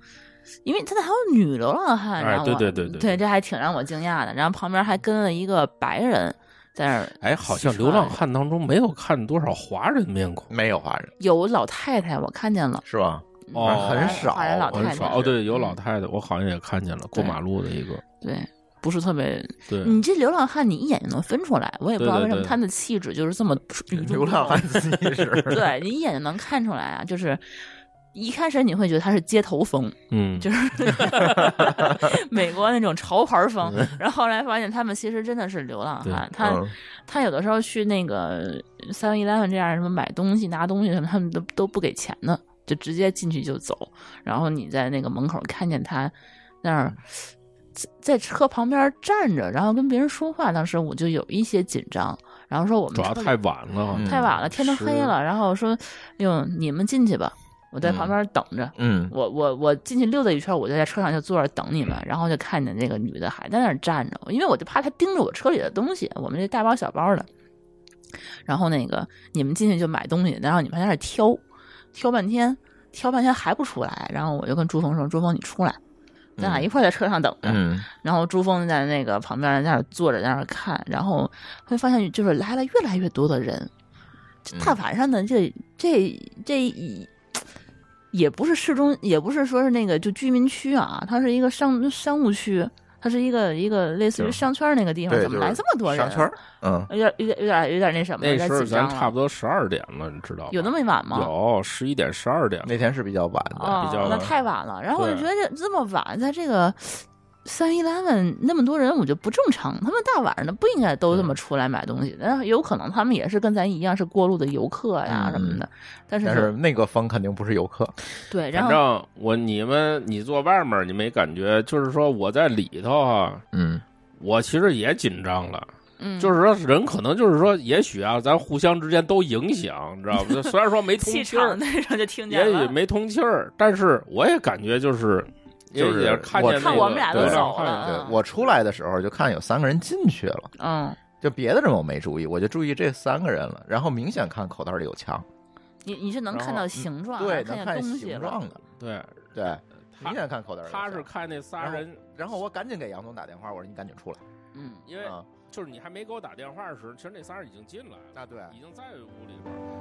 因为他还有女流浪汉，哎然后对我对对对这还挺让我惊讶的。然后旁边还跟了一个白人在那儿，哎，好像四川流浪汉当中没有看多少华人面孔，没有华人有老太太，我看见了，是吧？哦很少华人老太很太少。哦，对，有老太太，我好像也看见了，过马路的一个。对，不是特别。对，嗯你这流浪汉，你一眼就能分出来，我也不知道对对为什么对他的 气质就是这么与众流不浪同 汉自己是，对你一眼就能看出来啊，就是。一开始你会觉得它是街头风，嗯，就是 美国那种潮牌风，嗯然后后来发现他们其实真的是流浪汉，他嗯他有的时候去那个 Seven Eleven 这样什么买东西、拿东西什么，他们都都不给钱的，就直接进去就走。然后你在那个门口看见他那儿在在车旁边站着，然后跟别人说话，当时我就有一些紧张。然后说我们主要车里太晚了，嗯太晚了，天都黑了。然后我说，哟，你们进去吧，我在旁边等着。嗯我我我进去溜达一圈，我就在车上就坐着等你们，然后就看见那个女的还在那儿站着，因为我就怕她盯着我车里的东西，我们这大包小包的。然后那个你们进去就买东西，然后你们还在那儿挑，挑半天，挑半天还不出来，然后我就跟朱峰说：“朱峰，你出来，咱俩一块儿在车上等着。嗯然后朱峰在那个旁边在那儿坐着，在那儿看，然后会发现就是来了越来越多的人。这大嗯晚上的这这这一也不是市中，也不是说是那个就居民区啊，它是一个商商务区，它是一个一个类似于就是商圈那个地方，对哎怎么就是来这么多人？商圈儿嗯有点有点有点有点那什么，有那点时候紧咱张差了。不多十二点了，你知道吧有那么晚吗？有十一点、十二点，那天是比较晚的，啊，比较那晚太晚了。然后我就对觉得这这么晚，在这个三 eleven 那么多人，我觉得不正常。他们大晚上的不应该都这么出来买东西，但是有可能他们也是跟咱一样是过路的游客嗯呀什么的。但是但是那个方肯定不是游客，对，然反后正我你们你坐外面儿你没感觉，就是说我在里头啊，嗯我其实也紧张了。嗯，就是说人可能就是说，也许啊，咱互相之间都影响，你知道吗？虽然说没气通气场儿，那种就听也见许了。没通气儿，但是我也感觉就是。就是也看见那个看我们俩都流浪走汉了对嗯我出来的时候就看有三个人进去了，嗯，就别的人我没注意，我就注意这三个人了，然后明显看口袋里有枪，你你是能然后看到形状，啊对，能看见看东西形了。状的，对，对，明他显看口袋里有他枪是，看那仨人，然后我赶紧给杨总打电话，我说你赶紧出来嗯，因为啊就是你还没给我打电话时，其实那仨人已经进来了，啊，对已经在屋里边儿。